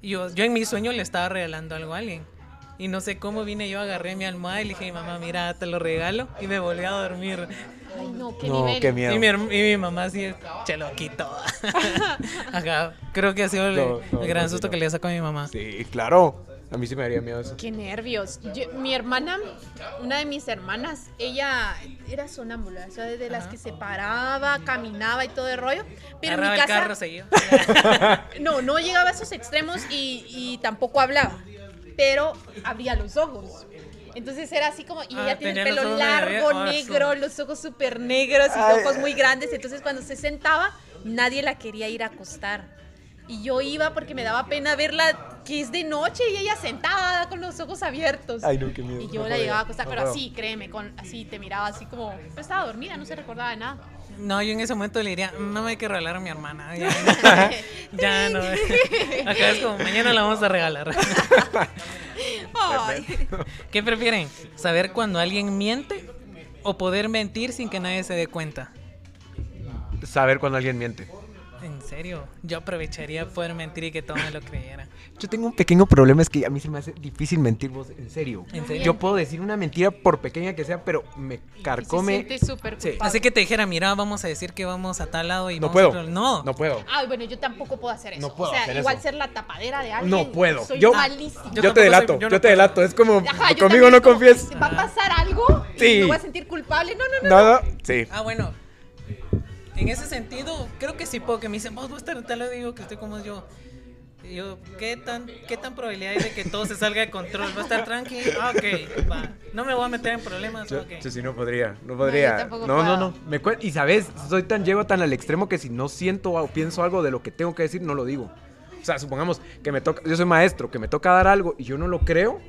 [SPEAKER 2] Y yo, yo en mi sueño le estaba regalando algo a alguien. Y no sé cómo vine yo, agarré mi almohada y le dije, mamá, mira, te lo regalo. Y me volví a dormir.
[SPEAKER 3] Ay, no, qué
[SPEAKER 5] No,
[SPEAKER 3] nivel.
[SPEAKER 5] qué
[SPEAKER 2] Y
[SPEAKER 5] miedo.
[SPEAKER 2] mi, herm- y mi mamá así, se lo quitó. Ajá, creo que ha sido el,
[SPEAKER 5] No, no,
[SPEAKER 2] el gran
[SPEAKER 5] no,
[SPEAKER 2] susto
[SPEAKER 5] no.
[SPEAKER 2] que le sacó a mi mamá.
[SPEAKER 5] Sí, claro. A mí sí me daría miedo eso.
[SPEAKER 3] Qué nervios. Yo- mi hermana, una de mis hermanas, ella era sonámbula, o sea, de las que se paraba, caminaba y todo el rollo. Pero en mi
[SPEAKER 2] Agarraba
[SPEAKER 3] casa,
[SPEAKER 2] el carro, seguido.
[SPEAKER 3] no, no llegaba a esos extremos y, y tampoco hablaba, pero abría los ojos. Entonces era así como, y
[SPEAKER 2] Ah,
[SPEAKER 3] ella tiene
[SPEAKER 2] tenía
[SPEAKER 3] el
[SPEAKER 2] los
[SPEAKER 3] pelo
[SPEAKER 2] ojos medio
[SPEAKER 3] largo,
[SPEAKER 2] abiertos.
[SPEAKER 3] negro, los ojos súper negros y ojos muy grandes. Entonces cuando se sentaba, nadie la quería ir a acostar. Y yo iba porque me daba pena verla que es de noche y ella sentada con los ojos abiertos.
[SPEAKER 8] Ay, no, qué miedo.
[SPEAKER 3] Y yo
[SPEAKER 8] No
[SPEAKER 3] la
[SPEAKER 8] puedo.
[SPEAKER 3] llegaba a acostar,
[SPEAKER 8] No
[SPEAKER 3] pero
[SPEAKER 8] puedo.
[SPEAKER 3] así, créeme, con, así te miraba así como... Pero estaba dormida, no se recordaba de nada.
[SPEAKER 2] No, yo en ese momento le diría, no me hay que regalar a mi hermana. Ya, ya no. Acá es como, mañana la vamos a regalar.
[SPEAKER 3] Ay.
[SPEAKER 2] ¿Qué prefieren? ¿Saber cuando alguien miente o poder mentir sin que nadie se dé cuenta?
[SPEAKER 5] Saber cuando alguien miente.
[SPEAKER 2] En serio, yo aprovecharía poder mentir y que todo me lo creyera.
[SPEAKER 5] Yo tengo un pequeño problema, es que a mí se me hace difícil mentir vos, en serio.
[SPEAKER 2] ¿En serio?
[SPEAKER 5] Yo puedo decir una mentira por pequeña que sea, pero me
[SPEAKER 3] Y
[SPEAKER 5] carcome.
[SPEAKER 3] se siente súper
[SPEAKER 5] Sí.
[SPEAKER 3] culpable.
[SPEAKER 2] Así que te dijera, mira, vamos a decir que vamos a tal lado y
[SPEAKER 8] No
[SPEAKER 2] vamos a
[SPEAKER 8] puedo.
[SPEAKER 2] otro- No.
[SPEAKER 8] No puedo.
[SPEAKER 3] Ay, bueno, yo tampoco puedo hacer eso.
[SPEAKER 8] No puedo
[SPEAKER 3] o sea,
[SPEAKER 8] hacer
[SPEAKER 3] igual
[SPEAKER 8] eso.
[SPEAKER 3] ser la tapadera de alguien.
[SPEAKER 8] No puedo.
[SPEAKER 3] Soy
[SPEAKER 8] Yo-
[SPEAKER 3] malísima.
[SPEAKER 8] Yo,
[SPEAKER 2] Yo
[SPEAKER 8] te
[SPEAKER 2] tampoco
[SPEAKER 8] delato,
[SPEAKER 2] soy-
[SPEAKER 8] yo,
[SPEAKER 2] yo no
[SPEAKER 8] te
[SPEAKER 2] puedo.
[SPEAKER 8] delato. Es como,
[SPEAKER 3] Ajá, yo
[SPEAKER 8] conmigo
[SPEAKER 3] también
[SPEAKER 8] no
[SPEAKER 3] como,
[SPEAKER 8] confíes.
[SPEAKER 3] ¿Va a pasar algo?
[SPEAKER 8] Sí.
[SPEAKER 3] Y me voy a sentir culpable. No, no, no.
[SPEAKER 8] Nada. Sí.
[SPEAKER 2] Ah, bueno. En ese sentido, creo que sí puedo. Que me dicen, vos, vos te lo digo que estoy como yo. Y yo, ¿qué tan, ¿qué tan probabilidad hay de que todo se salga de control? ¿Va a estar tranqui? Ah, ok, va. No me voy a meter en problemas,
[SPEAKER 8] Yo,
[SPEAKER 2] ok.
[SPEAKER 8] yo sí no podría, no podría.
[SPEAKER 3] tampoco.
[SPEAKER 5] No, no,
[SPEAKER 3] puedo.
[SPEAKER 5] no. Me cue- y sabes, soy tan llego tan al extremo que si no siento o pienso algo de lo que tengo que decir, no lo digo. O sea, supongamos que me toca, yo soy maestro, que me toca dar algo y yo no lo creo,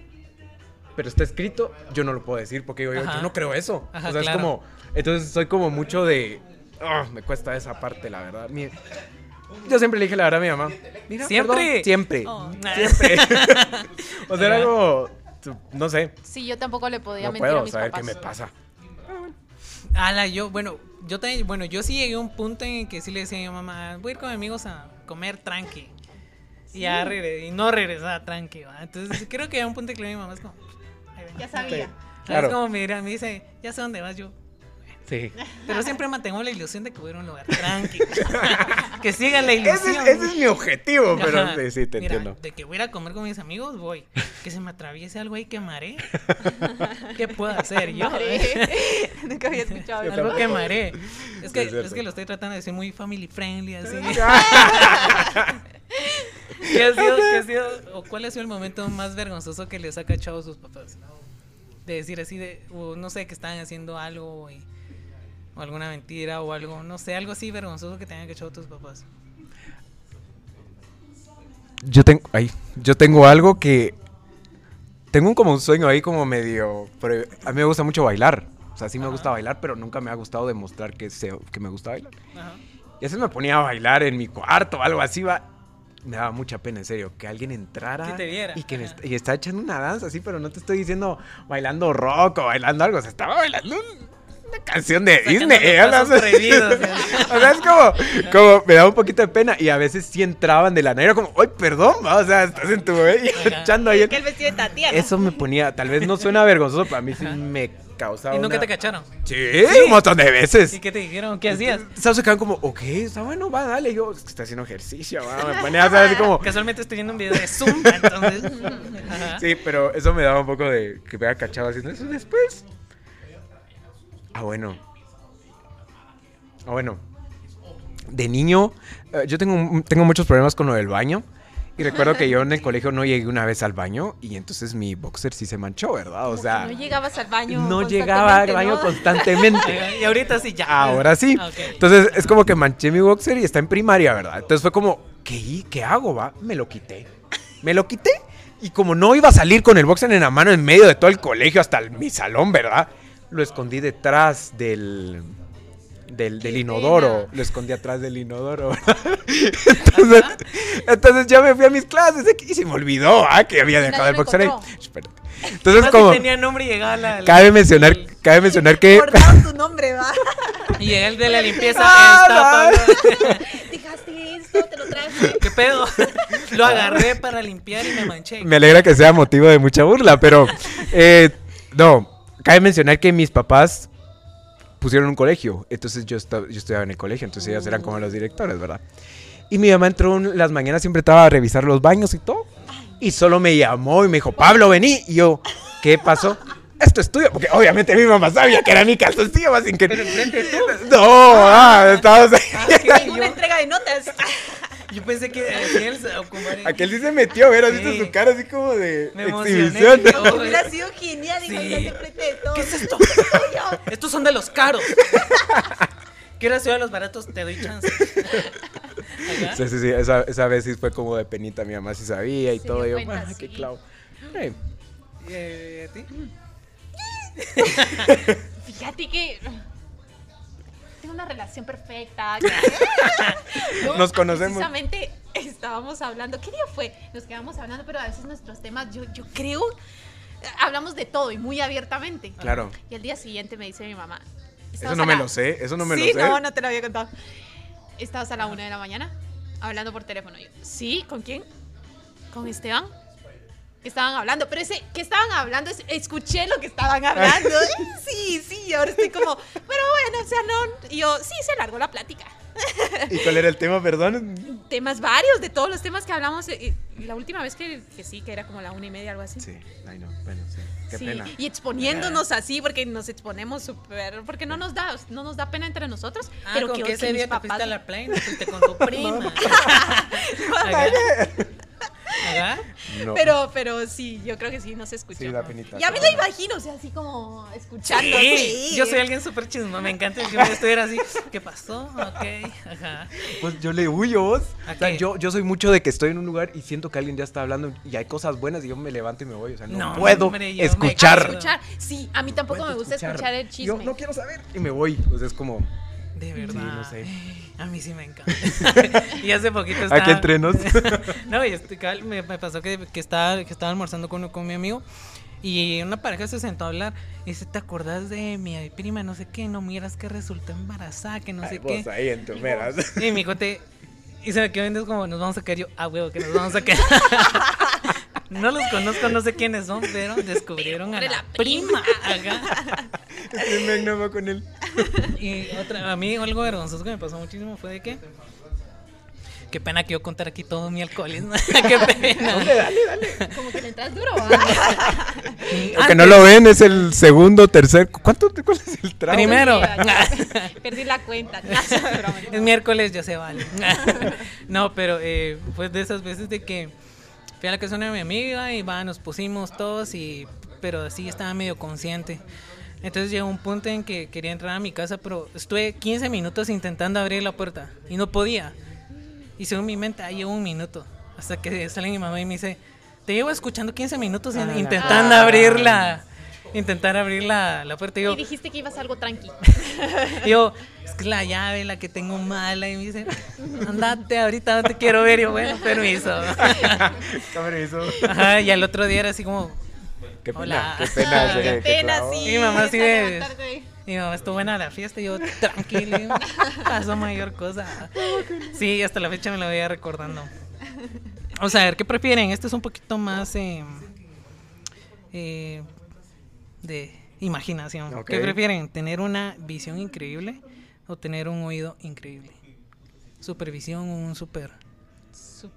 [SPEAKER 5] pero está escrito, yo no lo puedo decir porque digo, yo,
[SPEAKER 2] Ajá.
[SPEAKER 5] yo no creo eso.
[SPEAKER 2] Ajá,
[SPEAKER 5] o sea, es
[SPEAKER 2] claro.
[SPEAKER 5] como, entonces soy como mucho de, ah, me cuesta esa parte, la verdad. Mi- yo siempre le dije la verdad a mi mamá. Mira,
[SPEAKER 2] ¿Siempre?
[SPEAKER 5] perdón, siempre.
[SPEAKER 2] Oh.
[SPEAKER 5] Siempre. o sea, era
[SPEAKER 2] Ajá.
[SPEAKER 5] como, no sé,
[SPEAKER 3] Sí, yo tampoco le podía
[SPEAKER 5] no
[SPEAKER 3] mentir a
[SPEAKER 5] puedo
[SPEAKER 3] mis
[SPEAKER 5] saber
[SPEAKER 3] papás.
[SPEAKER 5] qué me pasa.
[SPEAKER 2] Ala, yo, bueno, yo también, bueno, yo sí llegué a un punto en el que sí le decía a mi mamá, voy a ir con amigos a comer tranqui. Y, ya regre- y no regresaba tranqui, ¿va? Entonces creo que a un punto en que mi mamá es como... "Ay, ven".
[SPEAKER 3] Ya sabía.
[SPEAKER 8] Claro.
[SPEAKER 2] Es como me mira, me dice, ya sé dónde vas yo.
[SPEAKER 8] Sí.
[SPEAKER 2] Pero siempre mantengo la ilusión de que voy a ir a un lugar tranqui. que siga la
[SPEAKER 8] Ese
[SPEAKER 2] ilusión.
[SPEAKER 8] es, ese es mi objetivo, pero
[SPEAKER 2] Ajá.
[SPEAKER 8] sí, sí, te
[SPEAKER 2] Mira,
[SPEAKER 8] entiendo.
[SPEAKER 2] De que voy a ir a comer con mis amigos, voy. Que se me atraviese algo ahí que maré. ¿Qué puedo hacer yo?
[SPEAKER 3] Madre. Nunca había escuchado eso.
[SPEAKER 2] Algo que maré. Es que,
[SPEAKER 8] es cierto.
[SPEAKER 2] es que lo estoy tratando de decir muy family friendly, así.
[SPEAKER 8] Ah,
[SPEAKER 2] ¿Qué ha sido, qué ha sido- o cuál ha sido el momento más vergonzoso que les ha cachado sus papás? De decir así, de, o no sé, que estaban haciendo algo, y- o alguna mentira, o algo, no sé, algo así vergonzoso que te hayan cachado tus papás.
[SPEAKER 5] Yo tengo, ay, yo tengo algo que tengo un- como un sueño ahí como medio, pero a mí me gusta mucho bailar. O sea, sí me gusta bailar, pero nunca me ha gustado demostrar que sé que me gusta bailar.
[SPEAKER 2] Ajá.
[SPEAKER 5] Y a veces me ponía a bailar en mi cuarto o algo así, va. Me daba mucha pena, en serio, que alguien entrara
[SPEAKER 2] Que te viera,
[SPEAKER 5] y que me
[SPEAKER 2] ajá.
[SPEAKER 5] est- y está echando una danza así, pero no te estoy diciendo bailando rock o bailando algo, se estaba bailando un- una canción de
[SPEAKER 2] Sacando
[SPEAKER 5] Disney.
[SPEAKER 2] los
[SPEAKER 5] ¿eh? O sea,
[SPEAKER 2] pasos prohibidos,
[SPEAKER 5] o sea, es como, como me da un poquito de pena y a veces sí entraban de la nada, era como, "Ay, perdón, va", o sea, estás en tu bebé y
[SPEAKER 2] Ajá.
[SPEAKER 5] echando ahí el-
[SPEAKER 3] Que el vestido de Tatiana.
[SPEAKER 5] Eso me ponía, tal vez no suena vergonzoso, pero a mí sí me causaba
[SPEAKER 2] ¿Y nunca
[SPEAKER 5] una-
[SPEAKER 2] te cacharon?
[SPEAKER 5] Sí, un montón de veces.
[SPEAKER 2] ¿Y qué te dijeron? ¿Qué hacías?
[SPEAKER 5] Sabes Este, se quedan como, ok, está bueno, va, dale. Yo, es que está haciendo ejercicio, va. Me ponía a así como.
[SPEAKER 2] Casualmente estoy viendo un video de Zumba, entonces.
[SPEAKER 3] Ah.
[SPEAKER 2] Ajá.
[SPEAKER 5] Sí, pero eso me daba un poco de que me había cachado haciendo eso después. Ah, bueno. Ah, bueno. De niño, eh, yo tengo, un- tengo muchos problemas con lo del baño. Y recuerdo que yo en el colegio no llegué una vez al baño y entonces mi boxer sí se manchó, ¿verdad? O
[SPEAKER 3] Como
[SPEAKER 5] sea,
[SPEAKER 3] que no llegabas al baño.
[SPEAKER 5] no llegaba al baño
[SPEAKER 3] constantemente, ¿no?
[SPEAKER 5] constantemente.
[SPEAKER 2] Ajá, Y ahorita sí ya.
[SPEAKER 5] Ahora sí.
[SPEAKER 2] Ah, ok.
[SPEAKER 5] Entonces es como que manché mi boxer y está en primaria, ¿verdad? Entonces fue como, ¿qué, qué hago, va? Me lo quité. Me lo quité. Y como no iba a salir con el boxer en la mano en medio de todo el colegio hasta el- mi salón, ¿verdad? Lo escondí detrás del... Del, del
[SPEAKER 3] Qué
[SPEAKER 5] inodoro,
[SPEAKER 3] pena.
[SPEAKER 5] lo escondí atrás del inodoro. ¿verdad? Entonces, entonces ya me fui a mis clases y se me olvidó ah, que había dejado
[SPEAKER 3] Nadie
[SPEAKER 5] el
[SPEAKER 3] lo
[SPEAKER 5] boxer ahí.
[SPEAKER 3] encontró.
[SPEAKER 5] Espérate. Entonces,
[SPEAKER 2] Más si
[SPEAKER 5] como
[SPEAKER 2] tenía nombre y llegaba la.
[SPEAKER 5] cabe mencionar, cabe mencionar que
[SPEAKER 3] Guardado tu nombre, va.
[SPEAKER 2] Y llega el de la limpieza.
[SPEAKER 5] Ah,
[SPEAKER 2] está, Pablo.
[SPEAKER 3] Dejaste esto, te lo traje.
[SPEAKER 2] ¿Qué pedo? Lo agarré para limpiar y me manché.
[SPEAKER 5] Me alegra que sea motivo de mucha burla, pero eh, no, cabe mencionar que mis papás pusieron un colegio, entonces yo, esta- yo estudiaba en el colegio, entonces ellas eran como los directores, ¿verdad? Y mi mamá entró en las mañanas, siempre estaba a revisar los baños y todo, y solo me llamó y me dijo, Pablo, vení, y yo, ¿qué pasó? Esto es tuyo, porque obviamente mi mamá sabía que era mi calzoncillo, más sin que... No, ah, estabas
[SPEAKER 3] Tengo una entrega de notas.
[SPEAKER 2] Yo pensé que aquel se ocuparía-
[SPEAKER 5] Aquel sí se metió, ¿verdad?
[SPEAKER 2] Sí.
[SPEAKER 5] Viste su cara así como de
[SPEAKER 2] Me emocioné.
[SPEAKER 5] exhibición.
[SPEAKER 2] Oh,
[SPEAKER 3] Hubiera sido genial.
[SPEAKER 2] Sí.
[SPEAKER 3] Dije, "Ahí frente de todo.
[SPEAKER 2] ¿Qué es esto?
[SPEAKER 3] Tuyo.
[SPEAKER 2] Estos son de los caros. Quiero ciudad de los baratos, te doy chance. Ajá.
[SPEAKER 9] Sí, sí, sí. Esa, esa vez sí fue como de penita. Mi mamá sí sabía y
[SPEAKER 3] Se
[SPEAKER 9] todo.
[SPEAKER 3] dio
[SPEAKER 9] y yo,
[SPEAKER 3] cuenta,
[SPEAKER 9] "Ah, qué
[SPEAKER 3] sí.
[SPEAKER 9] clavo. Eh,
[SPEAKER 2] ¿Y eh, a ti?
[SPEAKER 3] Fíjate que. Tengo una relación perfecta.
[SPEAKER 9] Nos conocemos.
[SPEAKER 3] Precisamente estábamos hablando. ¿Qué día fue? Nos quedamos hablando, pero a veces nuestros temas, yo, yo creo. eh, Hablamos de todo y muy abiertamente.
[SPEAKER 9] Claro.
[SPEAKER 3] Y al día siguiente me dice mi mamá.
[SPEAKER 9] Eso
[SPEAKER 3] "Estabas
[SPEAKER 9] no
[SPEAKER 3] a
[SPEAKER 9] me
[SPEAKER 3] la-
[SPEAKER 9] lo sé. Eso no me
[SPEAKER 3] sí,
[SPEAKER 9] lo sé.
[SPEAKER 3] no, no te lo había contado. Estabas a la una de la mañana hablando por teléfono. Yo, sí, ¿con quién? ¿Con Esteban? ¿Qué estaban hablando? Pero ese, ¿qué estaban hablando? Es- Escuché lo que estaban hablando. Sí, sí, ahora estoy como, pero bueno, o sea, no. Y yo, sí, se alargó la plática.
[SPEAKER 9] ¿Y cuál era el tema, perdón?
[SPEAKER 3] Temas varios, de todos los temas que hablamos. eh, y la última vez que, que sí, que era como la una y media, algo así.
[SPEAKER 9] Sí, ay no. Bueno, sí. Qué
[SPEAKER 3] Sí,
[SPEAKER 9] pena.
[SPEAKER 3] y exponiéndonos así porque nos exponemos súper porque no nos da no nos da pena entre nosotros
[SPEAKER 2] Ah,
[SPEAKER 3] pero
[SPEAKER 2] ¿con
[SPEAKER 3] que,
[SPEAKER 2] qué
[SPEAKER 3] que
[SPEAKER 2] ese
[SPEAKER 3] mis
[SPEAKER 2] día te fuiste
[SPEAKER 3] papás
[SPEAKER 2] a la playa? Te fuiste con tu prima. Ajá. Ajá.
[SPEAKER 9] No.
[SPEAKER 3] Pero, pero sí, yo creo que sí, no se escuchó.
[SPEAKER 9] Sí, da penita.
[SPEAKER 3] Ya me lo imagino, o sea, así como escuchando.
[SPEAKER 2] Sí,
[SPEAKER 3] Ah, sí.
[SPEAKER 2] Yo soy alguien súper chismoso. Me encanta que me estuviera así. ¿Qué pasó? Ok. Ajá.
[SPEAKER 5] Pues yo le huyo, vos.
[SPEAKER 2] ¿A
[SPEAKER 5] O sea,
[SPEAKER 2] qué?
[SPEAKER 5] yo, yo soy mucho de que estoy en un lugar y siento que alguien ya está hablando y hay cosas buenas y yo me levanto y me voy. O sea, no,
[SPEAKER 2] No,
[SPEAKER 5] puedo
[SPEAKER 2] hombre, yo me-
[SPEAKER 3] Ah,
[SPEAKER 5] escuchar.
[SPEAKER 3] escuchar. Sí, a mí tampoco me gusta escuchar, el chisme.
[SPEAKER 5] Yo no quiero saber y me voy. O sea, es como
[SPEAKER 2] De verdad.
[SPEAKER 5] no sé.
[SPEAKER 2] A mí sí me encanta. y hace poquito estaba.
[SPEAKER 5] aquí entrenos.
[SPEAKER 2] No, y este, cabal, me, me pasó que, que estaba, que estaba almorzando con, con mi amigo y una pareja se sentó a hablar. Y dice, ¿te acordás de mi prima? No sé qué, no miras que resultó embarazada, que no
[SPEAKER 9] Ay,
[SPEAKER 2] sé
[SPEAKER 9] vos
[SPEAKER 2] qué.
[SPEAKER 9] ahí en tu meras.
[SPEAKER 2] Y mi cote, y se me quedó viendo es como, nos vamos a caer yo, ah, huevo, que nos vamos a caer. no los conozco, no sé quiénes son, pero descubrieron a
[SPEAKER 3] Pero
[SPEAKER 2] la,
[SPEAKER 3] la
[SPEAKER 2] prima. Ajá.
[SPEAKER 9] Estoy magnama con él.
[SPEAKER 2] Y otra, a mí algo vergonzoso que me pasó muchísimo fue de que. Qué pena que yo contar aquí todo mi alcoholismo. Qué pena.
[SPEAKER 3] Como que le entras duro, ¿verdad?
[SPEAKER 9] Lo que no lo ven es el segundo, tercer. ¿Cuánto, ¿Cuál es el trago?
[SPEAKER 2] Primero.
[SPEAKER 3] Perdí la cuenta. No, sí, broma.
[SPEAKER 2] Es miércoles, ya se vale. no, pero eh, fue de esas veces de que fui a la casa de mi amiga y va, nos pusimos todos, y, pero así estaba medio consciente. Entonces llegó un punto en que quería entrar a mi casa, pero estuve 15 minutos intentando abrir la puerta y no podía. Y según mi mente, ahí llevo un minuto. Hasta que sale mi mamá y me dice, te llevo escuchando 15 minutos in- intentando abrirla. Intentar abrir la, la puerta. Y yo,
[SPEAKER 3] Y dijiste que ibas a algo tranqui.
[SPEAKER 2] y yo, es que es la llave, la que tengo mala. Y me dice, andate, ahorita no te quiero ver. Y yo, bueno, permiso.
[SPEAKER 9] Permiso.
[SPEAKER 2] Ajá, y al otro día era así como,
[SPEAKER 9] Qué pena,
[SPEAKER 2] Hola.
[SPEAKER 9] qué pena.
[SPEAKER 3] Ay,
[SPEAKER 9] ese-
[SPEAKER 3] qué
[SPEAKER 9] qué
[SPEAKER 3] pena,
[SPEAKER 9] clavo.
[SPEAKER 3] sí.
[SPEAKER 2] Mi mamá
[SPEAKER 3] esa
[SPEAKER 2] sí de-
[SPEAKER 3] levantarte.
[SPEAKER 2] y mamá, estuvo buena la fiesta. Y yo, tranquilo, y yo, pasó mayor cosa. Sí, hasta la fecha me lo voy a recordando. Vamos a ver, ¿qué prefieren? Este es un poquito más eh, eh, de imaginación.
[SPEAKER 9] Ok.
[SPEAKER 2] ¿Qué prefieren? ¿Tener una visión increíble o tener un oído increíble? Supervisión o un super...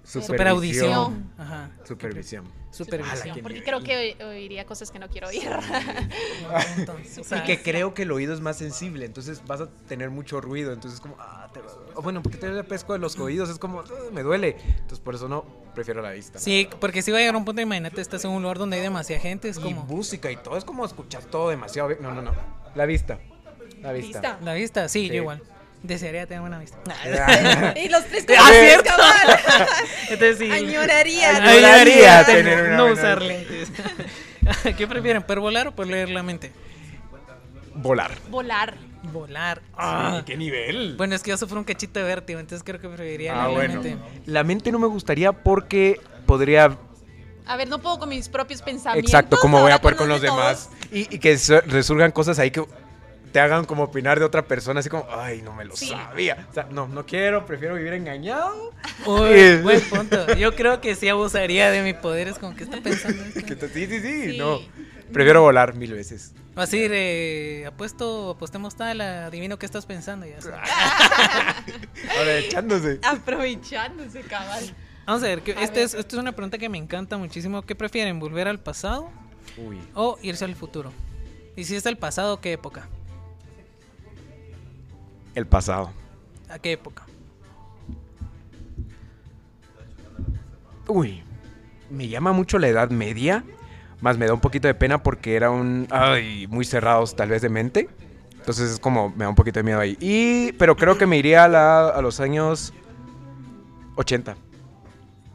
[SPEAKER 2] Super audición. Ajá.
[SPEAKER 9] Supervisión.
[SPEAKER 2] Supervisión.
[SPEAKER 3] Porque creo que o- oiría cosas que no quiero oír.
[SPEAKER 2] Entonces, o sea,
[SPEAKER 5] Y que creo que el oído es más sensible, entonces vas a tener mucho ruido, entonces como, ah, te va- o bueno, porque tener el pesco de los oídos es como, "Ah, me duele, entonces por eso no, prefiero la vista.
[SPEAKER 2] Sí, porque si va a llegar un punto, imagínate, estás en un lugar donde hay demasiada gente, es
[SPEAKER 5] Y
[SPEAKER 2] como
[SPEAKER 5] música y todo, es como escuchar todo demasiado, bien. no, no, no, la vista, la vista.
[SPEAKER 3] Vista.
[SPEAKER 2] la vista, sí,
[SPEAKER 5] Sí.
[SPEAKER 2] yo igual. Desearía tener buena vista.
[SPEAKER 3] Y los tres
[SPEAKER 2] Ah, cierto.
[SPEAKER 3] cabal.
[SPEAKER 2] Entonces sí.
[SPEAKER 3] Añoraría.
[SPEAKER 9] Añoraría
[SPEAKER 2] Añoraría
[SPEAKER 9] tener
[SPEAKER 2] tener-
[SPEAKER 9] una
[SPEAKER 2] no
[SPEAKER 9] buena
[SPEAKER 2] usar lentes. ¿Qué prefieren, por volar o por leer la mente?
[SPEAKER 9] Volar.
[SPEAKER 3] Volar.
[SPEAKER 2] Volar. Ah.
[SPEAKER 9] ¿Qué nivel?
[SPEAKER 2] Bueno, es que yo sufro un cachito de vértigo, entonces creo que preferiría
[SPEAKER 9] Ah,
[SPEAKER 2] leer
[SPEAKER 9] bueno.
[SPEAKER 2] la mente.
[SPEAKER 5] La mente no me gustaría porque podría
[SPEAKER 3] A ver, no puedo con mis propios pensamientos.
[SPEAKER 9] Exacto, como voy
[SPEAKER 3] ahora
[SPEAKER 9] a poder con los
[SPEAKER 3] de
[SPEAKER 9] demás.
[SPEAKER 3] todos.
[SPEAKER 9] Y, y que su- resurgan cosas ahí que te hagan como opinar de otra persona, así como, ay, no me lo
[SPEAKER 3] Sí.
[SPEAKER 9] sabía. O sea, no, no quiero, prefiero vivir engañado.
[SPEAKER 2] Uy, buen punto. Yo creo que sí abusaría de mis poderes, como que está pensando esto.
[SPEAKER 9] Que te- sí, sí, sí,
[SPEAKER 3] Sí.
[SPEAKER 9] no. Prefiero volar mil veces.
[SPEAKER 2] Va a decir, eh, apuesto, apostemos tal, adivino qué estás pensando. Ya sabes.
[SPEAKER 9] Ahora echándose.
[SPEAKER 3] Ah. Aprovechándose, cabal.
[SPEAKER 2] Vamos a ver, que
[SPEAKER 3] A
[SPEAKER 2] este
[SPEAKER 3] ver.
[SPEAKER 2] Es, esto es una pregunta que me encanta muchísimo. ¿Qué prefieren, volver al pasado
[SPEAKER 9] Uy.
[SPEAKER 2] o irse al futuro? Y si es al pasado, ¿qué época?
[SPEAKER 9] El pasado.
[SPEAKER 2] ¿A qué época?
[SPEAKER 5] Uy, me llama mucho la Edad Media, más me da un poquito de pena porque era un, ay, muy cerrados tal vez de mente, entonces es como, me da un poquito de miedo ahí. Y, pero creo que me iría a, la- a los años 80.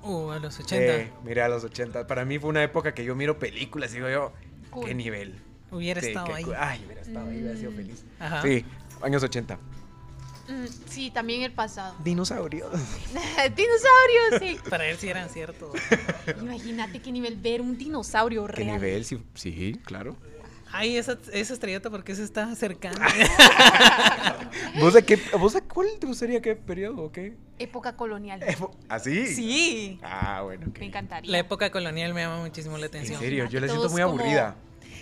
[SPEAKER 2] Uh, a los 80.
[SPEAKER 5] Eh, mira, a los 80. Para mí fue una época que yo miro películas y digo yo, qué nivel.
[SPEAKER 2] Hubiera
[SPEAKER 5] Sí,
[SPEAKER 2] estado
[SPEAKER 5] qué
[SPEAKER 2] ahí. Ah.
[SPEAKER 5] cu- Ay, hubiera estado ahí, hubiera sido feliz.
[SPEAKER 2] Ajá.
[SPEAKER 5] Sí, años 80.
[SPEAKER 3] Mm, sí, también el pasado.
[SPEAKER 5] Dinosaurios.
[SPEAKER 3] Dinosaurios, sí.
[SPEAKER 2] Para ver si eran ciertos.
[SPEAKER 3] Imagínate qué nivel ver un dinosaurio
[SPEAKER 5] ¿Qué
[SPEAKER 3] real.
[SPEAKER 5] nivel? Sí, sí, claro.
[SPEAKER 2] Ay, esa, esa estrellota, ¿por qué se está acercando?
[SPEAKER 5] ¿Vos a, qué, ¿Vos a cuál te gustaría qué periodo o qué? ¿Ah,
[SPEAKER 3] Época colonial.
[SPEAKER 5] Eh, ¿Así?
[SPEAKER 2] sí.
[SPEAKER 5] Ah, bueno. ok.
[SPEAKER 3] Me encantaría.
[SPEAKER 2] La época colonial me llama muchísimo la
[SPEAKER 5] En
[SPEAKER 2] atención.
[SPEAKER 5] serio, yo la siento
[SPEAKER 3] Todos
[SPEAKER 5] muy
[SPEAKER 3] como-
[SPEAKER 5] aburrida.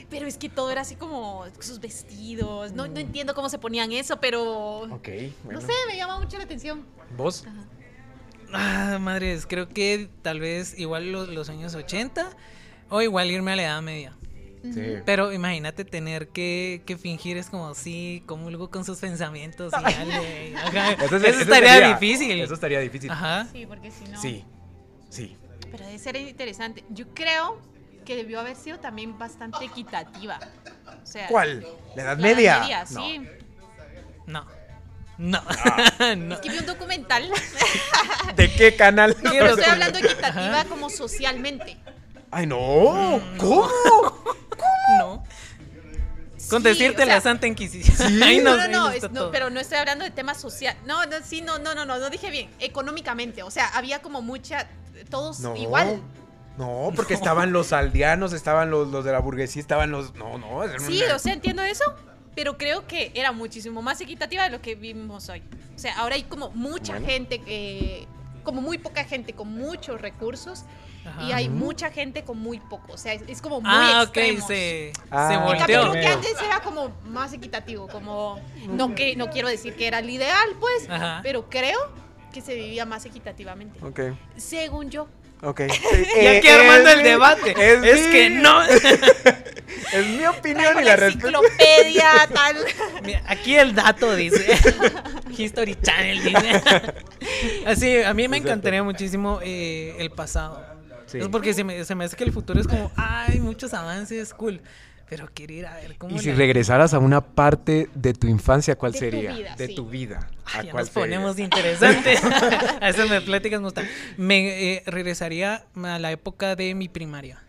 [SPEAKER 3] Pero es que todo era así como sus vestidos. No, no entiendo cómo se ponían eso, pero.
[SPEAKER 5] Ok, bueno.
[SPEAKER 3] No sé, me llama mucho la atención.
[SPEAKER 5] ¿Vos?
[SPEAKER 2] Ah, madres, creo que tal vez igual los, los años 80 o igual irme a la edad media.
[SPEAKER 5] Sí.
[SPEAKER 2] Pero imagínate tener que, que fingir es como sí, comulgo con sus pensamientos y dale. Ajá, Eso,
[SPEAKER 5] es-
[SPEAKER 2] estaría
[SPEAKER 5] sería-
[SPEAKER 2] difícil.
[SPEAKER 5] Eso estaría difícil.
[SPEAKER 2] Ajá.
[SPEAKER 3] Sí, porque si no.
[SPEAKER 5] Sí, sí.
[SPEAKER 3] Pero debe ser interesante. Yo creo que debió haber sido también bastante equitativa. O sea,
[SPEAKER 5] ¿Cuál? ¿La Edad
[SPEAKER 3] la
[SPEAKER 5] Media?
[SPEAKER 3] media,
[SPEAKER 5] No.
[SPEAKER 3] sí.
[SPEAKER 2] No. No. no.
[SPEAKER 5] Ah.
[SPEAKER 3] Es que vi un documental.
[SPEAKER 5] ¿De qué canal?
[SPEAKER 3] No, pero estoy hablando equitativa como socialmente.
[SPEAKER 5] Ay, no. ¿Cómo?
[SPEAKER 2] No.
[SPEAKER 3] Sí,
[SPEAKER 2] Con decirte
[SPEAKER 3] o sea,
[SPEAKER 2] la Santa Inquisición. Ahí nos-
[SPEAKER 3] No, no,
[SPEAKER 2] ahí
[SPEAKER 3] no,
[SPEAKER 2] nos
[SPEAKER 3] es-
[SPEAKER 2] está
[SPEAKER 3] no,
[SPEAKER 2] todo.
[SPEAKER 3] pero no estoy hablando de temas social. No, no, sí, no, no, no, no, no dije bien. Económicamente, o sea, había como mucha, todos
[SPEAKER 5] No.
[SPEAKER 3] igual.
[SPEAKER 5] No, porque estaban los aldeanos, estaban los, los de la burguesía, estaban los. No, no. era
[SPEAKER 3] Sí,
[SPEAKER 5] una-
[SPEAKER 3] o sea, entiendo eso, pero creo que era muchísimo más equitativa de lo que vimos hoy. O sea, ahora hay como mucha
[SPEAKER 5] Bueno.
[SPEAKER 3] gente, eh, como muy poca gente con muchos recursos y
[SPEAKER 2] Ajá.
[SPEAKER 3] hay mucha gente con muy poco. O sea, es, es como muy
[SPEAKER 2] Ah, ok,
[SPEAKER 3] extremos.
[SPEAKER 2] se,
[SPEAKER 5] Ah,
[SPEAKER 2] se
[SPEAKER 5] En
[SPEAKER 3] En cambio,
[SPEAKER 2] volteó.
[SPEAKER 3] creo que antes era como más equitativo, como no que no quiero decir que era el ideal, pues,
[SPEAKER 2] Ajá.
[SPEAKER 3] pero creo que se vivía más equitativamente.
[SPEAKER 5] Ok,
[SPEAKER 3] Según yo.
[SPEAKER 5] ok.
[SPEAKER 2] Y
[SPEAKER 5] Eh,
[SPEAKER 2] aquí armando
[SPEAKER 5] es
[SPEAKER 2] el
[SPEAKER 5] mi-
[SPEAKER 2] debate.
[SPEAKER 5] Es,
[SPEAKER 2] Es
[SPEAKER 5] mi-
[SPEAKER 2] que no.
[SPEAKER 5] Es mi opinión
[SPEAKER 3] Traigo
[SPEAKER 5] y
[SPEAKER 3] la
[SPEAKER 5] la Ah, respeto.
[SPEAKER 3] enciclopedia, tal.
[SPEAKER 2] Mira, aquí el dato dice. History Channel dice. Así, a mí me encantaría muchísimo eh, el pasado.
[SPEAKER 5] Sí.
[SPEAKER 2] Es porque se me, se me hace que el futuro es como, ay, muchos avances, cool. Pero quiero ir a ver cómo.
[SPEAKER 5] Y si
[SPEAKER 2] la-
[SPEAKER 5] regresaras a una parte de tu infancia, ¿cuál
[SPEAKER 3] De tu
[SPEAKER 5] sería?
[SPEAKER 3] vida,
[SPEAKER 5] de
[SPEAKER 3] sí.
[SPEAKER 5] tu vida.
[SPEAKER 2] Ay,
[SPEAKER 5] ¿A
[SPEAKER 2] ya
[SPEAKER 5] cuál
[SPEAKER 2] nos
[SPEAKER 5] sería?
[SPEAKER 2] ponemos interesantes. a esas me pláticas me gustan. Me eh, regresaría a la época de mi primaria.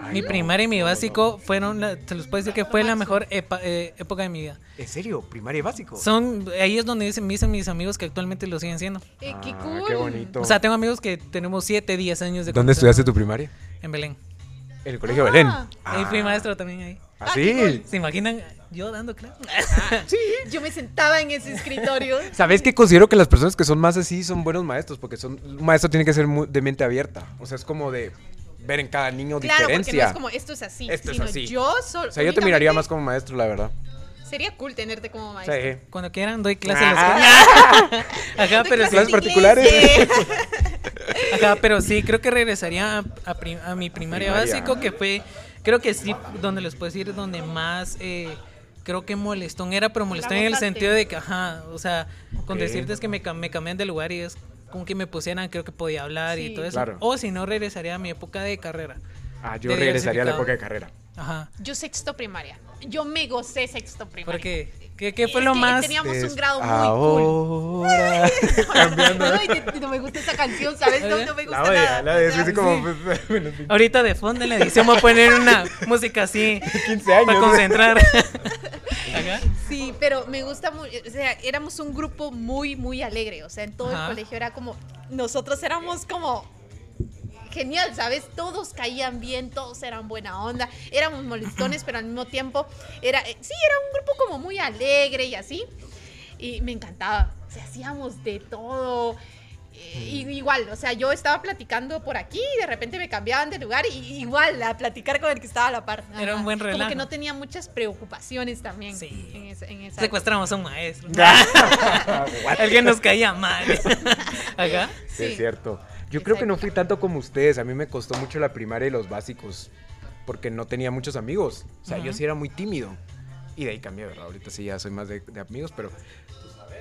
[SPEAKER 5] Ay,
[SPEAKER 2] mi
[SPEAKER 5] no,
[SPEAKER 2] primaria y mi
[SPEAKER 5] no, no,
[SPEAKER 2] básico fueron, la- te los puedo decir que fue la mejor epa- eh, época de mi vida.
[SPEAKER 5] no. ¿En serio? ¿Primaria y básico?
[SPEAKER 3] Eh,
[SPEAKER 2] Son, ahí es donde dicen- me dicen mis amigos que actualmente lo siguen siendo.
[SPEAKER 3] Eh, qué
[SPEAKER 5] Ah,
[SPEAKER 3] cool.
[SPEAKER 5] Qué bonito.
[SPEAKER 2] O sea, tengo amigos que tenemos 7, 10 años de
[SPEAKER 5] ¿Dónde
[SPEAKER 2] conocernos.
[SPEAKER 5] estudiaste tu primaria?
[SPEAKER 2] En Belén.
[SPEAKER 5] En el Colegio Belén. ¿ah,
[SPEAKER 3] Ah.
[SPEAKER 2] Ahí fui maestro también ahí.
[SPEAKER 5] ¿Así?
[SPEAKER 2] ¿Se imaginan yo dando clases?
[SPEAKER 5] Ah,
[SPEAKER 3] Yo me sentaba en ese escritorio.
[SPEAKER 5] ¿Sabes qué? Considero que las personas que son más así son buenos maestros, porque son, un maestro tiene que ser muy- de mente abierta. O sea, es como de ver en cada niño
[SPEAKER 3] Claro, porque no
[SPEAKER 5] diferencia.
[SPEAKER 3] es como esto es así,
[SPEAKER 5] Esto es
[SPEAKER 3] sino
[SPEAKER 5] así.
[SPEAKER 3] yo solo.
[SPEAKER 5] O sea, yo te miraría más como maestro, la verdad.
[SPEAKER 3] Sería cool tenerte como
[SPEAKER 5] Sí.
[SPEAKER 3] maestro.
[SPEAKER 2] Cuando quieran doy clases.
[SPEAKER 5] Ah.
[SPEAKER 2] Ajá,
[SPEAKER 3] Doy
[SPEAKER 2] pero sí,
[SPEAKER 5] clases
[SPEAKER 3] de inglés,
[SPEAKER 5] particulares.
[SPEAKER 3] Ah, sí.
[SPEAKER 2] ajá, pero sí, creo que regresaría a, a prim- a mi primaria,
[SPEAKER 5] Primaria.
[SPEAKER 2] básico, que fue, creo que sí, donde les puedo decir, donde más eh, creo que molestón era, pero molestón en el
[SPEAKER 3] votaste.
[SPEAKER 2] sentido de que, ajá, o sea, con
[SPEAKER 5] Ok.
[SPEAKER 2] decirte es que me, cam- me cambian de lugar y es como que me pusieran, creo que podía hablar y
[SPEAKER 3] Sí.
[SPEAKER 2] todo eso.
[SPEAKER 5] Claro.
[SPEAKER 2] O si no, regresaría a mi época de carrera.
[SPEAKER 5] Ah, yo
[SPEAKER 2] De
[SPEAKER 5] regresaría a la
[SPEAKER 2] diversificado.
[SPEAKER 5] época de carrera.
[SPEAKER 2] Ajá.
[SPEAKER 3] Yo sexto primaria. Yo me gocé sexto primaria.
[SPEAKER 2] Porque, ¿qué, qué
[SPEAKER 3] Es
[SPEAKER 2] fue lo
[SPEAKER 3] que
[SPEAKER 2] más?
[SPEAKER 3] Teníamos
[SPEAKER 5] Es
[SPEAKER 3] un grado muy cool.
[SPEAKER 5] Ahora. Cambiando.
[SPEAKER 3] Ay, te- no me gusta esa canción, ¿sabes? No, no me gusta
[SPEAKER 5] La odia,
[SPEAKER 3] nada.
[SPEAKER 5] la odia. Es así como. pues,
[SPEAKER 2] Ahorita de fondo en la edición voy a poner una música así
[SPEAKER 5] 15 años.
[SPEAKER 2] para concentrar. Ajá.
[SPEAKER 3] Sí, pero me gusta mucho. O sea, éramos un grupo muy, muy alegre. O sea, en todo
[SPEAKER 2] Ajá.
[SPEAKER 3] el colegio era como. Nosotros éramos como. Genial, ¿sabes? Todos caían bien, todos eran buena onda, éramos molestones, pero al mismo tiempo era, eh, sí, era un grupo como muy alegre y así. Y me encantaba, o sea, hacíamos de todo. Eh,
[SPEAKER 2] Mm.
[SPEAKER 3] y- igual, o sea, yo estaba platicando por aquí y de repente me cambiaban de lugar y igual a platicar con el que estaba a la par.
[SPEAKER 2] Era un
[SPEAKER 3] Ajá.
[SPEAKER 2] buen
[SPEAKER 3] Como
[SPEAKER 2] relajo.
[SPEAKER 3] que no tenía muchas preocupaciones también.
[SPEAKER 2] Sí. pues,
[SPEAKER 3] En esa, en esa
[SPEAKER 2] Secuestramos a un maestro.
[SPEAKER 5] What?
[SPEAKER 2] Alguien nos caía mal. Ajá.
[SPEAKER 5] Sí,
[SPEAKER 3] Sí.
[SPEAKER 5] es cierto. Yo creo que no
[SPEAKER 3] Exacto.
[SPEAKER 5] fui tanto como ustedes. A mí me costó mucho la primaria y los básicos. Porque no tenía muchos amigos. O sea, yo
[SPEAKER 2] Ujú.
[SPEAKER 5] sí era muy tímido. Y de ahí cambié, ¿verdad? Ahorita sí ya soy más de, de amigos, pero.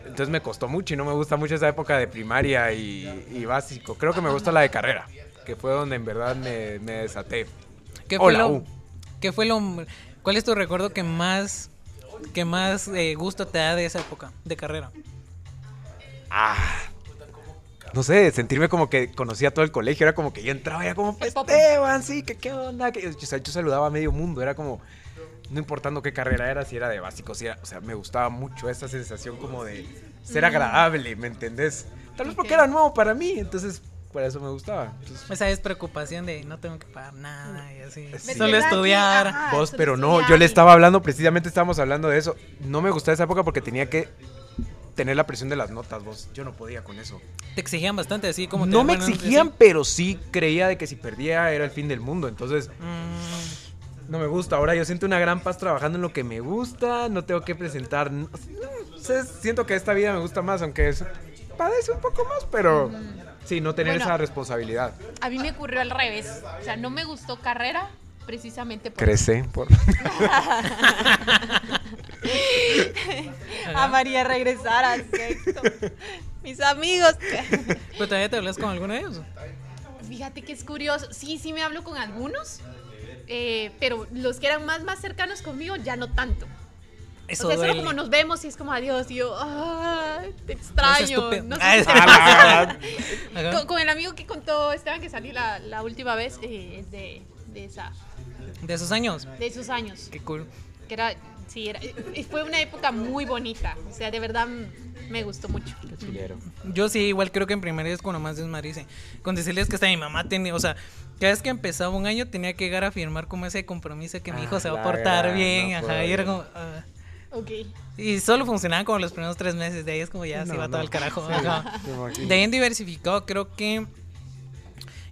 [SPEAKER 5] Entonces me costó mucho y no me gusta mucho esa época de primaria y, y básico. Creo que me gusta la de carrera, que fue donde en verdad me, me desaté.
[SPEAKER 2] ¿Qué fue
[SPEAKER 5] Hola,
[SPEAKER 2] lo,
[SPEAKER 5] U.
[SPEAKER 2] qué fue lo- ¿Cuál es tu recuerdo que más, que más eh, gusto te da de esa época de carrera?
[SPEAKER 5] Ah, no sé, sentirme como que conocía todo el colegio. Era como que yo entraba y era como,
[SPEAKER 3] El pop.
[SPEAKER 5] Esteban, sí, que qué onda. Que, o sea, yo saludaba a medio mundo. Era como, no importando qué carrera era, si era de básico, si era, o sea, me gustaba mucho esa sensación como de ser agradable, ¿me entendés? Tal vez porque era nuevo para mí, entonces por eso me gustaba. Entonces,
[SPEAKER 2] Esa despreocupación de no tengo que pagar nada y así.
[SPEAKER 5] Sí.
[SPEAKER 2] Solo estudiar.
[SPEAKER 3] Ajá,
[SPEAKER 5] Vos,
[SPEAKER 3] solo
[SPEAKER 5] pero no,
[SPEAKER 3] estudiar
[SPEAKER 5] yo le
[SPEAKER 3] y-
[SPEAKER 5] estaba hablando, precisamente estábamos hablando de eso. No me gustaba esa época porque tenía que tener la presión de las notas, vos. Yo no podía con eso.
[SPEAKER 2] Te exigían bastante, así como te
[SPEAKER 5] no me
[SPEAKER 2] llaman, Así.
[SPEAKER 5] exigían, pero sí creía de que si perdía era el fin del mundo. Entonces,
[SPEAKER 2] Mm,
[SPEAKER 5] no me gusta. Ahora yo siento una gran paz trabajando en lo que me gusta, no tengo que presentar. no- no sé, siento que esta vida me gusta más, aunque es, padece un poco más, pero sí, no tener
[SPEAKER 3] Bueno.
[SPEAKER 5] esa responsabilidad.
[SPEAKER 3] A mí me ocurrió al revés. O sea, no me gustó carrera precisamente por
[SPEAKER 5] Crece por...
[SPEAKER 3] a María regresar a sexto. Mis amigos.
[SPEAKER 2] ¿Pero todavía te hablas con alguno de ellos?
[SPEAKER 3] Fíjate que es curioso. Sí, sí me hablo con algunos, eh, pero los que eran más, más cercanos conmigo ya no tanto.
[SPEAKER 2] Eso
[SPEAKER 3] o sea, solo
[SPEAKER 2] duele.
[SPEAKER 3] como nos vemos y es como adiós. Y yo, "Ay, te extraño.
[SPEAKER 2] estúpido.
[SPEAKER 3] No sé
[SPEAKER 2] Ah,
[SPEAKER 3] si
[SPEAKER 2] es-
[SPEAKER 3] te pasa.
[SPEAKER 2] Ajá.
[SPEAKER 3] Con, con el amigo que contó Esteban que salí la, la última vez eh, es de, de, esa,
[SPEAKER 2] De esos años.
[SPEAKER 3] de esos años.
[SPEAKER 2] Qué cool.
[SPEAKER 3] Que era, sí, era, y fue una época muy bonita. O sea, de verdad mm, me gustó mucho.
[SPEAKER 2] Yo sí, igual creo que en primaria es cuando más desmarice. Con decirles que hasta mi mamá tenía, o sea, cada vez que empezaba un año tenía que llegar a firmar como ese compromiso que mi hijo
[SPEAKER 5] Ah,
[SPEAKER 2] se va a
[SPEAKER 5] la
[SPEAKER 2] portar
[SPEAKER 5] gran,
[SPEAKER 2] bien,
[SPEAKER 5] no
[SPEAKER 2] ajá,
[SPEAKER 5] puedo
[SPEAKER 2] y era
[SPEAKER 5] yo.
[SPEAKER 2] como, ah.
[SPEAKER 3] Ok.
[SPEAKER 2] Y solo funcionaba como los primeros tres meses, de ahí es como ya se
[SPEAKER 5] No,
[SPEAKER 2] iba todo
[SPEAKER 5] no.
[SPEAKER 2] al carajo.
[SPEAKER 5] Sí,
[SPEAKER 2] ajá.
[SPEAKER 5] me imagino.
[SPEAKER 2] De ahí en diversificado creo que...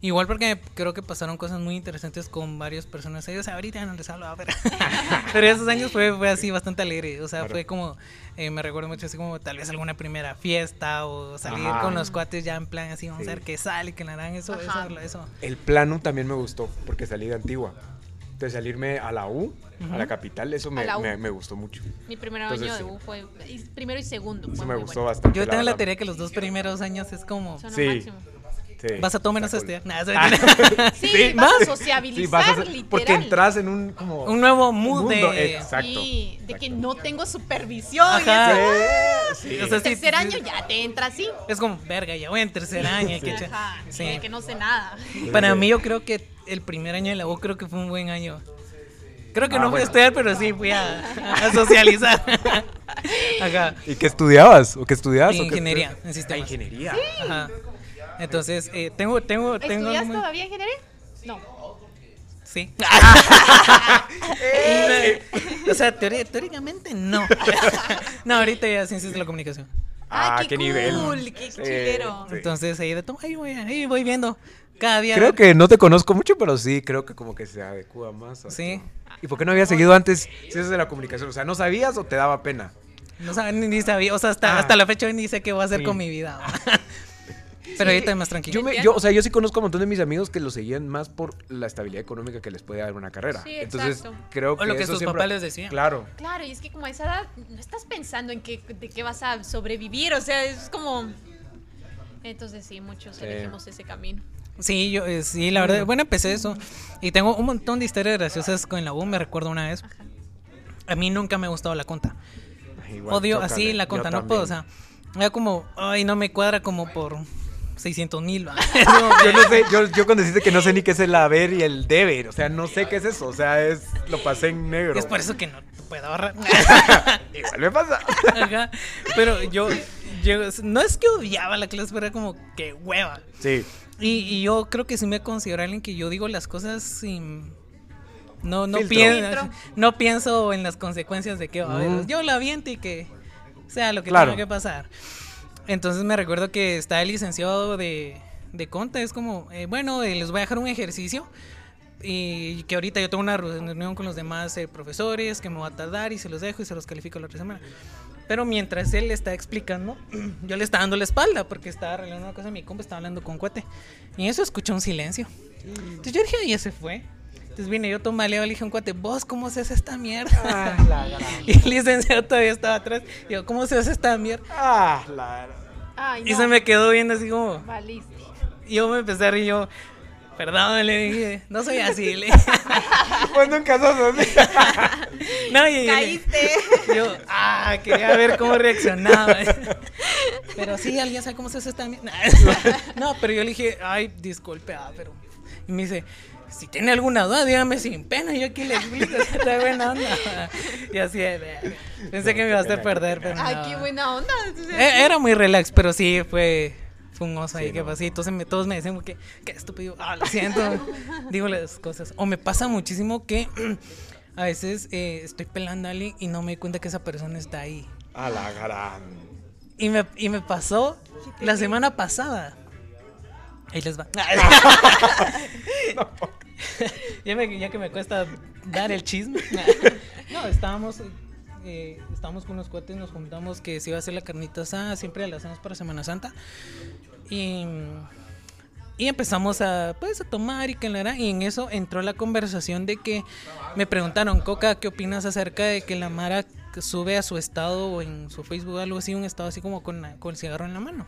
[SPEAKER 2] Igual porque creo que pasaron cosas muy interesantes con varias personas. Ellos ahorita no les hablo, pero, pero esos años fue, fue así bastante alegre. O sea, fue como, eh, me recuerdo mucho así como tal vez alguna primera fiesta o salir
[SPEAKER 5] Ajá.
[SPEAKER 2] con los cuates ya en plan así, vamos
[SPEAKER 5] Sí.
[SPEAKER 2] a ver qué sale, que la harán, eso,
[SPEAKER 3] Ajá.
[SPEAKER 2] eso, eso.
[SPEAKER 5] El plano también me gustó porque salí de Antigua. Entonces salirme a la U, a la capital, eso
[SPEAKER 3] A
[SPEAKER 5] me,
[SPEAKER 3] la U.
[SPEAKER 5] me- me gustó mucho.
[SPEAKER 3] Mi primer
[SPEAKER 5] Entonces,
[SPEAKER 3] año de
[SPEAKER 5] sí.
[SPEAKER 3] U fue y primero y segundo. fue
[SPEAKER 5] Eso me
[SPEAKER 3] muy
[SPEAKER 5] gustó
[SPEAKER 3] bueno.
[SPEAKER 5] bastante.
[SPEAKER 2] Yo tengo la
[SPEAKER 5] verdad.
[SPEAKER 2] teoría que los dos primeros años es como,
[SPEAKER 3] Son lo
[SPEAKER 5] Sí.
[SPEAKER 3] máximo.
[SPEAKER 5] Sí. Ah,
[SPEAKER 2] vas a todo menos a estudiar. Nah, eso-
[SPEAKER 3] Sí,
[SPEAKER 5] Sí,
[SPEAKER 3] vas a
[SPEAKER 5] ¿más?
[SPEAKER 3] sociabilizar,
[SPEAKER 5] Sí, vas a hacer-
[SPEAKER 3] literal.
[SPEAKER 5] Porque entras en un como
[SPEAKER 2] un nuevo mood
[SPEAKER 5] Ah, mundo,
[SPEAKER 2] de...
[SPEAKER 5] Exacto.
[SPEAKER 3] Sí, de que no tengo supervisión. y
[SPEAKER 2] Ajá.
[SPEAKER 3] eso.
[SPEAKER 2] Ah, O sea, sí, sí,
[SPEAKER 3] tercer año ya te entra así.
[SPEAKER 2] Es como, verga, ya voy en tercer año. qué cha-
[SPEAKER 3] Ajá,
[SPEAKER 2] Sí.
[SPEAKER 3] de que no sé nada.
[SPEAKER 2] Para mí yo creo que el primer año de la U creo que fue un buen año. Creo que
[SPEAKER 5] Ah,
[SPEAKER 2] no fui a
[SPEAKER 5] bueno.
[SPEAKER 2] estudiar, pero sí fui a, a socializar. Ajá.
[SPEAKER 5] ¿Y qué estudiabas? ¿O qué estudiabas? o qué
[SPEAKER 2] Ingeniería en
[SPEAKER 5] estudiabas? Ah,
[SPEAKER 2] sistemas.
[SPEAKER 5] ingeniería.
[SPEAKER 2] Ajá. Entonces, eh, tengo, tengo, tengo.
[SPEAKER 3] ¿Estudias todavía ingeniería? No.
[SPEAKER 2] Sí. Eh,
[SPEAKER 5] Eh.
[SPEAKER 2] o sea, teori- teóricamente no. no, ahorita ya ciencias de la comunicación.
[SPEAKER 5] Ah,
[SPEAKER 3] Ah, qué,
[SPEAKER 5] qué nivel.
[SPEAKER 3] cool, qué
[SPEAKER 5] Sí.
[SPEAKER 3] chilero.
[SPEAKER 5] Sí.
[SPEAKER 2] Entonces ahí de todo, ahí voy, ahí voy viendo. Cada día.
[SPEAKER 5] Creo que no te conozco mucho, pero sí, creo que como que se adecua más. a
[SPEAKER 2] Sí.
[SPEAKER 5] tu- ¿Y por qué no habías seguido antes ciencias de la comunicación? O sea, ¿no sabías o te daba pena?
[SPEAKER 2] No sabía, ni- ni sabía. O sea, hasta,
[SPEAKER 5] Ah.
[SPEAKER 2] hasta la fecha hoy ni sé qué voy a hacer
[SPEAKER 5] Sí. Ah.
[SPEAKER 2] con mi vida. pero ahorita más tranquilo.
[SPEAKER 5] Yo, me, yo, o sea, yo sí conozco a un montón de mis amigos que lo seguían más por la estabilidad económica que les puede dar una carrera.
[SPEAKER 3] Sí,
[SPEAKER 5] Entonces,
[SPEAKER 3] exacto.
[SPEAKER 5] creo que
[SPEAKER 2] O lo que
[SPEAKER 5] eso
[SPEAKER 2] sus
[SPEAKER 5] siempre-
[SPEAKER 2] papás les decían.
[SPEAKER 5] Claro.
[SPEAKER 3] Claro, y es que como a esa edad no estás pensando en qué, de qué vas a sobrevivir, o sea, es como... Entonces sí, muchos
[SPEAKER 5] Sí.
[SPEAKER 3] elegimos ese camino.
[SPEAKER 2] Sí, yo, eh, sí, la verdad, bueno, empecé eso. Y tengo un montón de historias graciosas con la U, me recuerdo una vez. A mí nunca me ha gustado la conta.
[SPEAKER 5] Igual,
[SPEAKER 2] Odio
[SPEAKER 5] chócale.
[SPEAKER 2] así la
[SPEAKER 5] Yo
[SPEAKER 2] conta, no
[SPEAKER 5] también.
[SPEAKER 2] puedo, o sea, era como, ay, no me cuadra como por 600 mil.
[SPEAKER 5] Yo no sé, yo, yo cuando dijiste que no sé ni qué es el haber y el deber, o sea, no sé qué es eso, o sea, es lo pasé en negro.
[SPEAKER 2] es por eso que no te puedo ahorrar.
[SPEAKER 5] Igual me pasa.
[SPEAKER 2] Ajá. Pero yo, yo, no es que odiaba la clase, pero era como, que hueva.
[SPEAKER 5] Sí.
[SPEAKER 2] Y, y yo creo que sí me considero alguien que yo digo las cosas sin... No, no,
[SPEAKER 5] Filtro.
[SPEAKER 2] pienso,
[SPEAKER 3] Filtro.
[SPEAKER 2] no pienso en las consecuencias de que va a haber.
[SPEAKER 5] Mm.
[SPEAKER 2] Yo la aviento y que sea lo que
[SPEAKER 5] Claro.
[SPEAKER 2] tenga que pasar. Entonces me recuerdo que está el licenciado de, de Conta. Es como, eh, bueno, eh, les voy a dejar un ejercicio. Y que ahorita yo tengo una reunión con los demás eh, profesores que me va a tardar y se los dejo y se los califico la otra semana. Pero mientras él le está explicando, yo le estaba dando la espalda porque estaba arreglando una cosa. Mi compa estaba hablando con cuate. Y en eso escuché un silencio. Entonces yo dije, "Ah, ya se fue. Entonces vine yo, tomé le dije a un cuate, ¿vos cómo se hace esta mierda?
[SPEAKER 5] Ah, la gran-
[SPEAKER 2] Y el licenciado todavía estaba atrás. Y yo, ¿cómo se hace esta mierda?
[SPEAKER 5] Ah, la gran-
[SPEAKER 3] Ay, no.
[SPEAKER 2] Y se me quedó viendo así como.
[SPEAKER 3] Valiste.
[SPEAKER 2] y Yo me empecé a reír, yo, perdón, le dije, no soy así. le-
[SPEAKER 5] Pues nunca sos así.
[SPEAKER 2] no, y- y-
[SPEAKER 3] Caíste.
[SPEAKER 2] Yo, ah, quería ver cómo reaccionaba. Pero sí, alguien sabe cómo se hace esta mier- No, pero yo le dije, ay, disculpe, ah, pero. Y me dice, si tiene alguna duda, dígame sin pena, yo aquí le explico, está buena onda. Y así, de- de- pensé que me iba a hacer perder, pero.
[SPEAKER 3] Ay,
[SPEAKER 2] no.
[SPEAKER 3] qué buena onda. o sea,
[SPEAKER 2] E- Era muy relax, pero sí fue. Fue un oso ahí
[SPEAKER 5] Sí,
[SPEAKER 2] que
[SPEAKER 5] no.
[SPEAKER 2] pasé. Entonces me- todos me decían como que, qué estúpido. Ah, lo siento. Digo las cosas. O me pasa muchísimo que a veces eh, estoy pelando a alguien y no me doy cuenta que esa persona está ahí.
[SPEAKER 5] A Ah, la gran.
[SPEAKER 2] Y me, y me pasó la semana pasada. Ahí les va. ya, me- ya que me cuesta dar el chisme. no, estábamos, eh, estábamos con unos cuates, nos juntamos que se iba a hacer la carnita asada, siempre la hacemos para Semana Santa. Y, y empezamos a, pues, a tomar y que la hará. Y en eso entró la conversación de que me preguntaron, Coca, ¿qué opinas acerca de que la Mara sube a su estado o en su Facebook algo así, un estado así como con, la- con el cigarro en la mano?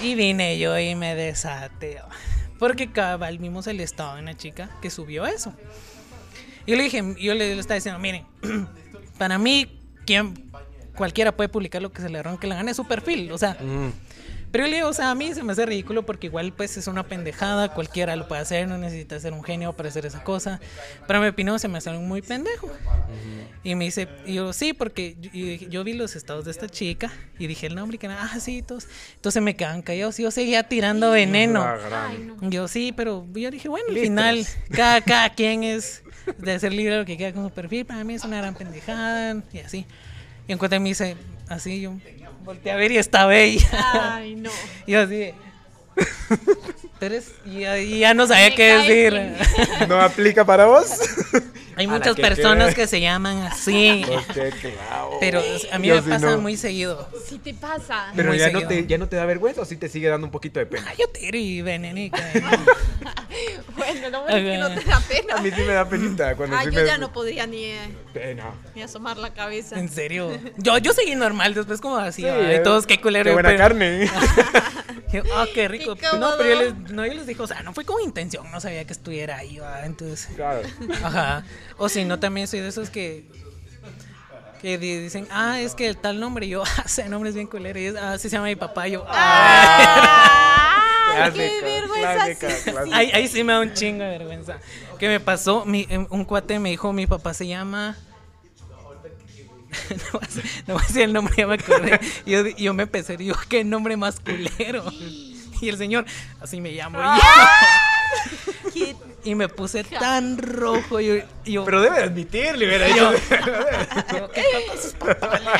[SPEAKER 2] Y vine yo y me desateo. Porque cabal vimos el estado de una chica que subió eso. Y le dije, yo le, le estaba diciendo, miren, para mí, quien, cualquiera puede publicar lo que se le arranque la gana, es su perfil. O sea, pero yo le digo, o sea, a mí se me hace ridículo porque igual pues es una pendejada, cualquiera lo puede hacer, no necesita ser un genio para hacer esa cosa. Pero mi opinión se me hace algo muy pendejo. Y me dice, y yo sí, porque yo, y dije- yo vi los estados de esta chica y dije el nombre y que nada, ah, sí, todos. Entonces me quedaban callados y yo seguía tirando veneno.
[SPEAKER 5] A la gran.
[SPEAKER 3] Ay, no.
[SPEAKER 2] Yo sí, pero yo dije, bueno, al final, cada, cada quien es de ser libre de lo que queda con su perfil. Para mí es una gran pendejada y así. Y en cuanto me dice, así yo volteé a ver y estaba ella.
[SPEAKER 3] Ay, no.
[SPEAKER 2] Y yo así de, Pero es- y ya, y ya no sabía
[SPEAKER 3] Me
[SPEAKER 2] qué
[SPEAKER 3] caes
[SPEAKER 2] decir.
[SPEAKER 5] ¿No aplica para vos?
[SPEAKER 2] Hay
[SPEAKER 5] A
[SPEAKER 2] muchas
[SPEAKER 5] la que
[SPEAKER 2] personas
[SPEAKER 5] quede.
[SPEAKER 2] que se llaman así.
[SPEAKER 5] Pues qué clavo.
[SPEAKER 2] Pero o sea, a mí
[SPEAKER 5] Yo
[SPEAKER 2] me
[SPEAKER 5] sí
[SPEAKER 2] pasa
[SPEAKER 5] no.
[SPEAKER 2] muy seguido.
[SPEAKER 3] Si te pasa.
[SPEAKER 5] Pero
[SPEAKER 2] muy
[SPEAKER 5] ya no,
[SPEAKER 2] seguido.
[SPEAKER 5] te, ya no te da vergüenza o sí te sigue dando un poquito de pena.
[SPEAKER 2] Ah, yo tiro y venenica.
[SPEAKER 3] Bueno, lo bueno es que no te da pena.
[SPEAKER 5] A mí sí me da penita cuando
[SPEAKER 3] Ay,
[SPEAKER 5] sí
[SPEAKER 3] yo
[SPEAKER 5] me-
[SPEAKER 3] ya no podría ni, eh,
[SPEAKER 5] Pena.
[SPEAKER 3] ni asomar la cabeza.
[SPEAKER 2] En serio. Yo, yo seguí normal, después como así.
[SPEAKER 5] Sí,
[SPEAKER 2] ay,
[SPEAKER 5] eh,
[SPEAKER 2] todos qué culero.
[SPEAKER 5] Qué buena
[SPEAKER 2] pero-
[SPEAKER 5] carne.
[SPEAKER 2] Yo, Ah, qué rico.
[SPEAKER 3] Qué
[SPEAKER 2] no, pero yo les,
[SPEAKER 3] cómodo.
[SPEAKER 2] no, yo les dije, o sea, no fue con intención, no sabía que estuviera ahí, ¿va? entonces.
[SPEAKER 5] claro.
[SPEAKER 2] Ajá. O si no, también soy de esos que. Que di- dicen, ah, es que el tal nombre, y yo, ah, ese nombre es bien culero, y es, ah, sí se llama mi papá, y yo, ah.
[SPEAKER 3] ¡Ay, qué
[SPEAKER 5] Clásica,
[SPEAKER 3] vergüenza!
[SPEAKER 5] clásica,
[SPEAKER 3] sí, sí.
[SPEAKER 5] clásica.
[SPEAKER 2] Ahí, ahí sí me da un chingo de vergüenza. Que me pasó, mi- em, un cuate me dijo, mi papá se llama... no, voy a decir- no voy a decir el nombre, ya me acordé. Y Yo, di- yo me empecé, digo, qué nombre más culero. Y el señor, así me llamo. Y,
[SPEAKER 3] Qué-
[SPEAKER 2] y me puse tan rojo. Y yo, y yo-
[SPEAKER 5] Pero debe de admitirle, hubiera
[SPEAKER 2] yo,
[SPEAKER 5] dicho.
[SPEAKER 2] yo, ¿qué tal con sus papeles?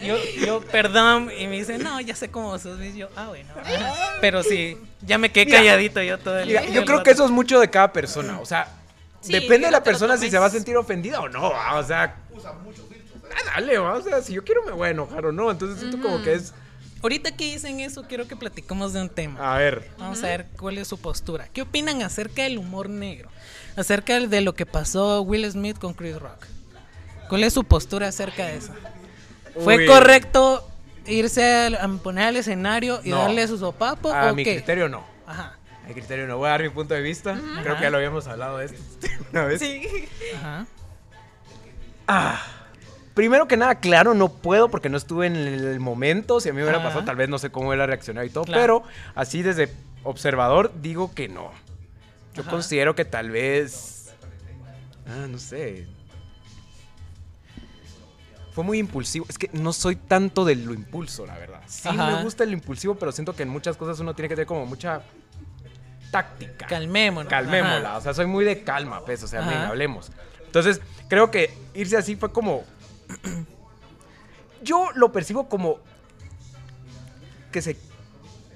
[SPEAKER 2] Yo, yo, perdón, y me dice, no, ya sé cómo sos, y yo, ah, bueno, ajá". pero sí, ya me quedé calladito yo todo el
[SPEAKER 5] Mira,
[SPEAKER 2] todo
[SPEAKER 5] yo
[SPEAKER 2] el
[SPEAKER 5] creo que
[SPEAKER 2] rato.
[SPEAKER 5] eso es mucho de cada persona. O sea,
[SPEAKER 3] Sí, que
[SPEAKER 5] depende de
[SPEAKER 3] no
[SPEAKER 5] la
[SPEAKER 3] te lo
[SPEAKER 5] persona si
[SPEAKER 3] tomes.
[SPEAKER 5] se va a sentir ofendida o no. ¿va? O sea, usa muchos filtros. Ah, dale, ¿va? o sea, si yo quiero me voy a enojar o no. Entonces esto como que es.
[SPEAKER 2] Ahorita que dicen eso, quiero que platiquemos de un tema.
[SPEAKER 5] A ver.
[SPEAKER 2] Vamos a ver cuál es su postura. ¿Qué opinan acerca del humor negro? Acerca de lo que pasó Will Smith con Chris Rock. ¿Cuál es su postura acerca de eso? ¿Fue
[SPEAKER 5] Uy.
[SPEAKER 2] correcto irse al- a poner al escenario y
[SPEAKER 5] No.
[SPEAKER 2] darle su sopapo
[SPEAKER 5] A
[SPEAKER 2] o
[SPEAKER 5] mi
[SPEAKER 2] qué?
[SPEAKER 5] criterio no.
[SPEAKER 2] Ajá,
[SPEAKER 5] A mi criterio no. Voy a dar mi punto de vista. Creo que ya lo habíamos hablado de esto una vez.
[SPEAKER 3] Sí.
[SPEAKER 2] ajá.
[SPEAKER 5] Primero que nada, claro, no puedo porque no estuve en el momento. Si a mí me hubiera
[SPEAKER 2] Ajá.
[SPEAKER 5] pasado, tal vez no sé cómo hubiera reaccionado y todo.
[SPEAKER 2] Claro.
[SPEAKER 5] Pero así desde observador, digo que no. Yo considero que tal vez. Ah, no sé. Fue muy impulsivo. Es que no soy tanto de lo impulso, la verdad. Sí
[SPEAKER 2] Ajá.
[SPEAKER 5] me gusta el impulsivo, pero siento que en muchas cosas uno tiene que tener como mucha táctica
[SPEAKER 2] Calmémonos.
[SPEAKER 5] calmémosla.
[SPEAKER 2] ajá.
[SPEAKER 5] O sea, soy muy de calma, pues. O sea,
[SPEAKER 2] Ajá.
[SPEAKER 5] men, hablemos. Entonces, creo que irse así fue como. Yo lo percibo como. Que se.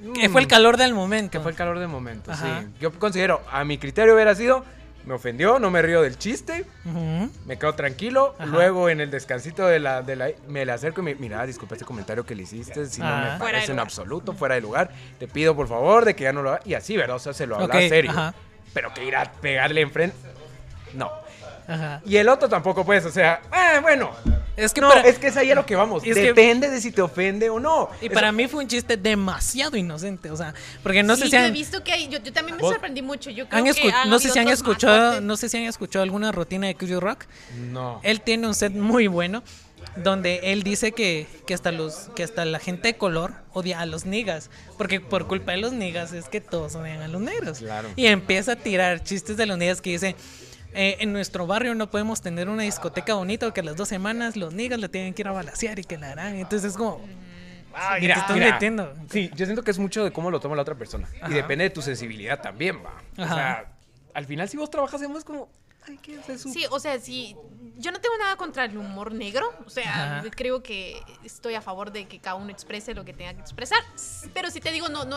[SPEAKER 5] mm,
[SPEAKER 2] Que fue el calor del momento.
[SPEAKER 5] Que fue el calor del momento,
[SPEAKER 2] Ajá.
[SPEAKER 5] sí. Yo considero, a mi criterio hubiera sido. Me ofendió, no me río del chiste,
[SPEAKER 2] Ujú.
[SPEAKER 5] me quedo tranquilo.
[SPEAKER 2] Ajá.
[SPEAKER 5] Luego en el descansito de la, de la- Me le acerco y me. Mira, disculpa ese comentario que le hiciste, si no
[SPEAKER 2] Ajá.
[SPEAKER 5] me
[SPEAKER 2] Fuera
[SPEAKER 3] de
[SPEAKER 5] parece en
[SPEAKER 3] lugar.
[SPEAKER 5] absoluto, fuera de lugar. Te pido por favor de que ya no lo hagas. Y así, ¿verdad? O sea, se lo habla
[SPEAKER 2] Ok,
[SPEAKER 5] serio.
[SPEAKER 2] ajá.
[SPEAKER 5] Pero que ir a pegarle enfrente. No.
[SPEAKER 2] Ajá.
[SPEAKER 5] Y el otro tampoco, pues, o sea, eh, bueno.
[SPEAKER 2] Es que
[SPEAKER 5] no,
[SPEAKER 2] para-
[SPEAKER 5] es que es ahí a lo que vamos.
[SPEAKER 2] Y es que-
[SPEAKER 5] Depende de si te ofende o no.
[SPEAKER 2] Y
[SPEAKER 5] Eso-
[SPEAKER 2] para mí fue un chiste demasiado inocente, o sea, porque no
[SPEAKER 3] Sí,
[SPEAKER 2] sé si
[SPEAKER 3] yo he
[SPEAKER 2] han,
[SPEAKER 3] visto que hay- yo, yo también me
[SPEAKER 5] ¿Vos?
[SPEAKER 3] sorprendí mucho. Yo creo
[SPEAKER 2] han
[SPEAKER 3] que
[SPEAKER 2] escu-
[SPEAKER 3] han
[SPEAKER 2] no sé
[SPEAKER 3] habido
[SPEAKER 2] si han
[SPEAKER 3] otros más
[SPEAKER 2] escuchado,
[SPEAKER 3] fuertes.
[SPEAKER 2] no sé si han escuchado alguna rutina de Chris Rock.
[SPEAKER 5] No.
[SPEAKER 2] Él tiene un set muy bueno donde él dice que, que, hasta los, que hasta la gente de color odia a los niggas, porque por culpa de los niggas es que todos odian a los negros.
[SPEAKER 5] Claro.
[SPEAKER 2] Y empieza a tirar chistes de los niggas que dice, eh, en nuestro barrio no podemos tener una discoteca bonita porque a las dos semanas los niggas la tienen que ir a balasear y que la harán. Entonces es como...
[SPEAKER 5] Ah,
[SPEAKER 2] te estoy metiendo.
[SPEAKER 5] Sí, yo siento que es mucho de cómo lo toma la otra persona.
[SPEAKER 2] Ajá.
[SPEAKER 5] Y depende de tu sensibilidad también, va.
[SPEAKER 2] Ajá.
[SPEAKER 5] O sea, al final si vos trabajas en vos como... Ay, ¿qué es eso?
[SPEAKER 3] Sí, o sea, sí, yo no tengo nada contra el humor negro, o sea,
[SPEAKER 2] Ajá.
[SPEAKER 3] creo que estoy a favor de que cada uno exprese lo que tenga que expresar, pero si te digo, no, no,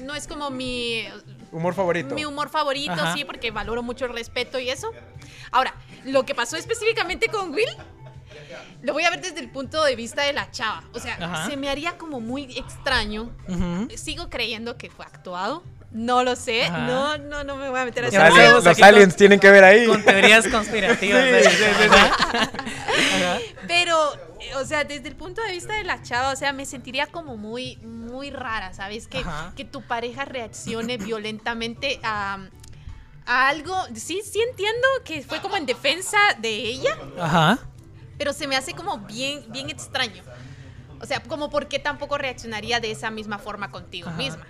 [SPEAKER 3] no es como mi,
[SPEAKER 5] Humor favorito.
[SPEAKER 3] mi humor favorito,
[SPEAKER 2] Ajá.
[SPEAKER 3] sí, porque valoro mucho el respeto y eso. Ahora, lo que pasó específicamente con Will, lo voy a ver desde el punto de vista de la chava, o sea,
[SPEAKER 2] Ajá.
[SPEAKER 3] se me haría como muy extraño,
[SPEAKER 2] Ujú.
[SPEAKER 3] sigo creyendo que fue actuado. No lo sé,
[SPEAKER 2] Ajá.
[SPEAKER 3] no, no, no me voy a meter a
[SPEAKER 5] Los,
[SPEAKER 2] Ya
[SPEAKER 3] ese
[SPEAKER 5] aliens-
[SPEAKER 2] sabemos
[SPEAKER 5] los
[SPEAKER 2] aquí
[SPEAKER 5] aliens tienen que ver ahí.
[SPEAKER 2] Con teorías conspirativas.
[SPEAKER 5] Sí,
[SPEAKER 2] ¿eh?
[SPEAKER 5] sí, sí, sí.
[SPEAKER 2] Ajá. Ajá.
[SPEAKER 3] Pero, eh, o sea, desde el punto de vista de la chava, o sea, me sentiría como muy, muy rara, ¿sabes? Que,
[SPEAKER 2] Ajá.
[SPEAKER 3] que tu pareja reaccione violentamente a, a algo. Sí, sí entiendo que fue como en defensa de ella,
[SPEAKER 2] Ajá.
[SPEAKER 3] pero se me hace como bien, bien extraño. O sea, como por qué tampoco reaccionaría de esa misma forma contigo
[SPEAKER 2] Ajá.
[SPEAKER 3] misma.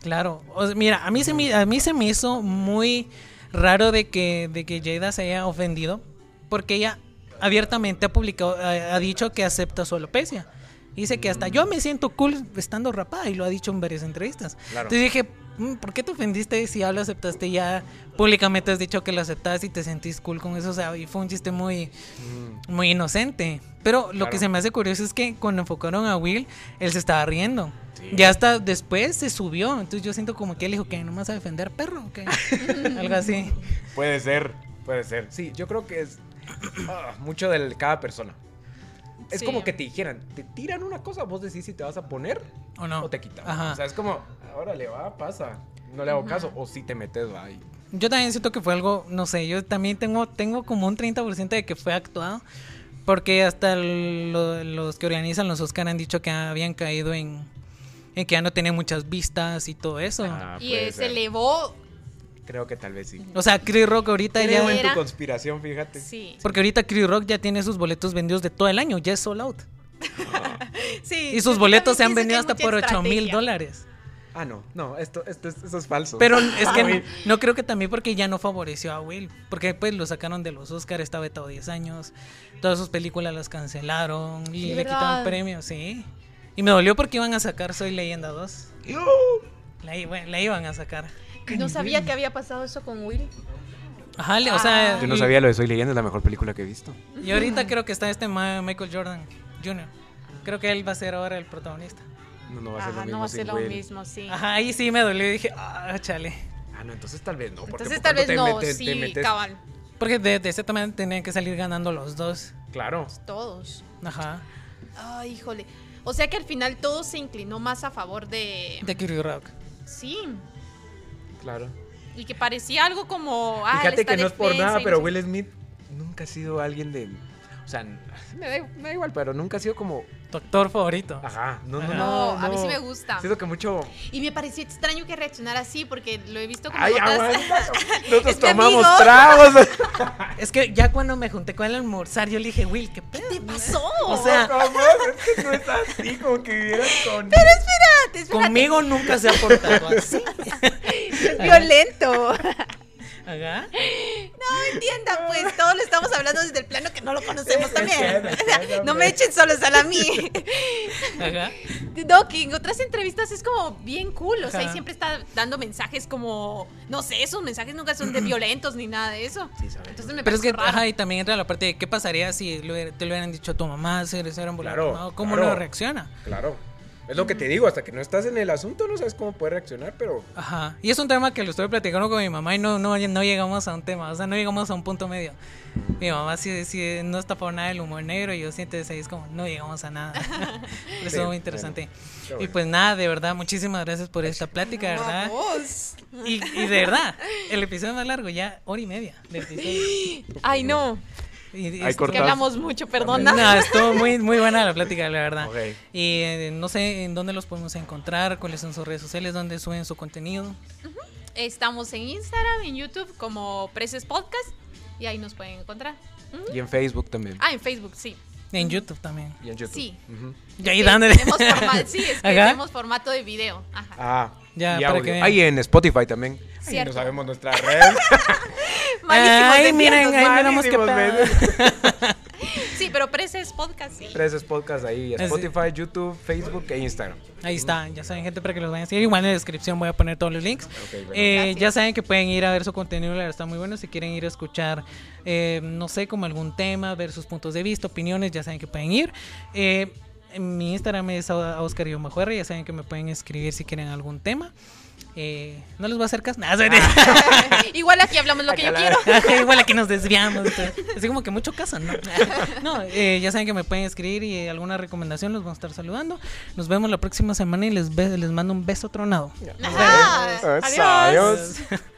[SPEAKER 2] Claro, O sea, mira, a mí se me, a mí se me hizo muy raro de que, de que Jada se haya ofendido, porque ella abiertamente ha publicado, ha, ha dicho que acepta su alopecia. Dice que hasta yo me siento cool estando rapada y lo ha dicho en varias entrevistas.
[SPEAKER 5] Claro.
[SPEAKER 2] Entonces dije, "Mm, ¿por qué te ofendiste si ya lo aceptaste? Ya públicamente has dicho que lo aceptas y te sentís cool con eso. O sea, y fue un chiste muy, muy inocente. Pero lo que
[SPEAKER 5] Claro.
[SPEAKER 2] se me hace curioso es que cuando enfocaron a Will, él se estaba riendo. Ya hasta después se subió. Entonces yo siento como que él dijo que no me vas a defender, perro. o qué?" Algo así.
[SPEAKER 5] Puede ser, puede ser. Sí, yo creo que es ah, mucho de cada persona. Es
[SPEAKER 3] Sí.
[SPEAKER 5] como que te dijeran, te tiran una cosa, vos decís si te vas a poner
[SPEAKER 2] ¿O no?
[SPEAKER 5] o te quitas.
[SPEAKER 2] Ajá.
[SPEAKER 5] O sea, es como, ahora le va, pasa. No le hago caso. O si te metes, va. y-
[SPEAKER 2] Yo también siento que fue algo, no sé, yo también tengo, tengo como un 30% de que fue actuado. Porque hasta lo- los que organizan los Oscar han dicho que habían caído en, en que ya no tenían muchas vistas y todo eso.
[SPEAKER 3] y
[SPEAKER 5] Ah, puede
[SPEAKER 3] eh, se
[SPEAKER 5] ser.
[SPEAKER 3] elevó.
[SPEAKER 5] Creo que tal vez sí.
[SPEAKER 2] O sea, Chris Rock ahorita ya...
[SPEAKER 5] Creo en
[SPEAKER 3] Era-
[SPEAKER 5] tu conspiración, fíjate.
[SPEAKER 3] Sí.
[SPEAKER 2] Porque ahorita Chris Rock ya tiene sus boletos vendidos de todo el año, ya es sold out.
[SPEAKER 3] sí
[SPEAKER 2] Y sus
[SPEAKER 3] yo
[SPEAKER 2] boletos se han
[SPEAKER 3] también
[SPEAKER 2] vendido
[SPEAKER 3] pienso
[SPEAKER 2] hasta
[SPEAKER 3] que hay
[SPEAKER 2] por
[SPEAKER 3] mucha
[SPEAKER 2] 8 mil
[SPEAKER 3] estrategia.
[SPEAKER 2] dólares.
[SPEAKER 5] Ah, no, no, esto, esto, es- eso es falso.
[SPEAKER 2] Pero es que no, no creo que también porque ya no favoreció a Will. Porque pues lo sacaron de los Oscars, estaba vetado 10 años. Todas sus películas las cancelaron y
[SPEAKER 3] Sí,
[SPEAKER 2] le
[SPEAKER 3] ¿verdad?
[SPEAKER 2] quitaron premios, sí. Y me dolió porque iban a sacar Soy Leyenda 2. La, i- bueno, la iban a sacar.
[SPEAKER 3] No sabía que había pasado eso con Will.
[SPEAKER 2] Ajá, le- o sea.
[SPEAKER 3] Ah.
[SPEAKER 5] yo no
[SPEAKER 2] y-
[SPEAKER 5] sabía lo de Soy Leyenda, es la mejor película que he visto.
[SPEAKER 2] Y ahorita creo que está este ma- Michael Jordan Jr. Creo que él va a ser ahora el protagonista.
[SPEAKER 5] No, no va a ser lo
[SPEAKER 3] Ajá,
[SPEAKER 5] mismo.
[SPEAKER 3] Ah, no va a
[SPEAKER 5] sin
[SPEAKER 3] ser lo
[SPEAKER 5] Will.
[SPEAKER 3] mismo, sí.
[SPEAKER 2] Ajá, ahí sí me dolió y dije, ah, chale.
[SPEAKER 5] Ah, no, entonces tal vez no. porque
[SPEAKER 3] Entonces
[SPEAKER 5] por
[SPEAKER 3] tal
[SPEAKER 5] cuando
[SPEAKER 3] vez
[SPEAKER 5] te
[SPEAKER 3] no,
[SPEAKER 5] metes- te
[SPEAKER 3] sí,
[SPEAKER 5] metes-
[SPEAKER 3] cabal.
[SPEAKER 2] Porque de, de cierta manera tenían que salir ganando los dos.
[SPEAKER 5] Claro.
[SPEAKER 3] pues, Todos.
[SPEAKER 2] Ajá.
[SPEAKER 3] Ay, híjole. O sea que al final todo se inclinó más a favor de...
[SPEAKER 2] De Kirby Rock.
[SPEAKER 3] Sí.
[SPEAKER 5] Claro.
[SPEAKER 3] Y que parecía algo como... Ah,
[SPEAKER 5] Fíjate
[SPEAKER 3] está
[SPEAKER 5] que no es por
[SPEAKER 3] defensa
[SPEAKER 5] nada,
[SPEAKER 3] y no
[SPEAKER 5] pero
[SPEAKER 3] sé-
[SPEAKER 5] Will Smith nunca ha sido alguien de. O sea, me da, me da igual, pero nunca ha sido como.
[SPEAKER 2] Tu actor favorito.
[SPEAKER 5] Ajá, no, no,
[SPEAKER 2] Ajá.
[SPEAKER 5] no.
[SPEAKER 3] No, a mí
[SPEAKER 5] no.
[SPEAKER 3] sí me gusta.
[SPEAKER 5] Siento que mucho.
[SPEAKER 3] Y me pareció extraño que reaccionara así porque lo he visto como...
[SPEAKER 5] ¡Ay,
[SPEAKER 3] otras-
[SPEAKER 5] aguanta! Nosotros
[SPEAKER 3] Es mi
[SPEAKER 5] tomamos
[SPEAKER 3] amigo.
[SPEAKER 5] tragos.
[SPEAKER 2] Es que ya cuando me junté con él a almorzar, yo le dije, Will, ¿qué pedo?
[SPEAKER 3] ¿Qué pasó?
[SPEAKER 2] O sea,
[SPEAKER 5] No, man, es que no es así como que vivieras con.
[SPEAKER 3] espérate, espérate,
[SPEAKER 2] conmigo nunca se ha portado así.
[SPEAKER 3] es violento.
[SPEAKER 2] Ajá.
[SPEAKER 3] Entiendan, pues, todos lo estamos hablando desde el plano que no lo conocemos también.
[SPEAKER 5] entiendo,
[SPEAKER 3] O sea, no me echen solo sal a mí.
[SPEAKER 2] Ajá.
[SPEAKER 3] No, que en otras entrevistas es como bien cool, o sea, y
[SPEAKER 2] Ajá.
[SPEAKER 3] siempre está dando mensajes como, no sé, esos mensajes nunca son de violentos ni nada de eso.
[SPEAKER 5] Sí, sabes.
[SPEAKER 3] Entonces me
[SPEAKER 2] Pero es
[SPEAKER 3] pareció
[SPEAKER 2] que,
[SPEAKER 3] raro.
[SPEAKER 2] ajá, y también entra la parte de qué pasaría si lo hubiera- te lo hubieran dicho a tu mamá, si eres un
[SPEAKER 5] Claro,
[SPEAKER 2] ¿Cómo
[SPEAKER 5] claro.
[SPEAKER 2] no reacciona?
[SPEAKER 5] Claro. Es lo que te digo, hasta que no estás en el asunto no sabes cómo puedes reaccionar, pero.
[SPEAKER 2] Ajá. Y es un tema que lo estoy platicando con mi mamá y no, no, no llegamos a un tema, o sea, no llegamos a un punto medio. Mi mamá sí, sí no está por nada el humor negro y yo siento ese es como, no llegamos a nada. Pero estuvo muy interesante.
[SPEAKER 5] bueno.
[SPEAKER 2] Y pues nada, de verdad, muchísimas gracias por esta plática, ¿verdad? Y, y de verdad, el episodio más largo, ya hora y media de episodio.
[SPEAKER 3] Ay, no,
[SPEAKER 2] Y- y
[SPEAKER 5] Ahí
[SPEAKER 2] estuvo-
[SPEAKER 3] que hablamos mucho, perdona.
[SPEAKER 2] No, estuvo muy, muy buena la plática, la verdad.
[SPEAKER 5] Ok.
[SPEAKER 2] Y eh, no sé en dónde los podemos encontrar, cuáles son sus redes sociales, dónde suben su contenido.
[SPEAKER 3] Estamos en Instagram, en YouTube, como Preces Podcast, y ahí nos pueden encontrar.
[SPEAKER 5] Y en Facebook también.
[SPEAKER 3] Ah, en Facebook, sí.
[SPEAKER 2] En YouTube también.
[SPEAKER 5] Y en YouTube.
[SPEAKER 3] Sí.
[SPEAKER 5] Ujú.
[SPEAKER 2] Y ahí
[SPEAKER 3] Que
[SPEAKER 2] dándole.
[SPEAKER 3] tenemos forma- sí, es que
[SPEAKER 2] Ajá.
[SPEAKER 3] tenemos formato de video. Ajá.
[SPEAKER 5] Ah,
[SPEAKER 2] Ya,
[SPEAKER 5] y
[SPEAKER 2] para
[SPEAKER 5] audio.
[SPEAKER 2] que vean.
[SPEAKER 5] Ahí en Spotify también. Ahí
[SPEAKER 3] Cierto.
[SPEAKER 5] no sabemos nuestra red.
[SPEAKER 3] Malísimos de
[SPEAKER 2] Ay, miren,
[SPEAKER 3] tiempos,
[SPEAKER 2] ahí miramos qué pedo.
[SPEAKER 3] Sí, pero parece es podcast. sí.
[SPEAKER 5] Tres es podcast ahí.
[SPEAKER 2] Así.
[SPEAKER 5] Spotify, YouTube, Facebook e Instagram.
[SPEAKER 2] Ahí está, ya saben, gente, para que los vayan a seguir. Igual en la descripción voy a poner todos los links.
[SPEAKER 5] bueno.
[SPEAKER 2] Eh,
[SPEAKER 3] Gracias.
[SPEAKER 2] ya saben que pueden ir a ver su contenido, la verdad está muy bueno. Si quieren ir a escuchar, eh, no sé, como algún tema, ver sus puntos de vista, opiniones, ya saben que pueden ir. Eh, en mi Instagram es a- a Oscar y Majuerre, ya saben que me pueden escribir si quieren algún tema. Eh, no les voy a hacer caso. Nah, soy
[SPEAKER 3] Ah.
[SPEAKER 2] de-
[SPEAKER 3] Igual aquí hablamos lo que yo quiero.
[SPEAKER 2] Ajá, igual aquí nos desviamos. entonces, Así como que mucho caso, ¿no? No, eh, ya saben que me pueden escribir y eh, alguna recomendación los vamos a estar saludando. Nos vemos la próxima semana y les, be- les mando un beso tronado.
[SPEAKER 3] Ajá.
[SPEAKER 5] Adiós.
[SPEAKER 3] Adiós.
[SPEAKER 5] Adiós.